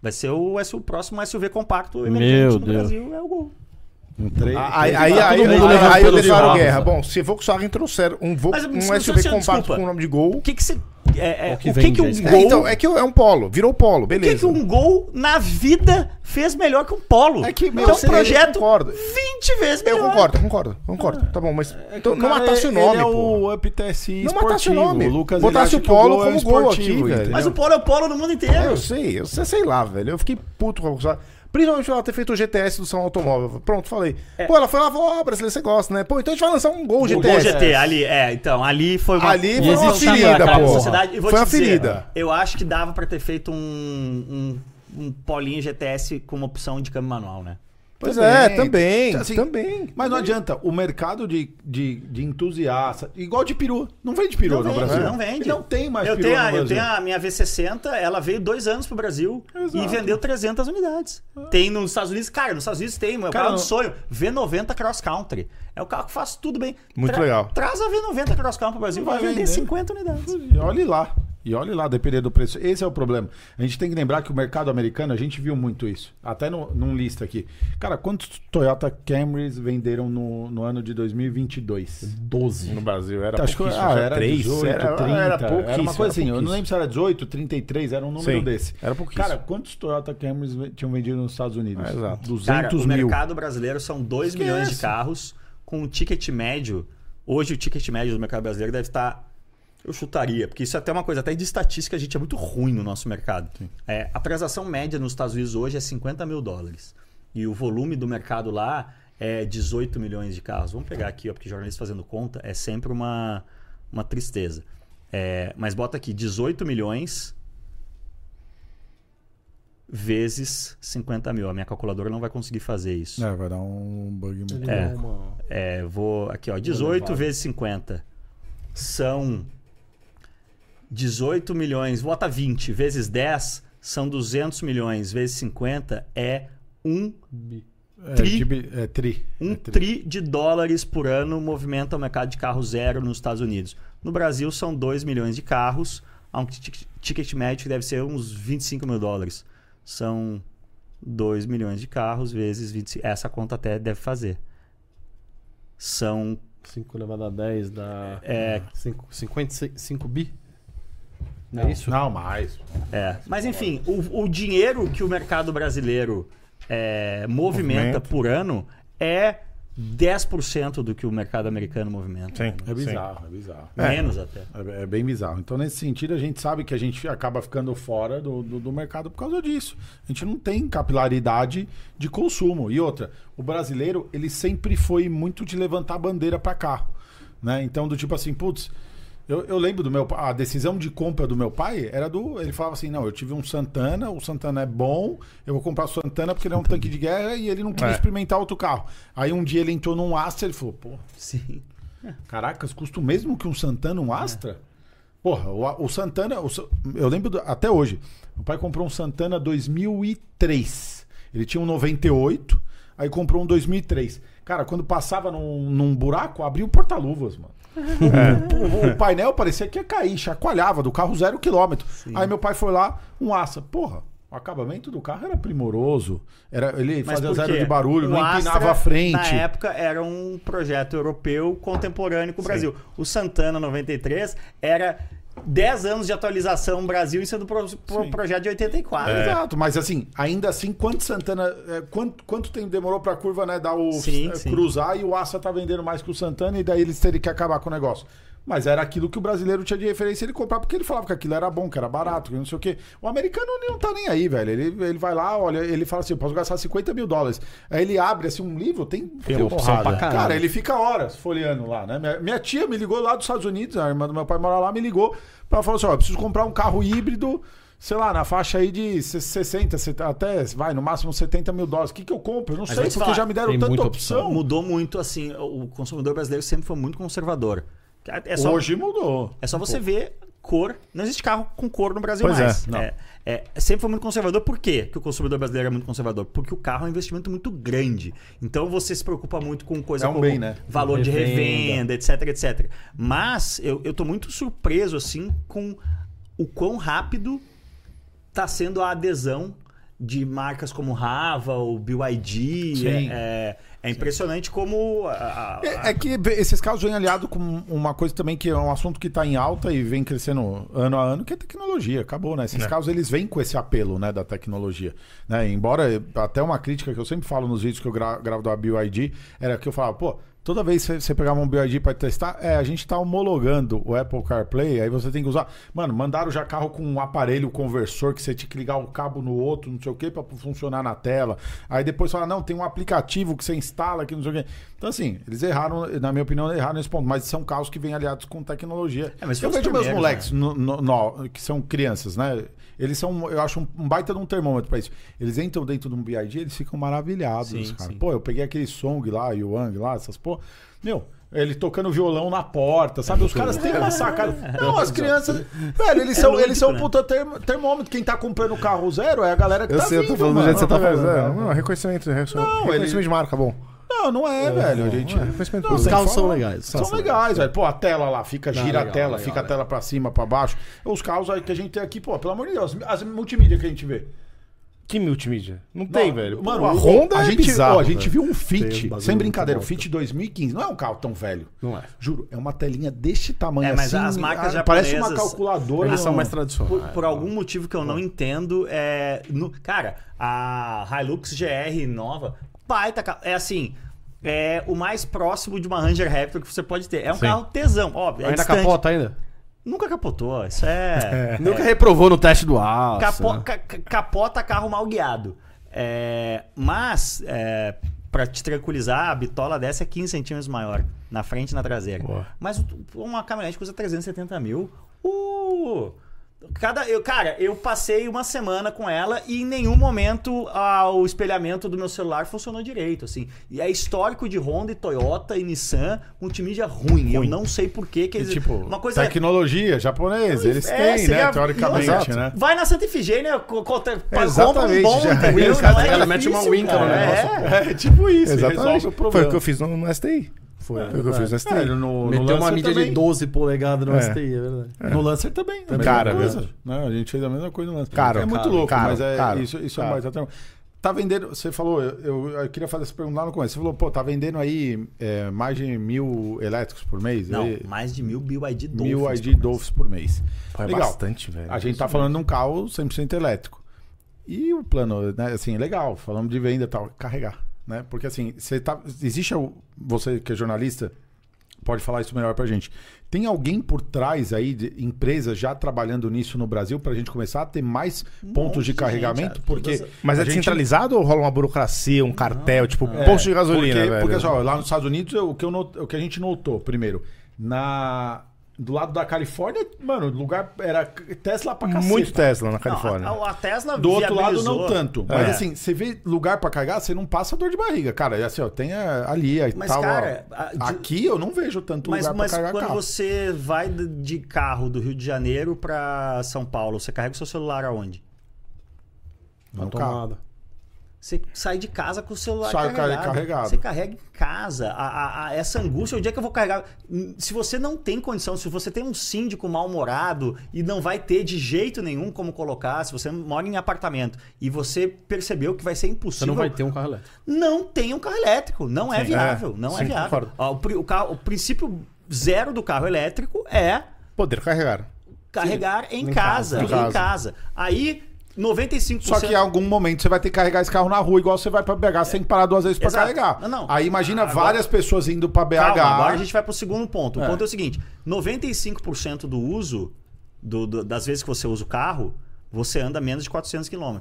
S4: Vai ser o, SU o próximo SUV compacto
S5: Meu
S4: emergente no
S5: Deus.
S4: Brasil, é o gol.
S1: Um três-
S2: Aí,
S1: três-
S2: aí, aí,
S1: Ah,
S2: aí,
S1: todo mundo
S2: aí,
S1: levando
S2: aí
S1: pelo
S2: declararam
S1: rabo.
S2: guerra. Bom, se Volkswagen trouxer um, Vol-
S4: Mas,
S2: um
S4: mas,
S2: SUV
S4: desculpa.
S2: compacto com o nome de
S4: O
S2: gol.
S4: que que você... É, é, o
S5: que
S4: que, que,
S5: vem,
S4: um
S5: gente?
S4: gol...
S2: É, então, é que é um polo, virou polo,
S4: o que, que
S2: beleza.
S4: um gol na vida fez melhor que um polo?
S2: É que, meu,
S4: é um
S2: sei, eu
S4: projeto
S2: concordo.
S4: 20 vezes
S2: Eu
S4: melhor.
S2: concordo, concordo, concordo. Tá bom, mas então, não
S1: Cara,
S2: matasse o
S1: ele
S2: nome,
S1: é
S2: pô.
S1: o Up TSI
S2: Não matasse o
S1: esportivo,
S2: nome.
S1: Lucas,
S2: Botasse
S1: ele acha
S2: o
S1: que
S2: Polo
S1: é
S2: como gol
S1: esportivo,
S2: aqui, velho.
S1: entendeu?
S4: Mas o polo é o polo no mundo inteiro.
S2: É, eu sei, eu sei, sei lá, velho. Eu fiquei puto com a Volkswagen. Principalmente por ela ter feito o GTS do São Automóvel. Pronto, falei. Pô, ela foi lá, falou, ó, brasileiro, você gosta, né? Pô, então a gente vai lançar um Gol
S4: O gol
S2: GTS.
S4: GT, ali, é, então, ali foi uma...
S2: Ali
S5: E
S2: foi uma
S5: existe um
S2: ferida,
S5: cara,
S2: pô.
S4: sociedade, e vou
S2: Foi
S4: te
S2: uma
S4: dizer,
S2: ferida.
S4: Eu acho que dava pra ter feito um, um, um polinho GTS com uma opção de câmbio manual, né?
S2: Pois é, também.
S1: Assim,
S2: Também.
S1: Mas não adianta, o mercado de, de, de entusiasta, igual de peru, não vende peru
S4: Não
S1: no
S4: vende,
S1: Brasil.
S4: não vende.
S1: Não tem mais
S4: Eu
S1: peru
S4: tenho,
S1: no
S4: a,
S1: Brasil.
S4: eu tenho a minha V60, ela veio dois anos pro Brasil e vendeu 300 unidades. Tem nos Estados Unidos, cara, nos Estados Unidos tem, meu
S1: Ah. Cara,
S4: carro do
S1: não-
S4: sonho, V90 Cross Country. É o carro que faz tudo bem.
S2: Muito legal.
S4: Traz a V90 Cross Country pro Brasil,
S1: Vai
S4: vai, vender
S1: vender.
S4: 50 unidades.
S1: E olhe lá. E olhe lá, depender do preço. Esse é o problema. A gente tem que lembrar que o mercado americano, a gente viu muito isso. Até no, num lista aqui. Cara, quantos Toyota Camrys venderam no, no ano de 2022?
S5: 12.
S2: No Brasil era
S1: Acho que
S2: pouquíssimo,
S1: ah,
S2: já
S1: era
S2: três,
S1: 18,
S2: era,
S1: 30.
S2: era
S1: Era
S2: pouquíssimo,
S1: uma coisa
S2: era
S1: assim, eu não
S2: pouquíssimo.
S1: lembro se era 18, 33, era É, um número
S2: Sim,
S1: desse.
S2: era pouquíssimo.
S1: Cara, quantos Toyota Camrys ve- tinham vendido nos Estados Unidos?
S2: Ah, exato.
S1: 200
S4: Cara, o
S1: mil.
S4: mercado brasileiro são 2
S1: Esquece.
S4: milhões de carros com um ticket médio. Hoje o ticket médio do mercado brasileiro deve estar Eu chutaria, porque isso é até uma coisa, até de estatística a gente é muito ruim no nosso mercado. É, a transação média nos Estados Unidos hoje é 50 mil dólares. E o volume do mercado lá é 18 milhões de carros. Vamos
S1: Tá.
S4: pegar aqui, ó, porque jornalista fazendo conta é sempre uma, uma tristeza. É, mas bota aqui 18 milhões vezes 50 mil. A minha calculadora não vai conseguir fazer isso.
S1: É, vai dar um bug muito.
S5: Ele
S4: É.
S5: deu uma-
S4: É, vou. Aqui, ó. 18 vezes 50 são 18 milhões. Bota 20 vezes 10 são 200 milhões. Vezes 50 é um,
S1: É,
S4: Tri.
S1: tibi- é tri.
S4: um
S1: É
S4: tri de dólares por ano movimenta o mercado de carro zero nos Estados Unidos. No Brasil são 2 milhões de carros, há um tic- ticket médio que deve ser uns 25 mil dólares. São 2 milhões de carros vezes 25. Essa conta até deve fazer. São
S5: 5 elevado a 10 dá.
S4: É.
S5: 5, 55 bi? Não é isso?
S1: Não, mais.
S4: É. Mas enfim, o, o dinheiro que o mercado brasileiro é, movimenta
S2: Movimento.
S4: por ano é 10% do que o mercado americano movimenta.
S2: Sim,
S1: É
S2: sim.
S1: bizarro, é bizarro.
S4: Menos até.
S1: É, é bem bizarro. Então, nesse sentido, a gente sabe que a gente acaba ficando fora do, do, do mercado por causa disso. A gente não tem capilaridade de consumo. E outra, o brasileiro, ele sempre foi muito de levantar bandeira para carro. Né? Então, do tipo assim, putz. Eu, eu lembro do meu pa- a decisão de compra do meu pai era do ele falava assim não eu tive um Santana o Santana é bom eu vou comprar o Santana porque ele é um tanque de guerra e ele não queria
S2: É.
S1: experimentar outro carro aí um dia ele entrou num Astra ele falou pô
S4: Sim.
S1: Caracas, custa o mesmo que um Santana, um Astra? Porra, o, o Santana, o Sa- eu lembro do- até hoje. Meu pai comprou um Santana 2003. Ele tinha um 98, aí comprou um 2003. Cara, quando passava num, num buraco, abria o porta-luvas, mano. O, o- o painel parecia que ia cair, chacoalhava do carro zero quilômetro. Aí meu pai foi lá, um Astra. Porra, o acabamento do carro era primoroso. Era, ele fazia
S4: por
S1: zero
S4: quê?
S1: de barulho,
S4: O
S1: não
S4: Astra,
S1: empinava a frente.
S4: Na época era um projeto europeu contemporâneo com o Brasil. O Santana 93 era 10 anos de atualização Brasil e sendo pro, pro-
S1: Sim.
S4: projeto de 84.
S1: Exato, mas assim, ainda assim, quanto Santana. é, quanto, quanto tempo demorou pra curva, né? Dar o
S4: Sim,
S1: é,
S4: sim.
S1: cruzar e o Assa tá vendendo mais que o Santana, e daí eles teriam que acabar com o negócio. Mas era aquilo que o brasileiro tinha de referência ele comprava, porque ele falava que aquilo era bom, que era barato, que não sei o quê. O americano não tá nem aí, velho. Ele, ele vai lá, olha, ele fala assim: eu posso gastar 50 mil dólares. Aí ele abre assim um livro, tem,
S5: Tem opção pra caralho.
S1: Cara, ele fica horas folheando lá, né? Minha, minha tia me ligou lá dos Estados Unidos, a irmã do meu pai mora lá, me ligou pra falar assim: ó, eu preciso comprar um carro híbrido, sei lá, na faixa aí de 60, 70, até, vai, no máximo 70 mil dólares. O que, que eu compro? Eu não
S4: vou
S1: sei,
S4: te
S1: porque
S4: falar,
S1: já me deram
S5: tem
S1: tanta
S5: muita
S1: opção.
S4: Mudou muito, assim, o consumidor brasileiro sempre foi muito conservador. É só,
S1: Hoje mudou.
S4: É só você ver cor. Não existe carro com cor no Brasil
S2: Pois é,
S4: mais.
S1: não.
S4: é- sempre foi muito conservador. Por quê que o consumidor brasileiro é muito conservador? Porque o carro é um investimento muito grande. Então você se preocupa muito com coisa
S1: É um
S4: como
S1: bem, né?
S4: valor de
S5: Revenda.
S4: revenda, etc, etc. Mas eu, eu tô muito surpreso, assim, com o quão rápido tá sendo a adesão de marcas como Rava, o BYD.
S1: Sim.
S4: É, é impressionante como... a- a-
S1: É, é que vê- esses casos vêm aliado com uma coisa também que é um assunto que está em alta e vem crescendo ano a ano, que é tecnologia. Acabou, né? Esses
S2: É.
S1: casos eles vêm com esse apelo né, da tecnologia. Né? Embora eh, até uma crítica que eu sempre falo nos vídeos que eu gra- gravo da BYD era que eu falava, pô. Toda vez que você pegava um BYD para testar, é, a gente está homologando o Apple CarPlay, aí você tem que usar. Mano, mandaram já carro com um aparelho conversor que você tinha que ligar o cabo no outro, não sei o que, para funcionar na tela. Aí depois fala, não, tem um aplicativo que você instala que não sei o quê. Então, assim, eles erraram, na minha opinião, erraram nesse ponto, mas são carros que vêm aliados com tecnologia.
S4: É, mas
S1: eu
S4: foram os
S1: vejo meus moleques
S4: primeiros,
S1: no- no- no- que são crianças, né? Eles são, eu acho, um, um baita de um termômetro para isso. Eles entram dentro de um BID, eles ficam maravilhados,
S4: Sim,
S1: cara.
S4: sim.
S1: Pô, eu peguei aquele song lá, Yuang lá, essas porra. Meu. Ele tocando violão na porta, sabe? Os caras têm uma sacada. Não, as crianças. Velho, eles
S4: É
S1: são,
S4: lúdico,
S1: eles são um
S4: né?
S1: puta term- termômetro. Quem tá comprando o carro zero é a galera que
S2: Eu
S1: tá
S2: sei, eu tô
S1: vindo,
S2: falando do
S1: mano.
S2: jeito que você tá falando.
S1: É,
S2: É, não, reconhecimento, reconhecimento,
S1: ele-
S2: de marca, bom.
S1: Não, não é, velho. A gente.
S2: é, reconhecimento
S1: Não,
S2: público.
S5: Os
S1: sem
S5: carros são
S1: falar.
S5: legais.
S1: São legais, velho. Pô, a tela lá, fica, gira a
S5: legal,
S1: tela,
S5: legal,
S1: fica a
S5: legal.
S1: tela pra cima, pra baixo. Os carros aí que a gente tem aqui, pô, pelo amor de Deus, as multimídia que a gente vê.
S2: Que multimídia? Não tem, velho.
S1: Mano,
S2: Pô, a
S1: o-
S2: Honda
S1: a
S2: é
S1: gente,
S2: bizarro,
S1: ó, a gente
S2: velho.
S1: viu um
S5: Tem um
S1: Fit,
S5: bagulho
S1: sem
S5: muito
S1: brincadeira, o
S5: bom,
S1: Fit 2015, não é um carro tão velho.
S5: Não é.
S1: Juro, é uma telinha deste tamanho
S4: É, mas
S1: assim.
S4: as marcas
S1: ah, parece uma
S4: japonesas-
S1: calculadora.
S5: Eles são
S1: mano.
S5: mais tradicionais.
S4: Por, por algum motivo que eu não entendo, é. no- cara, a Hilux GR nova, baita ca- É assim. É o mais próximo de uma Ranger Raptor que você pode ter. É um
S2: Sim.
S4: carro tesão, óbvio. É
S5: Ainda tipo,
S4: distante.
S5: capota ainda?
S4: Nunca capotou. Isso é.
S5: Nunca reprovou no teste do alça.
S4: Capo- ca- ca- capota carro mal guiado. É, mas, é, para te tranquilizar, a bitola dessa é 15 centímetros maior, na frente e na traseira.
S2: Boa.
S4: Mas o- uma caminhonete custa 370 mil. Uh! Cada, eu, cara, eu passei uma semana com ela e em nenhum momento ah, o espelhamento do meu celular funcionou direito, assim. E é histórico de Honda e Toyota e Nissan, multimídia ruim. Eu não sei por que que eles...
S1: Tipo,
S4: uma coisa é-
S1: tecnologia japonesa, eles
S4: é,
S1: têm,
S4: seria-
S1: né? Teoricamente,
S4: Exato.
S1: né?
S4: Vai na Santa Ifigênia, co- co- te- pa- compra um
S1: Exatamente,
S4: bom,
S1: já.
S4: entendeu?
S1: Os
S4: Não
S1: caras-
S4: é
S1: ela
S2: mete uma
S4: difícil,
S2: Winca no
S4: cara.
S2: negócio.
S4: É.
S1: É tipo isso, resolve
S2: Exatamente.
S1: o
S2: Foi
S1: problema.
S2: o que eu fiz no, no STI. Foi, foi o que eu fiz no STI.
S1: É, no, no
S5: Meteu uma
S1: Lancer
S5: mídia
S1: também.
S5: de 12 polegadas no
S2: É.
S5: STI, é verdade.
S1: No Lancer também.
S5: é
S1: É a mesma
S2: Cara,
S1: coisa.
S2: verdade.
S1: Não, a gente fez a mesma coisa no Lancer.
S2: Caro,
S1: é muito
S2: caro,
S1: louco,
S2: caro,
S1: mas é,
S2: caro.
S1: isso, isso
S2: Caro.
S1: é mais até. Tá vendendo, você falou, eu, eu- eu queria fazer essa pergunta lá no começo. Você falou, pô, tá vendendo aí é, mais de mil elétricos por mês?
S4: Não,
S1: Aí,
S4: mais de mil BYD Dolphins.
S1: mil ID Dolphins por mês.
S2: Pô, é
S1: Legal.
S2: bastante, velho.
S1: A gente tá falando de um carro 100% elétrico. E o plano, né, assim, legal, falamos de venda e tal, carregar, né? Porque assim, você tá, existe o- você que é jornalista pode falar isso melhor pra gente. Tem alguém por trás aí de empresas já trabalhando nisso no Brasil pra gente começar a ter mais pontos de
S4: Um de
S1: carregamento?
S4: gente, é,
S1: porque
S4: todas-
S2: Mas
S1: a É,
S2: é descentralizado ou rola uma burocracia, um cartel, tipo, posto de gasolina,
S1: porque,
S2: velho?
S1: Porque, assim, só, lá nos Estados Unidos, o que, eu not- o que a gente notou, primeiro, na... do lado da Califórnia, mano, o lugar era Tesla pra cacete.
S2: Muito Tesla na
S4: Não,
S2: Califórnia.
S4: a, a Tesla
S1: né? Do outro lado, não
S4: viabilizou.
S1: tanto. Mas
S2: É.
S1: assim, você vê lugar pra carregar, você não passa dor de barriga. Cara, é assim, ó, tem a- ali, a
S4: Mas,
S1: tal, ó.
S4: cara, a- de-
S1: aqui eu não vejo tanto
S4: Mas,
S1: lugar
S4: mas
S1: pra carregar
S4: quando
S1: carro.
S4: você vai de de carro do Rio de Janeiro pra São Paulo, você carrega o seu celular aonde?
S1: No
S5: Tá
S1: carro.
S5: Tomada.
S4: Você sai de casa com o celular
S1: Sai
S4: carregado.
S1: carregado.
S4: Você carrega em casa. A, a- a- essa angústia, onde é que eu vou carregar? Hum, Se você não tem condição, se você tem um síndico mal-humorado e não vai ter de jeito nenhum como colocar, se você mora em apartamento e você percebeu que vai ser
S5: Você
S4: impossível
S5: não vai ter um carro elétrico.
S4: não tem um carro elétrico. Não é
S2: Sim.
S4: viável.
S2: É.
S4: Não é
S2: Sim,
S4: viável.
S2: concordo.
S4: Ó, o, pri- o carro- o princípio zero do carro elétrico é
S2: Poder carregar.
S4: carregar em,
S2: Em
S4: casa,
S2: casa. Em
S4: Em
S2: casa.
S4: casa. Aí, 95%.
S1: Só que em algum momento você vai ter que carregar esse carro na rua, igual você vai pra BH, você tem que parar duas vezes pra
S4: Exato.
S1: carregar.
S4: Não, não.
S1: Aí imagina
S4: Agora-
S1: várias pessoas indo pra BH.
S4: Calma, agora a gente vai pro segundo ponto. O ponto é o seguinte: 95% do uso, do- do- das vezes que você usa o carro, você anda menos de 400 km.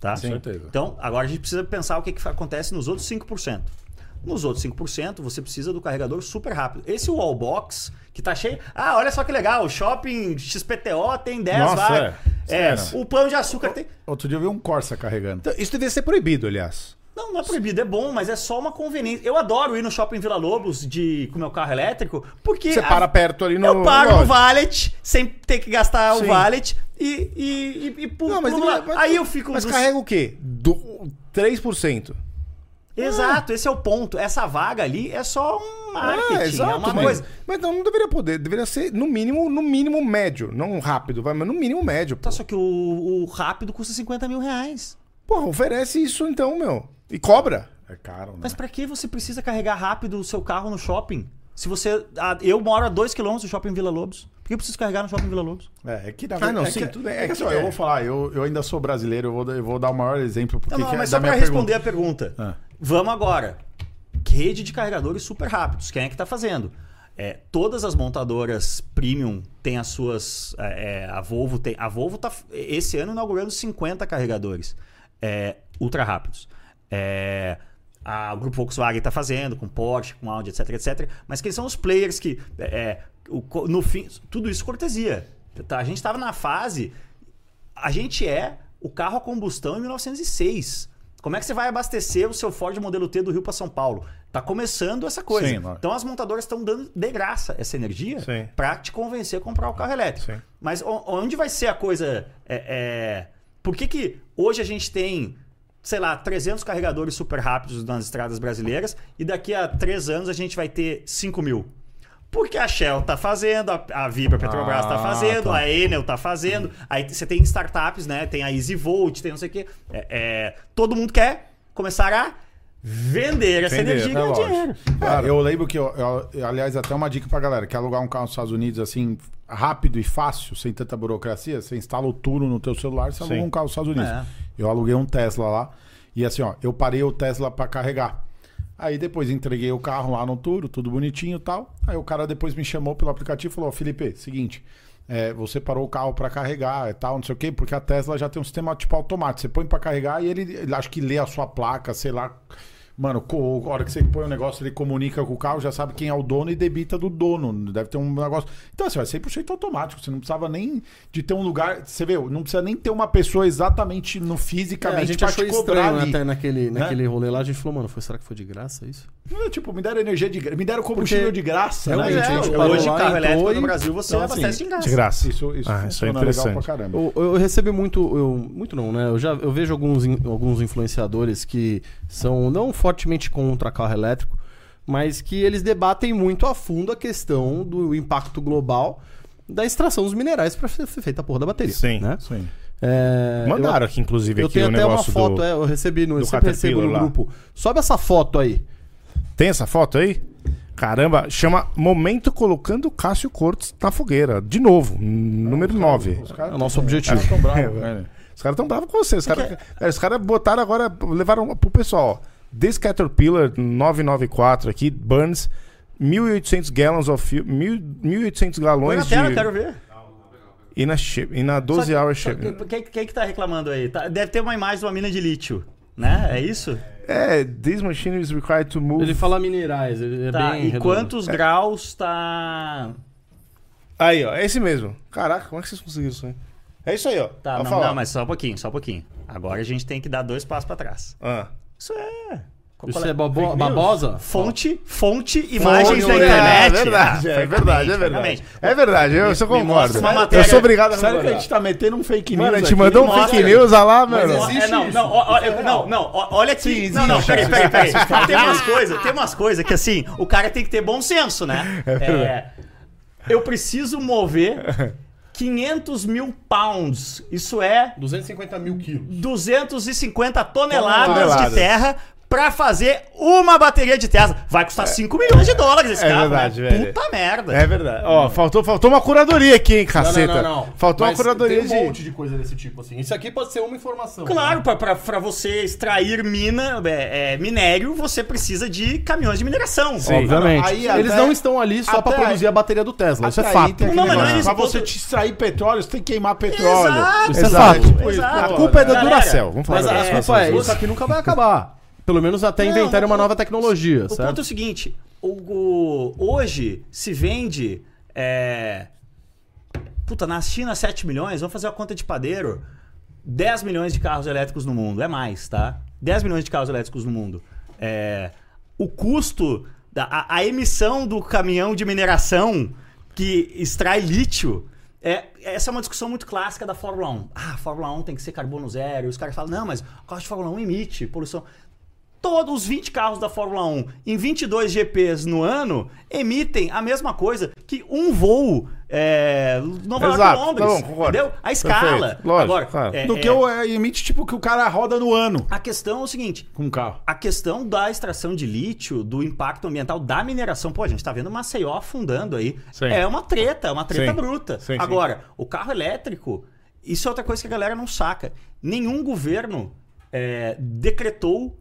S4: Tá?
S1: Sim. certeza.
S4: Então, agora a gente precisa pensar o que, que acontece nos outros 5%. Nos outros 5%, você precisa do carregador super rápido. Esse wallbox, que tá cheio. Ah, olha só que legal, o shopping XPTO tem 10
S2: Nossa,
S4: vagas.
S2: é.
S4: É,
S2: Sério.
S4: o pão de açúcar tem.
S1: Outro dia eu vi um Corsa carregando.
S2: Então, isso deveria ser proibido, aliás.
S4: Não, não é proibido, é bom, mas é só uma conveniência. Eu adoro ir no shopping Vila Lobos de, com meu carro elétrico, porque.
S2: Você
S4: a-
S2: para perto ali no.
S4: eu paro
S2: no
S4: o valet, sem ter que gastar o
S2: Sim.
S4: valet, e, e, e, e pulo,
S2: Não, mas,
S4: pulo lá.
S2: mas-
S4: Aí eu fico.
S2: Mas
S4: nos-
S2: carrega o quê? Do 3%. Ah.
S4: Exato, esse é o ponto. Essa vaga ali é só um marketing,
S2: Ah,
S4: é uma
S2: mas,
S4: coisa.
S2: mas não, não deveria poder. Deveria ser, no mínimo, no mínimo médio. Não rápido, vai, mas no mínimo médio.
S4: Tá, só que o, o rápido custa 50 mil reais.
S2: Porra, oferece isso então, meu. E cobra.
S1: É caro, né?
S4: Mas pra que você precisa carregar rápido o seu carro no shopping? Se você. ah, eu moro a 2km do shopping Vila Lobos. Por que eu preciso carregar no shopping Vila Lobos?
S1: É, é que na
S2: Ah,
S1: verdade-
S2: não,
S1: é
S2: sim,
S1: que-
S2: tudo é-
S1: é que,
S2: é
S1: assim, ó,
S2: que-
S1: eu vou falar, eu, eu ainda sou brasileiro, eu vou, eu vou dar o maior exemplo porque
S4: Não, não,
S1: que é
S4: mas
S1: da
S4: só pra
S1: minha
S4: responder
S1: pergunta.
S4: a pergunta.
S1: Ah.
S4: Vamos agora. Rede de carregadores super rápidos. Quem é que tá fazendo? É, todas as montadoras premium têm as suas. é, é, a Volvo tem. A Volvo tá esse ano inaugurando 50 carregadores é, ultra rápidos. É, a o Grupo Volkswagen está fazendo, com Porsche, com Audi, etc, etc. Mas quem são os players que. é, é, o co- no fim, tudo isso cortesia. Tá? A gente estava na fase a gente é o carro a combustão em 1906. Como é que você vai abastecer o seu Ford modelo T do Rio para São Paulo? Tá começando essa coisa.
S1: Sim, lógico.
S4: então as montadoras estão dando de graça essa energia
S2: Sim.
S4: para te convencer a comprar o carro elétrico.
S2: Sim.
S4: Mas o- onde vai ser a coisa? é, é, Por que, que hoje a gente tem, sei lá, 300 carregadores super rápidos nas estradas brasileiras e daqui a três anos a gente vai ter 5 mil? Porque a Shell tá fazendo, a, a Vibra Petrobras tá
S1: Ah,
S4: fazendo,
S1: tá.
S4: a Enel tá fazendo, aí você tem startups, né? Tem a EasyVolt, tem não sei o quê. É, é, todo mundo quer começar a vender essa
S2: Vender,
S4: energia e
S1: É,
S4: ganhar
S1: lógico.
S4: dinheiro.
S1: É, eu lembro que, eu, eu- aliás, até uma dica pra galera: quer alugar um carro nos Estados Unidos assim, rápido e fácil, sem tanta burocracia? Você instala o Turo no teu celular, você aluga
S2: Sim.
S1: um carro nos Estados Unidos.
S4: É.
S1: Eu aluguei um Tesla lá, e assim, ó, eu parei o Tesla pra carregar. Aí depois entreguei o carro lá no Turo, tudo bonitinho e tal. Aí o cara depois me chamou pelo aplicativo e falou: ó, Felipe, seguinte. é, você parou o carro para carregar e tal, não sei o quê, porque a Tesla já tem um sistema tipo automático. Você põe para carregar e ele, ele acho que lê a sua placa, sei lá. Mano, co- a hora que você põe o negócio, ele comunica com o carro, já sabe quem é o dono e debita do dono. Deve ter um negócio. Então, assim, vai 100% automático. Você não precisava nem de ter um lugar. Você vê, não precisa nem ter uma pessoa exatamente no
S5: É, a
S1: fisicamente
S5: gente
S1: pra
S5: achou
S1: te cobrar
S5: estranho
S1: ali.
S5: até né? naquele, naquele rolê lá, a gente falou, mano, foi, será que foi de graça isso?
S1: Não, Tipo, me deram energia de graça. Me deram combustível
S5: Porque
S1: de graça.
S5: realmente,
S1: né?
S5: a gente
S1: É,
S5: parou
S4: Então, Hoje,
S5: lá,
S4: carro
S5: entrou
S4: elétrico
S5: e-
S4: no Brasil, você
S5: Então,
S4: abastece
S5: assim,
S4: em
S2: De
S4: casa.
S2: graça.
S1: Isso, isso
S2: Ah, isso é
S1: funciona legal
S2: interessante.
S1: pra caramba.
S5: Eu, eu recebo muito, eu, muito não, né? Eu já eu vejo alguns, in- alguns influenciadores que são não fortemente contra carro elétrico, mas que eles debatem muito a fundo a questão do impacto global da extração dos minerais para ser feita a porra da bateria.
S2: Sim,
S5: né?
S1: Sim.
S5: É, eu-
S2: Mandaram aqui, inclusive,
S5: Eu
S2: aqui
S5: tenho
S2: o
S5: até uma
S2: negócio
S5: foto,
S2: do...
S5: é, eu recebi no, eu
S2: do
S5: sempre recebo no
S2: Caterpillar lá.
S5: grupo. Sobe essa foto aí.
S2: Tem essa foto aí? Caramba, chama Momento Colocando Cássio Cortes na Fogueira. De novo, n- número 9.
S1: Os caras
S5: É o nosso objetivo.
S1: Os caras tão bravos,
S2: É,
S1: velho.
S2: Os caras tão bravos com você. Os caras os caras botaram agora, levaram pro pessoal. ó, This Caterpillar 994 aqui, Burns, 1.800 gallons of fuel, 1.800
S4: Põe na
S2: galões de...
S4: tela, eu quero ver.
S2: E na, shi- e na 12 hour
S4: Só
S2: ship.
S4: que- Quem, quem que tá reclamando aí? Tá- deve ter uma imagem de uma mina de lítio, né? É isso?
S2: É, this machine is required to move.
S5: Ele fala minerais, ele é
S4: tá.
S5: bem
S4: E
S5: redondo.
S4: quantos graus tá...
S2: Aí, ó, é esse mesmo. Caraca, como é que vocês conseguiram isso aí? É isso aí, ó.
S4: Tá,
S2: Ó,
S4: não,
S2: fala.
S4: não, mas só um pouquinho, só um pouquinho. Agora a gente tem que dar dois passos pra trás.
S2: Ah.
S4: Isso é... Qual-
S5: Isso
S4: qual é?
S5: é babo- babosa?
S4: Fonte, fonte, imagens da
S2: É,
S4: internet. ah,
S2: É verdade, é, verdade, é verdade.
S4: exatamente.
S2: É verdade, eu, eu concordo.
S4: mostra uma
S2: Eu
S4: matéria-
S2: sou obrigado a
S1: Sério que a
S2: concordar.
S1: gente tá metendo um fake news?
S2: Mano, a gente
S1: aqui?
S2: mandou um
S1: Nossa,
S2: fake news lá, lá mano.
S4: Ó, é, não, não, ó, ó, é, não, não, ó, olha aqui. não, não, peraí, peraí, peraí.
S2: é
S4: tem umas coisas, tem umas coisas que assim, o cara tem que ter bom senso, né? É, eu preciso mover 500 mil pounds. Isso é
S5: 250 mil quilos.
S4: 250 toneladas,
S2: Toneladas.
S4: de terra pra fazer uma bateria de Tesla. Vai custar 5 milhões de dólares esse
S2: É
S4: carro.
S2: verdade,
S4: né?
S2: velho.
S4: Puta merda.
S2: É verdade. Ó, faltou, faltou uma curadoria aqui, hein,
S5: Ah,
S2: caceta. Faltou uma curadoria
S5: tem um
S2: de.
S5: monte de coisa desse tipo, assim. Isso aqui pode ser uma informação.
S4: Claro, pra- pra pra você extrair mina, é, é, minério, você precisa de caminhões de mineração.
S5: Obviamente.
S1: Aí
S5: Eles
S1: até-
S5: não estão ali só pra
S1: até
S5: produzir
S1: aí-
S5: a bateria do Tesla. Isso é
S1: até aí
S5: fato.
S1: tem aquele
S4: Não, mas não é
S1: negócio.
S4: isso,
S1: Pra você
S4: ponto-
S1: te extrair petróleo, você tem que queimar petróleo.
S4: Exato,
S5: Isso é
S2: Exato.
S5: fato.
S2: A culpa é da
S4: Galera,
S2: Duracell. Vamos falar
S5: Mas
S2: da
S5: a
S2: Duracell.
S5: desculpa é, isso aqui nunca vai acabar. Pelo menos até
S4: Não,
S5: inventarem uma
S4: o-
S5: nova tecnologia,
S4: O
S5: certo?
S4: ponto é o seguinte: o- o- hoje se vende. é, puta, na China 7 milhões, vamos fazer a conta de padeiro. 10 milhões de carros elétricos no mundo, é mais, tá? 10 milhões de carros elétricos no mundo. É, o custo, da, a, a emissão do caminhão de mineração que extrai lítio. É, essa é uma discussão muito clássica da Fórmula 1. Ah, a Fórmula 1 tem que ser carbono zero. E os caras falam, não, mas o carro de Fórmula 1 emite poluição todos os 20 carros da Fórmula 1 em 22 GPs no ano emitem a mesma coisa que um voo é, Nova
S2: Exato,
S4: York Londres,
S2: tá bom, concordo.
S4: entendeu? A escala.
S2: Perfeito, lógico,
S4: Agora,
S2: claro.
S4: é,
S1: Do que
S4: é,
S1: eu é, emite, tipo, que o cara roda no ano
S4: a questão é o seguinte,
S1: com o carro.
S4: a questão da extração de lítio, do impacto ambiental da mineração, pô, a gente tá vendo Maceió afundando aí.
S2: Sim.
S4: É uma treta, é uma treta
S2: Sim.
S4: bruta.
S2: Sim, sim.
S4: Agora, o carro elétrico, isso é outra coisa que a galera não saca. Nenhum governo é, decretou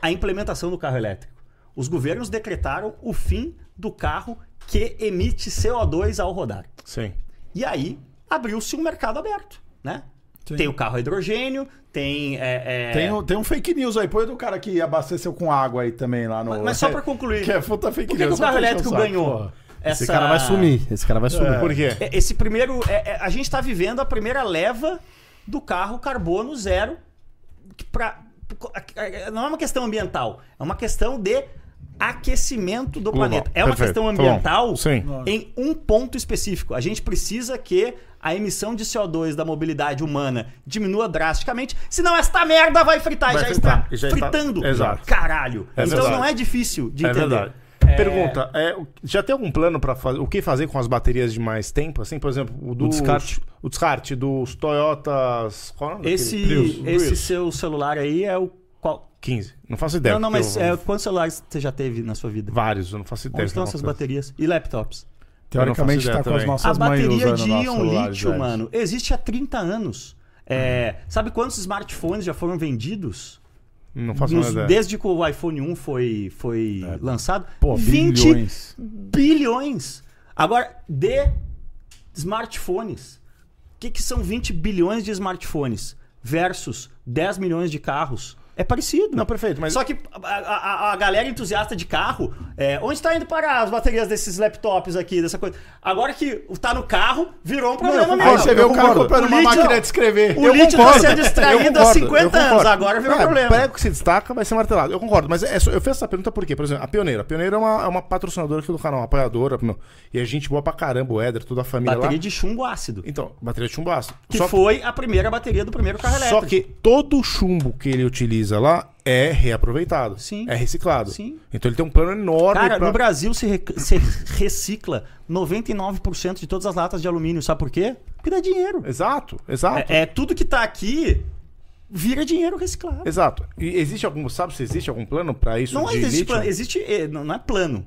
S4: a implementação do carro elétrico. Os governos decretaram o fim do carro que emite CO2 ao rodar.
S2: Sim.
S4: E aí abriu-se um mercado aberto, né?
S1: Sim.
S4: Tem o carro a hidrogênio, tem. é, é,
S1: Tem, um, tem um fake news aí. Põe do cara que abasteceu com água aí também lá no.
S4: Mas- mas só pra concluir.
S1: Que é puta fake
S4: Por que, que
S1: news.
S4: o carro
S2: um
S1: só pra
S4: elétrico
S1: encher o saco,
S4: ganhou?
S1: porra.
S5: Esse cara vai sumir. Esse cara vai sumir.
S2: Por quê?
S4: É, Esse primeiro. é, é, a gente está vivendo a primeira leva do carro carbono zero. que pra- não é uma questão ambiental, é uma questão de aquecimento do
S2: Global.
S4: planeta. É uma
S2: Perfeito.
S4: questão
S2: Tá bom.
S4: ambiental
S2: Sim.
S4: em um ponto específico. A gente precisa que a emissão de CO2 da mobilidade humana diminua drasticamente, senão esta merda vai fritar.
S2: Vai
S4: já,
S2: fritar,
S4: está
S2: e já está-
S4: fritando.
S2: Exato.
S4: Caralho.
S2: É
S4: então
S2: verdade.
S4: não é difícil de
S2: É
S4: entender.
S2: verdade. Pergunta, é, o- já tem algum plano para fazer o que fazer com as baterias de mais tempo? Assim, por exemplo, o do
S5: descarte.
S2: o descarte dos Toyotas. Qual é o nome
S4: Esse,
S2: daquele? Prius.
S4: esse
S2: Prius.
S4: seu celular aí é o qual?
S2: 15. Não faço ideia.
S4: não, não,
S2: porque
S4: mas
S1: um-
S2: eu-
S4: é, quantos celulares você já teve na sua vida?
S2: vários, eu não faço ideia.
S4: Onde estão
S2: de
S4: essas
S2: alguma coisa.
S4: baterias? E laptops?
S1: Teoricamente
S2: Eu não faço ideia
S1: tá com as
S2: também.
S1: nossas
S4: a
S1: assim. mães
S4: bateria
S1: usando
S4: de
S1: nossos
S4: íon
S1: celulares Uhum.
S4: lítio,
S1: velhos.
S4: mano, existe há 30 anos. É, sabe quantos smartphones já foram vendidos?
S2: Não faço
S4: Nos-
S1: é?
S2: nada.
S4: desde que o iPhone 1 foi, foi lançado?
S1: Pô,
S4: 20
S1: bilhões.
S4: bilhões. Agora, de Smartphones. O que, que são 20 bilhões de smartphones versus 10 milhões de carros? É parecido.
S2: Não, perfeito, mas-
S4: Só que a, a- a galera entusiasta de carro, é, onde está indo parar as baterias desses laptops aqui, dessa coisa? Agora que tá no carro, virou um problema mesmo.
S1: Aí você vê
S2: eu
S1: o cara
S2: concordo.
S1: comprando
S4: O
S1: uma
S4: lítio-
S1: máquina de escrever.
S4: O
S2: Eu
S4: lítio
S2: concordo,
S4: tá sendo
S2: eu
S4: extraído há
S2: concordo,
S4: 50
S2: eu
S4: anos,
S2: concordo.
S4: agora virou
S2: É,
S4: problema.
S2: Prego que se destaca vai ser martelado. Eu concordo, mas é só- eu fiz essa pergunta por quê? Por exemplo, a Pioneira. A Pioneira é uma, é uma patrocinadora aqui do canal, uma apoiadora. Meu, e a gente boa pra caramba, o Éder, toda a família
S4: Bateria
S2: lá.
S4: de chumbo ácido.
S2: Então, bateria de chumbo ácido.
S4: Que
S2: Só que-
S4: foi a primeira bateria do primeiro carro
S2: Só
S4: elétrico.
S2: que todo o chumbo que ele utiliza lá é reaproveitado.
S4: Sim.
S2: É reciclado.
S4: Sim.
S2: Então ele tem um plano enorme
S4: Cara,
S2: pra-
S4: no Brasil se, rec- se recicla 99% de todas as latas de alumínio. Sabe por quê? Porque dá dinheiro.
S2: Exato, exato.
S4: É, é tudo que tá aqui vira dinheiro reciclado.
S2: Exato. E existe algum, sabe se existe algum plano pra isso
S4: Não
S2: de
S4: existe
S2: lítio?
S4: plano. Existe, eh, não não é plano.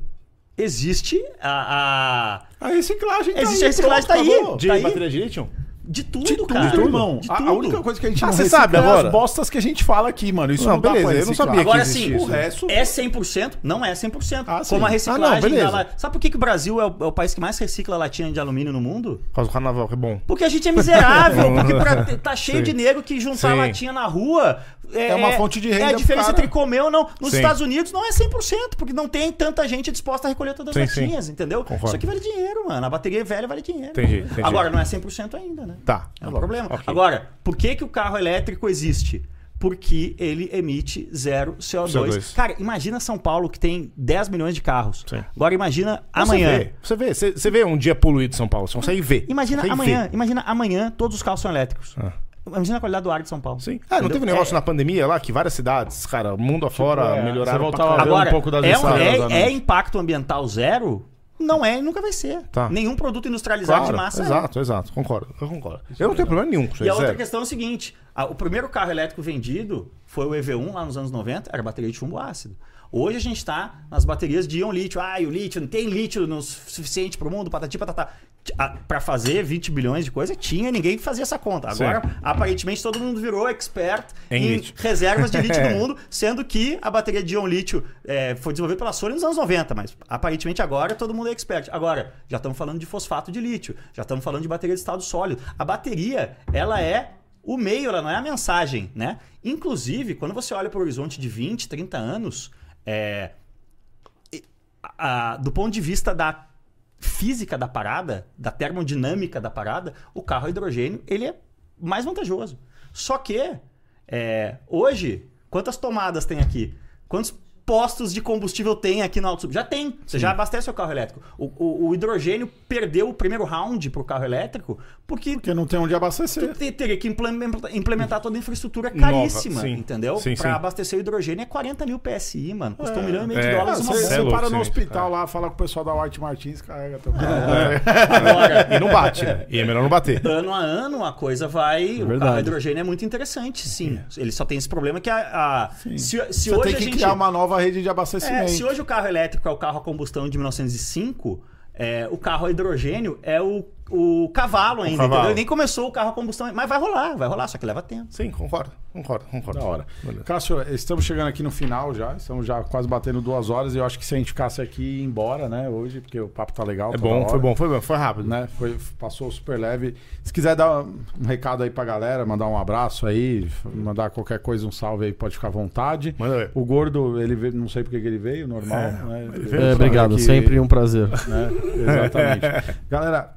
S4: Existe a. a-
S1: A reciclagem tá
S4: Existe
S1: aí,
S4: a reciclagem,
S1: pronto,
S4: tá aí.
S1: acabou.
S2: De
S4: Tá aí?
S2: bateria de lítio?
S4: de tudo,
S1: De tudo,
S4: cara.
S1: irmão.
S4: De
S1: A-
S4: tudo.
S1: A, única coisa que a gente
S2: Ah,
S1: não
S2: você
S1: recicla
S2: sabe
S1: é
S2: agora?
S1: as bostas que a gente fala aqui, mano. Isso
S2: Não,
S1: não, dá
S2: beleza,
S1: pra
S2: eu não
S1: reciclar.
S2: sabia que
S4: Agora
S2: existe
S4: sim,
S2: isso.
S4: o
S1: resto-
S4: é 100%? Não é 100%.
S1: né? Ah, sim.
S4: Como
S1: Ah,
S4: a
S1: não,
S4: reciclagem
S2: beleza.
S4: da la- Sabe por que, que o Brasil é o, é o país que mais recicla latinha de alumínio no mundo?
S2: Por causa do carnaval, que é bom.
S4: Porque a gente é miserável, porque pra ter- tá cheio de negro que juntar
S2: Sim.
S4: latinha na rua é,
S1: É uma fonte de renda
S4: É a
S1: pro
S4: diferença
S1: cara.
S4: entre comer ou não. Nos
S2: Sim.
S4: Estados Unidos não é 100%, porque não tem tanta gente disposta a recolher todas as
S2: Sim, sim.
S4: latinhas, entendeu?
S2: Concordo.
S4: Isso aqui vale dinheiro, mano. A bateria é velha vale dinheiro.
S2: Entendi, entendi.
S4: Agora, não é 100% ainda, né?
S2: Tá.
S4: É um problema.
S2: Ok.
S4: Agora, por que, que o carro elétrico existe? Porque ele emite zero CO2.
S2: CO2.
S4: Cara, imagina São Paulo que tem 10 milhões de carros.
S2: Sim.
S4: Agora imagina
S2: Você
S4: amanhã.
S2: vê, Você vê, você, você vê um dia poluído em São Paulo, você consegue ver.
S4: Imagina
S2: consegue
S4: amanhã,
S2: ver. Ah.
S4: imagina amanhã todos os carros são elétricos. Imagina a qualidade do ar de São Paulo.
S2: Sim. Ah, não
S4: Entendeu?
S2: teve negócio
S4: É-
S2: na pandemia lá que várias cidades, cara, mundo afora,
S1: é,
S2: melhoraram.
S5: você
S2: pra
S5: voltava a
S2: caramba.
S5: ver
S4: Agora,
S5: um pouco das
S4: é, um-
S5: estradas
S4: é-
S5: da noite.
S4: é impacto ambiental zero? Não é e nunca vai ser.
S2: Tá.
S4: Nenhum produto industrializado
S2: Claro,
S4: de massa é.
S2: exato, exato. Concordo, eu concordo. Eu não tenho problema nenhum com isso
S4: E
S2: aí,
S4: a outra
S2: sério.
S4: questão é o seguinte: a- o primeiro carro elétrico vendido foi o EV1 lá nos anos 90, era bateria de chumbo ácido. Hoje a gente está nas baterias de íon lítio. Ah, e o lítio, não tem lítio no su- suficiente para o mundo, patati patatá. Para fazer 20 bilhões de coisa, tinha ninguém que fazia essa conta. Agora, aparentemente, todo mundo virou expert
S2: Em
S4: em,
S2: lítio.
S4: reservas de lítio do mundo, sendo que a bateria de íon lítio é, foi desenvolvida pela Sony nos anos 90, mas aparentemente agora todo mundo é expert. Agora, já estamos falando de fosfato de lítio, já estamos falando de bateria de estado sólido. A bateria, ela é o meio, ela não é a mensagem, né? Inclusive, quando você olha para o horizonte de 20, 30 anos, é, e- a- a- do ponto de vista da física da parada, da termodinâmica da parada, o carro a hidrogênio ele é mais vantajoso. Só que é, hoje, quantas tomadas tem aqui? Quantos postos de combustível tem aqui no Alto Sul? Já tem. Você já abastece o carro elétrico. O, o- o hidrogênio perdeu o primeiro round para o carro elétrico porque
S1: Porque não tem onde abastecer.
S4: tu te- teria que implementar, implementar toda a infraestrutura caríssima,
S2: sim.
S4: entendeu?
S2: Sim,
S4: Pra
S2: sim.
S4: abastecer o hidrogênio é 40 mil PSI, mano. Custa um milhão e meio de
S2: É.
S1: Ah,
S4: dólares uma
S1: você
S2: Cê
S4: bomba.
S2: é
S1: você
S2: louco,
S1: para no
S2: sim,
S1: hospital lá, fala com o pessoal da White Martins, carrega
S4: É.
S1: teu carro.
S2: E não bate, né? E é melhor não bater.
S4: ano a ano a coisa vai. o
S5: verdade.
S4: carro hidrogênio é muito interessante, sim.
S2: É.
S4: Ele só tem esse problema que a. a- se se
S1: Você
S4: hoje
S1: tem
S4: a
S1: que
S4: gente.
S1: criar uma nova rede de
S4: É, se
S1: abastecimento.
S4: hoje o carro elétrico é o carro a combustão de 1905, é, o carro a hidrogênio é o, o cavalo ainda,
S2: cavalo.
S4: entendeu? Nem começou o carro a combustão, mas vai rolar, vai rolar, só que leva tempo.
S2: Sim, concordo, concordo, concordo.
S1: Da hora.
S2: Beleza.
S1: Cássio, estamos chegando aqui no final já. Estamos já quase batendo duas horas. E eu acho que se a gente ficasse aqui e ir embora, né? Hoje, porque o papo tá legal.
S2: É
S1: toda
S2: bom,
S1: hora,
S2: foi bom, foi bom, foi rápido.
S1: Né? Foi, passou super leve. Se quiser dar um um recado aí pra galera, mandar um abraço aí, mandar qualquer coisa, um salve aí, pode ficar à vontade.
S2: Manda ver.
S1: O gordo, ele veio, não sei porque que ele veio, normal. né? Ele veio
S5: É,
S1: pra
S5: obrigado,
S1: aqui,
S5: sempre um prazer.
S1: né? Exatamente. galera,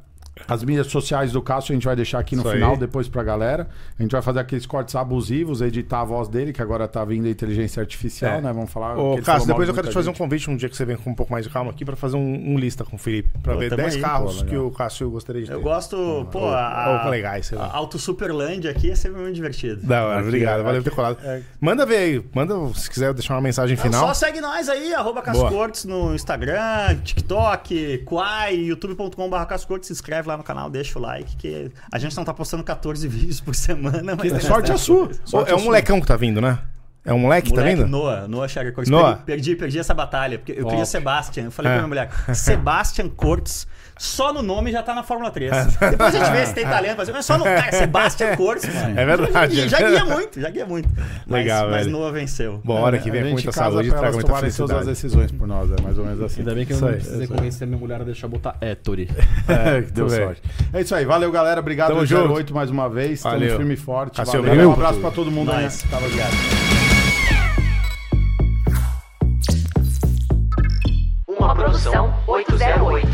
S1: as mídias sociais do Cássio a gente vai deixar aqui no
S2: Isso aí.
S1: final, depois pra galera. A gente vai fazer aqueles cortes abusivos, editar a voz dele, que agora tá vindo a inteligência artificial,
S2: É.
S1: né? Vamos falar.
S2: Ô,
S1: que ele
S2: Cássio,
S1: falou mal
S2: depois
S1: de
S2: eu quero
S1: muita
S2: te fazer um
S1: gente.
S2: convite um dia que você vem com um pouco mais de calma aqui pra fazer um, um lista com o Felipe. Pra
S4: Pô,
S2: ver
S4: tamo
S2: 10
S4: aí,
S2: carros
S1: pô,
S2: que
S1: legal.
S2: o Cássio gostaria de ter.
S4: Eu gosto, pô,
S2: ou
S4: a,
S2: com legais, sei lá.
S4: a Auto Superlândia aqui é sempre muito divertido.
S2: Da hora, obrigado, valeu por ter colado.
S1: É.
S2: Manda ver aí, manda se quiser deixar uma mensagem final.
S4: Só segue nós aí, arroba
S2: Boa.
S4: Cascortes no Instagram, TikTok, Quai, youtube.com.br Cascortes. Se inscreve lá no canal, deixa o like, que a gente não tá postando 14 vídeos por semana, mas tem
S1: Sorte a
S4: bastante.
S1: sua.
S2: Ô, é um molecão que tá vindo, né? É um moleque,
S4: Moleque,
S2: tá vendo?
S4: Noah, Noah Chaga Cortes.
S2: Noah.
S4: Perdi, perdi, perdi essa batalha. Porque eu queria Sebastian. Eu falei
S2: É.
S4: pra minha mulher, Sebastian Cortes, só no nome já tá na Fórmula 3. Depois a gente vê se tem talento, mas- mas só no cara, Sebastian Cortes, mano.
S2: É verdade,
S4: Já, já
S2: é
S4: guia
S2: verdade.
S4: muito, já guia muito. Mas,
S2: Legal,
S4: mas
S2: velho.
S4: Noah venceu.
S2: Bom, hora que vem
S1: a
S2: com
S1: gente
S2: muita
S1: casa
S2: saúde
S1: pra
S2: traga
S1: elas
S2: muita
S1: tomarem todas as
S2: felicidade.
S1: decisões por nós, é mais ou menos assim.
S5: Ainda bem que eu
S2: Isso
S5: não
S2: aí,
S5: precisei
S2: isso aí.
S5: convencer minha mulher a deixar botar Ettore.
S2: É, que
S1: Deu sorte. É isso aí, valeu galera, obrigado
S2: Tamo
S1: 08 mais uma vez, tamo
S2: Valeu.
S1: firme e forte,
S2: Cassio,
S1: valeu. Um
S2: valeu.
S1: abraço pra todo mundo aí. né?
S4: Nós, tá ligado.
S6: Uma produção 808.